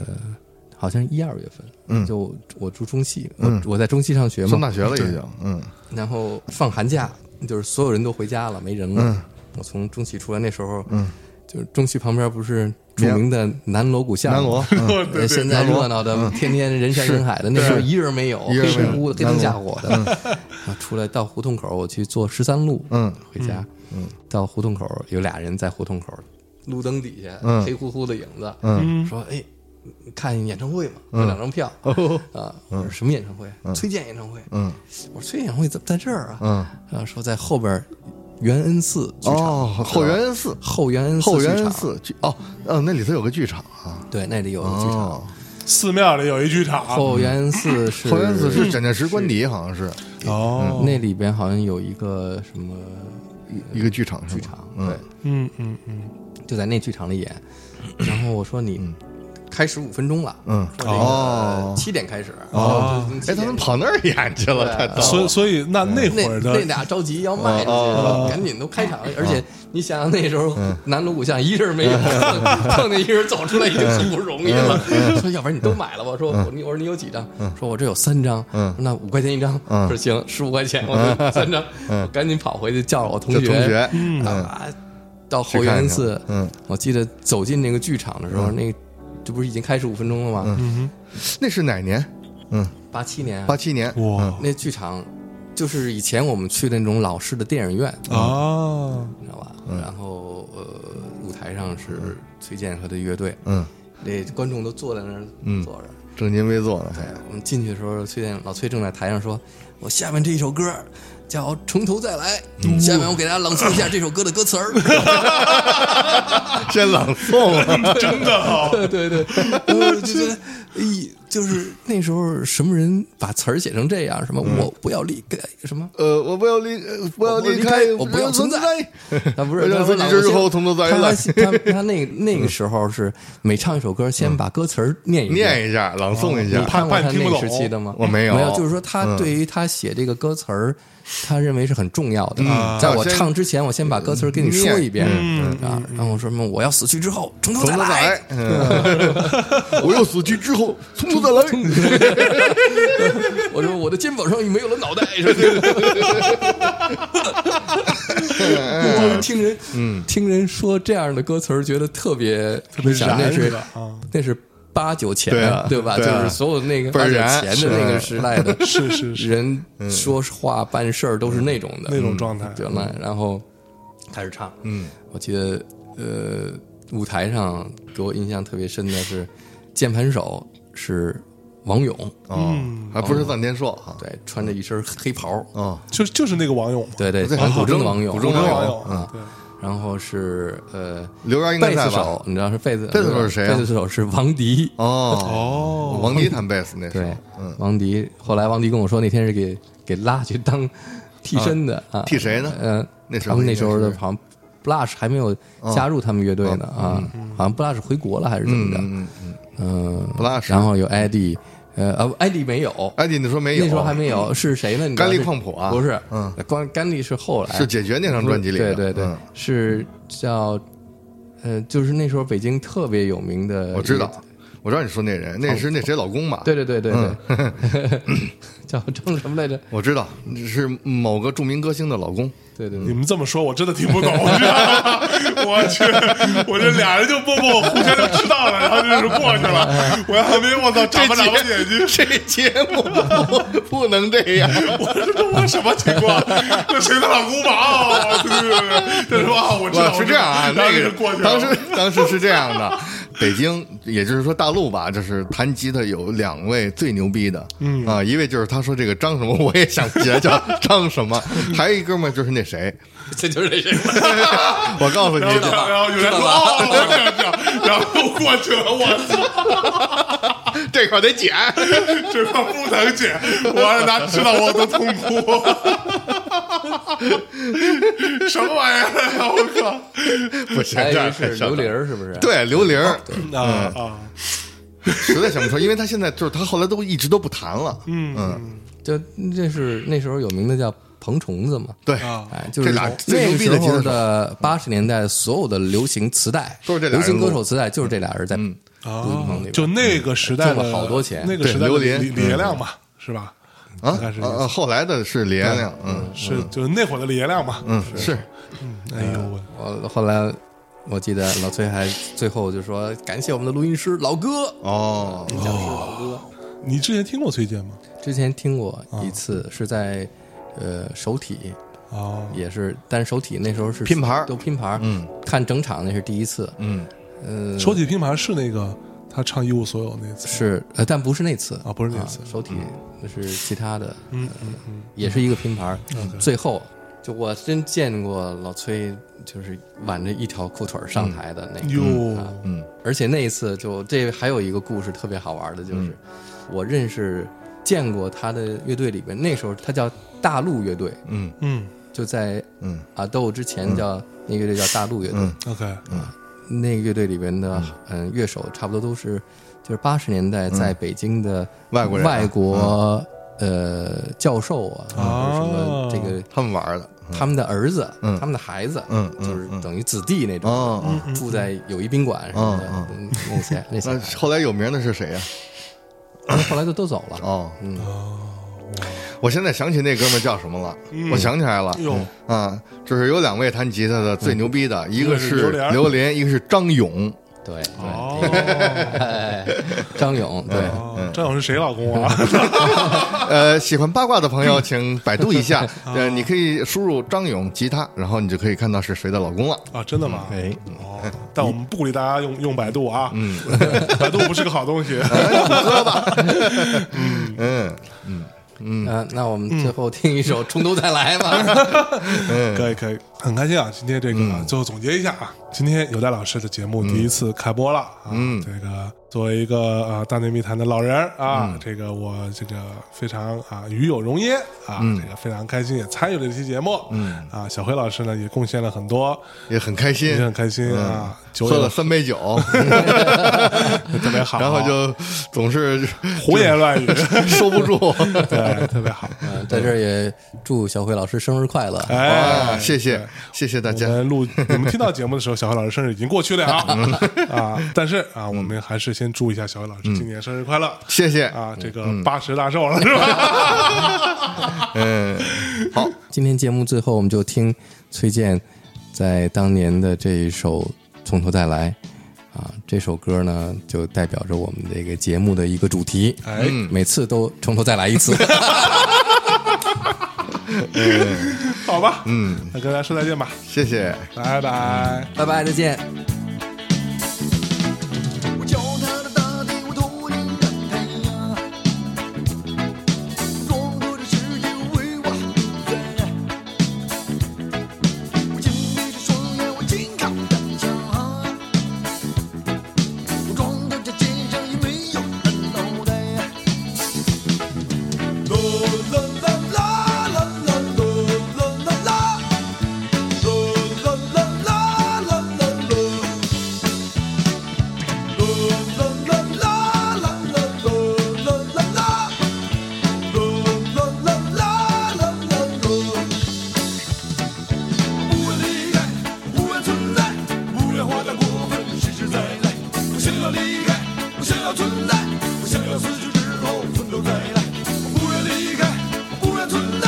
Speaker 1: 好像一二月份，
Speaker 3: 嗯
Speaker 1: 就我住中戏，我我在中戏上学
Speaker 3: 上
Speaker 1: 嘛，
Speaker 3: 大学了已经，嗯
Speaker 1: 然后放寒假，就是所有人都回家了，没人了，
Speaker 3: 嗯
Speaker 1: 我从中戏出来那时候，
Speaker 3: 嗯，
Speaker 1: 就是中戏旁边不是著名的南锣鼓巷吗，
Speaker 3: 南锣嗯
Speaker 2: 对对
Speaker 1: 呃，现在热闹的，天天人山人海的，那时候一人没有，
Speaker 3: 一人
Speaker 1: 黑
Speaker 3: 没有嗯
Speaker 1: 乎乎的，黑灯瞎火的。啊，出来到胡同口，我去坐十三路，
Speaker 3: 嗯，
Speaker 1: 回家，嗯，到胡同口有俩人在胡同口，路灯底下
Speaker 3: 嗯
Speaker 1: 黑乎乎的影子，
Speaker 3: 嗯，
Speaker 1: 说哎，看演唱会嘛，有两张票，啊，我说什么演唱会？崔健演唱会，
Speaker 3: 哦嗯，
Speaker 1: 我说崔健演唱会怎么在这儿啊？
Speaker 3: 嗯，
Speaker 1: 啊，说在后边元恩寺剧场，
Speaker 3: 哦，后元恩寺，
Speaker 1: 后元恩寺
Speaker 3: 后元
Speaker 1: 剧
Speaker 3: 恩
Speaker 1: 场，
Speaker 3: 寺剧哦，呃，那里头有个剧场啊，
Speaker 1: 对，那里有个剧场。
Speaker 3: 哦，
Speaker 2: 寺庙里有一剧场，
Speaker 1: 后元寺是
Speaker 3: 后元恩寺是蒋介石官邸，好像是
Speaker 2: 哦，
Speaker 1: 那里边好像有一个什么
Speaker 3: 一个剧场，剧
Speaker 1: 剧场，
Speaker 3: 嗯
Speaker 1: 对，
Speaker 2: 嗯嗯嗯，
Speaker 1: 就在那剧场里演。然后我说你开始五分钟了，
Speaker 3: 嗯，
Speaker 1: 哦
Speaker 3: 哦，
Speaker 1: 七点开始哦，就已经
Speaker 3: 哎，
Speaker 1: 七
Speaker 3: 他
Speaker 1: 点
Speaker 3: 们跑那儿演去
Speaker 1: 啊
Speaker 3: 了，太逗了。
Speaker 2: 所以所以
Speaker 3: 嗯
Speaker 2: 那那会
Speaker 1: 那
Speaker 2: 儿
Speaker 1: 那
Speaker 2: 的
Speaker 1: 俩着急要卖
Speaker 3: 哦
Speaker 1: 出去了，赶紧都开场，而且你想想那时候
Speaker 3: 嗯
Speaker 1: 南锣鼓巷一人没有，
Speaker 3: [LAUGHS]
Speaker 1: 碰那一人走出来已经很不容易了。
Speaker 3: 嗯
Speaker 1: 说要不然你都买了吧？说我你我说你有几张？说我这有三张，
Speaker 3: 嗯
Speaker 1: 那五块钱一张。说行，十五块钱我就三张，我赶紧跑回去叫我同
Speaker 3: 这嗯同
Speaker 1: 学
Speaker 3: 学，嗯
Speaker 1: 啊，到后园寺
Speaker 3: 去看看，嗯，
Speaker 1: 我记得走进那个剧场的时候，那个这不是已经开始五分钟了吗？
Speaker 3: 那是哪年？
Speaker 1: 嗯八七年啊，
Speaker 3: 嗯八七年。嗯
Speaker 2: 哇
Speaker 1: 那剧场就是以前我们去的那种老式的电影院，
Speaker 3: 嗯
Speaker 2: 啊，
Speaker 1: 你知道吧？然后呃，舞台上是崔健和他乐队，
Speaker 3: 嗯，
Speaker 1: 那观众都坐在那儿坐着。
Speaker 3: 正襟危坐呢，还
Speaker 1: [LAUGHS] 我们进去的时候，崔健老崔正在台上说：“我下面这一首歌叫《从头再来》，
Speaker 3: 嗯
Speaker 1: 下面我给大家朗诵一下这首歌的歌词
Speaker 3: [LAUGHS]
Speaker 1: 儿。”
Speaker 3: 先朗诵
Speaker 1: [LAUGHS]
Speaker 3: 啊
Speaker 2: 真的好，
Speaker 1: 对对对，我就觉得，哎，就是那时候什么人把词儿写成这样，什么我不要离开，什么
Speaker 3: 呃，嗯我不要离，呃不要
Speaker 1: 我不
Speaker 3: 离
Speaker 1: 离
Speaker 3: 开，
Speaker 1: 我不要存在
Speaker 3: 我不要
Speaker 1: 他不
Speaker 3: 我
Speaker 1: 是，
Speaker 3: 想
Speaker 1: 他
Speaker 3: 说
Speaker 1: 说
Speaker 3: 你
Speaker 1: 老
Speaker 3: 这是
Speaker 1: 先
Speaker 3: 后从头再来嗯
Speaker 1: 他他他他那个那个时候是每唱一首歌，先把歌词儿念一遍
Speaker 3: 念一下，朗诵一
Speaker 1: 你
Speaker 3: 下。
Speaker 1: 看过
Speaker 2: 怕
Speaker 1: 他
Speaker 2: 怕你听
Speaker 1: 那
Speaker 2: 不
Speaker 1: 个
Speaker 2: 懂
Speaker 1: 时期的吗？
Speaker 3: 我没有嗯
Speaker 1: 有，就是说他对于他写这个歌词儿，他认为是很重要
Speaker 2: 嗯
Speaker 1: 的。
Speaker 3: 啊
Speaker 1: 在我唱之前，我先把歌词儿跟你说一遍
Speaker 2: 嗯
Speaker 1: 啊，然后我说什么我要死去之后从头
Speaker 3: 嗯从
Speaker 1: 再
Speaker 3: 头再
Speaker 1: 来
Speaker 3: 来，，嗯 [LAUGHS] 我又死去之后，从头再来。
Speaker 1: 我说我的肩膀上已没有了脑袋，是
Speaker 3: [LAUGHS]
Speaker 1: 吧？听人，
Speaker 3: 嗯
Speaker 1: 听人说这样的歌词儿，觉得特别特
Speaker 2: 别燃
Speaker 1: 那
Speaker 2: 是
Speaker 1: 是
Speaker 2: 吧啊
Speaker 1: 那是八九前
Speaker 3: 对啊
Speaker 1: 对吧？就
Speaker 3: 对啊
Speaker 1: 是所有那个
Speaker 3: 倍
Speaker 1: 八
Speaker 3: 儿
Speaker 1: 九
Speaker 3: 燃
Speaker 1: 前的那个
Speaker 3: 是
Speaker 1: 时代
Speaker 3: [LAUGHS]
Speaker 1: 的
Speaker 2: 是是是，
Speaker 1: 人
Speaker 3: 嗯
Speaker 1: 说话办事儿都是那种的
Speaker 2: 那种状态
Speaker 1: 原
Speaker 3: 嗯
Speaker 1: 来，然后开始唱，嗯，我记得呃，舞台上给我印象特别深的是键盘手是王勇，
Speaker 3: 哦，
Speaker 1: 嗯
Speaker 3: 还不是臧天朔哈。
Speaker 1: 对，穿着一身黑袍，
Speaker 3: 哦，
Speaker 2: 就是就是那个网友嘛，
Speaker 1: 对对，
Speaker 3: 对
Speaker 1: 王
Speaker 3: 古
Speaker 1: 古
Speaker 3: 筝
Speaker 1: 筝的网友，
Speaker 3: 古筝
Speaker 2: 中国
Speaker 3: 网
Speaker 2: 网
Speaker 1: 友，
Speaker 2: 友
Speaker 1: 嗯
Speaker 2: 啊，对，
Speaker 1: 然后是呃，
Speaker 3: 刘源应该
Speaker 1: 贝
Speaker 3: 在
Speaker 1: 斯
Speaker 3: 吧
Speaker 1: 手？，你知道是贝斯
Speaker 3: 贝斯手是谁啊
Speaker 1: 贝斯手是王迪，
Speaker 3: 哦，
Speaker 2: 哦，
Speaker 3: 王迪弹贝斯那时
Speaker 1: 对
Speaker 3: 候，嗯，，
Speaker 1: 王迪。后来王迪跟我说，那天是给给拉去当替身的啊，
Speaker 3: 替谁呢
Speaker 1: 嗯，
Speaker 3: 那时
Speaker 1: 他
Speaker 3: 候
Speaker 1: 们那时候
Speaker 3: 应该
Speaker 1: 的
Speaker 3: 是嗯
Speaker 1: 好像 Blush 还没有加入他们乐队呢啊，好像 Blush 回国了还是怎么着？
Speaker 3: 嗯
Speaker 1: 嗯
Speaker 3: Blush
Speaker 1: 然后有 ID，呃呃，ID 没有，
Speaker 3: 哎，你那时候没有，
Speaker 1: 那时候还没有，是谁呢？你知道
Speaker 3: 甘利
Speaker 1: 是
Speaker 3: 矿普啊
Speaker 1: 不是，
Speaker 3: 嗯，
Speaker 1: 甘甘利是后来
Speaker 3: 是解决那张专辑里的，
Speaker 1: 对对对，
Speaker 3: 嗯
Speaker 1: 是叫呃，就是那时候北京特别有名的，
Speaker 3: 我知道，我知道你说那人，那是那谁老公吧？
Speaker 1: 对对对对对，
Speaker 3: 嗯
Speaker 1: [LAUGHS] 叫张什么来着？
Speaker 3: 我知道是某个著名歌星的老公，
Speaker 1: 对对对
Speaker 2: 你。们这么说，我真的听不懂。 [LAUGHS] 我去，我这俩人就默默互相就知道了，然后就是过去
Speaker 3: 嗯
Speaker 2: 了。我要没我操，眨巴眨巴眼睛，
Speaker 3: [LAUGHS] 这节目不不能这样，
Speaker 2: 我说这我什么情况？这谁的老公吧？哦，对对对，这是吧？我知道
Speaker 3: 我是这样啊，
Speaker 2: 然后
Speaker 3: 那
Speaker 2: 就
Speaker 3: 个
Speaker 2: 过去了。
Speaker 3: 当时当时是这样的，北京也就是说大陆吧，就是弹吉他有两位最牛逼的，嗯啊，一位就是他说这个张什么，我也想起来叫张什么，还有一哥们儿就是那谁， [LAUGHS]
Speaker 1: 这就是这谁？
Speaker 3: 我告诉你
Speaker 2: 然，后然后然后有人说哦，我这样这样，然后又过去了。我操！
Speaker 3: [LAUGHS] 这块得剪，
Speaker 2: 这块不能剪，我让他知道我的痛苦。什么玩意儿呀！我靠！
Speaker 3: 不行，
Speaker 1: 还有
Speaker 3: 这样
Speaker 1: 一哎是
Speaker 3: 太伤
Speaker 1: 刘
Speaker 3: 了
Speaker 1: 玲儿，是不是？
Speaker 3: 对刘玲儿，
Speaker 2: 啊啊！
Speaker 3: 实在想不出来，因为他现在就是他后来都一直都不弹了，嗯
Speaker 1: 就这是那时候有名的叫彭虫子嘛。
Speaker 3: 对，
Speaker 2: 啊
Speaker 1: 哎，就是
Speaker 3: 这俩最
Speaker 1: 那个
Speaker 3: 牛逼
Speaker 1: 时
Speaker 3: 的吉他
Speaker 1: 候
Speaker 3: 手
Speaker 1: 的八十年代，所有的流行磁带
Speaker 3: 都是这俩人
Speaker 1: 流行歌
Speaker 3: 录嗯
Speaker 1: 手磁带，就是这俩人在录音棚里边。
Speaker 2: 就那个时代
Speaker 1: 挣
Speaker 2: 的
Speaker 1: 了好多钱
Speaker 2: 那个时代的
Speaker 3: 对
Speaker 2: 李
Speaker 3: 榴
Speaker 2: 李
Speaker 3: 莲嗯
Speaker 2: 李爷亮嘛，是吧？
Speaker 3: 啊
Speaker 2: 应该是
Speaker 3: 啊啊，后来的是李延亮，嗯
Speaker 2: 是就是那会儿的李爷亮嘛。
Speaker 3: 嗯是，
Speaker 2: 哎呦喂，
Speaker 1: 我后来我记得老崔还最后就说感谢我们的录音师老哥，
Speaker 3: 哦，
Speaker 1: 讲师老哥。
Speaker 2: 你之前听过崔健吗？
Speaker 1: 之前听过一次，是在呃首体，
Speaker 2: 哦，
Speaker 1: 也是，但是首体那时候是
Speaker 3: 拼盘儿
Speaker 1: 都拼盘儿，嗯，看整场那是第一次，
Speaker 3: 嗯
Speaker 1: 嗯，
Speaker 2: 手体拼盘是那个他唱《一无所有》那次
Speaker 1: 是呃，但不是那次
Speaker 2: 啊，不是那次
Speaker 1: 啊。首体那是其他的，嗯嗯嗯，也是一个拼盘儿，最后。就我真见过老崔，就是挽着一条裤腿儿上台的那
Speaker 3: 嗯
Speaker 1: 个，
Speaker 2: 哟，
Speaker 1: 而且那一次就这还有一个故事特别好玩的，就是、
Speaker 2: 嗯
Speaker 1: 我认识见过他的乐队里边，那时候他叫大陆乐队，
Speaker 2: 嗯
Speaker 1: 就在啊
Speaker 3: 嗯
Speaker 1: 阿豆之前叫、那个乐队叫大陆乐队，
Speaker 3: 嗯
Speaker 2: ，OK，
Speaker 1: 那个乐队里边的嗯乐手差不多都是就是八十年代在北京的
Speaker 3: 嗯外国人啊哦
Speaker 1: 外国呃教授啊，或者什么这个
Speaker 3: 他们玩的，
Speaker 1: 他们的儿子，
Speaker 3: 嗯
Speaker 1: 他们的孩子，
Speaker 3: 嗯嗯
Speaker 1: 就是等于子弟那种，
Speaker 3: 嗯嗯，
Speaker 1: 住在友谊宾馆什么的，
Speaker 3: 嗯
Speaker 1: 嗯那些那
Speaker 3: 那
Speaker 1: 些，
Speaker 3: 后来有名的是谁呀、
Speaker 1: 后来就都走了。
Speaker 3: 哦，
Speaker 1: 嗯，
Speaker 3: 我现在想起那哥们儿叫什么了，我想起来了
Speaker 2: 哎，呦，
Speaker 3: 啊，就是有两位弹吉他的最牛逼的，一
Speaker 2: 一
Speaker 3: 个
Speaker 2: 个
Speaker 3: 是
Speaker 2: 是嗯榴莲
Speaker 3: 榴莲，一个是张勇，
Speaker 2: [LAUGHS]
Speaker 1: 对对，
Speaker 2: 哦，
Speaker 1: 哎，张勇，对，
Speaker 2: 哦张勇是谁老公啊？
Speaker 3: 嗯呃，喜欢八卦的
Speaker 2: [LAUGHS]
Speaker 3: 朋友，请百度一下，
Speaker 2: 啊
Speaker 3: 呃，你可以输入张勇吉他，然后你就可以看到是谁的老公了。
Speaker 2: 啊，真的吗？
Speaker 3: 嗯
Speaker 1: 哎，
Speaker 2: 哦，但我们不鼓励大家用用百度啊，嗯， [LAUGHS] 百度不是个好东西。
Speaker 3: 嗯，
Speaker 1: 嗯，那我们最后听一首《从头再来》吧。
Speaker 3: [LAUGHS]
Speaker 2: [LAUGHS]
Speaker 3: 嗯
Speaker 2: 可以可以，很开心啊！今天这个、最后总结一下啊，今天有戴老师的节目第一次开播了啊，
Speaker 3: 嗯
Speaker 2: 这个作为一个啊大内密谈的老人啊，
Speaker 3: 嗯
Speaker 2: 这个我这个非常啊与有荣焉啊，
Speaker 3: 嗯
Speaker 2: 这个非常开心也参与了这期节目，嗯啊，小辉老师呢也贡献了很多，
Speaker 3: 也很开
Speaker 2: 也
Speaker 3: 心嗯
Speaker 2: 很，开心啊，酒
Speaker 3: 喝
Speaker 2: 也
Speaker 3: 了三杯酒， [LAUGHS]
Speaker 2: 特别好，啊
Speaker 3: 然后就总是 [LAUGHS]
Speaker 2: 胡言乱语，
Speaker 3: 收不住。
Speaker 2: 对，特别
Speaker 3: [LAUGHS]
Speaker 2: 好，
Speaker 1: 嗯在这儿也祝小慧老师生日快乐。
Speaker 2: [LAUGHS]
Speaker 1: [LAUGHS]
Speaker 2: 哎
Speaker 3: 啊，，谢谢，谢谢大
Speaker 2: 我
Speaker 3: 家。
Speaker 2: 们录 [LAUGHS] 你们听到节目的时候，小何老师生日已经过去
Speaker 3: [LAUGHS]
Speaker 2: 了啊啊！但是啊，我们还是先祝一下小何老师今年生日快乐
Speaker 3: 谢谢，
Speaker 2: 啊！这个八十大寿了是吧？
Speaker 3: 嗯，好，
Speaker 1: 今天节目最后，我们就听崔健在当年的这一首《从头再来》啊，这首歌呢就代表着我们这个节目的一个主题，嗯
Speaker 2: 哎，
Speaker 1: 每次都从头再来一次。
Speaker 2: 好吧，嗯，那跟大家说再见吧，
Speaker 3: 谢谢。
Speaker 2: 拜拜。
Speaker 1: 拜拜，再见。
Speaker 8: 我脚踏着大地，我头顶着太阳，广阔的世界为我点燃。我紧闭着双眼，我紧靠着墙，我装着这肩上也没有的脑袋。啦啦啦啦啦啦啦啦啦，啦啦啦啦啦啦。La la la la la la la la la. La la la la la la. 不愿离开，不愿存在，不愿活得过分实实在在。我想要离开，我想要存在，我想要死去之后奋斗再来。我不愿离开，我不愿存在，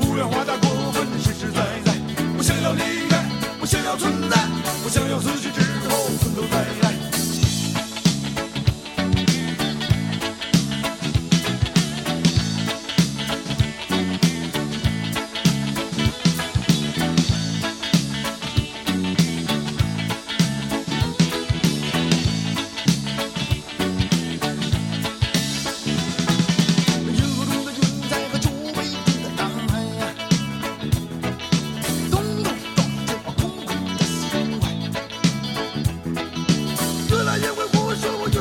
Speaker 8: 不愿活得过分实实在在。我想要离开，我想要存在，我想要死去之后奋斗再来。银河中的云彩和周围的大海呀，咚咚撞进我空空的心怀。自然也会不说我永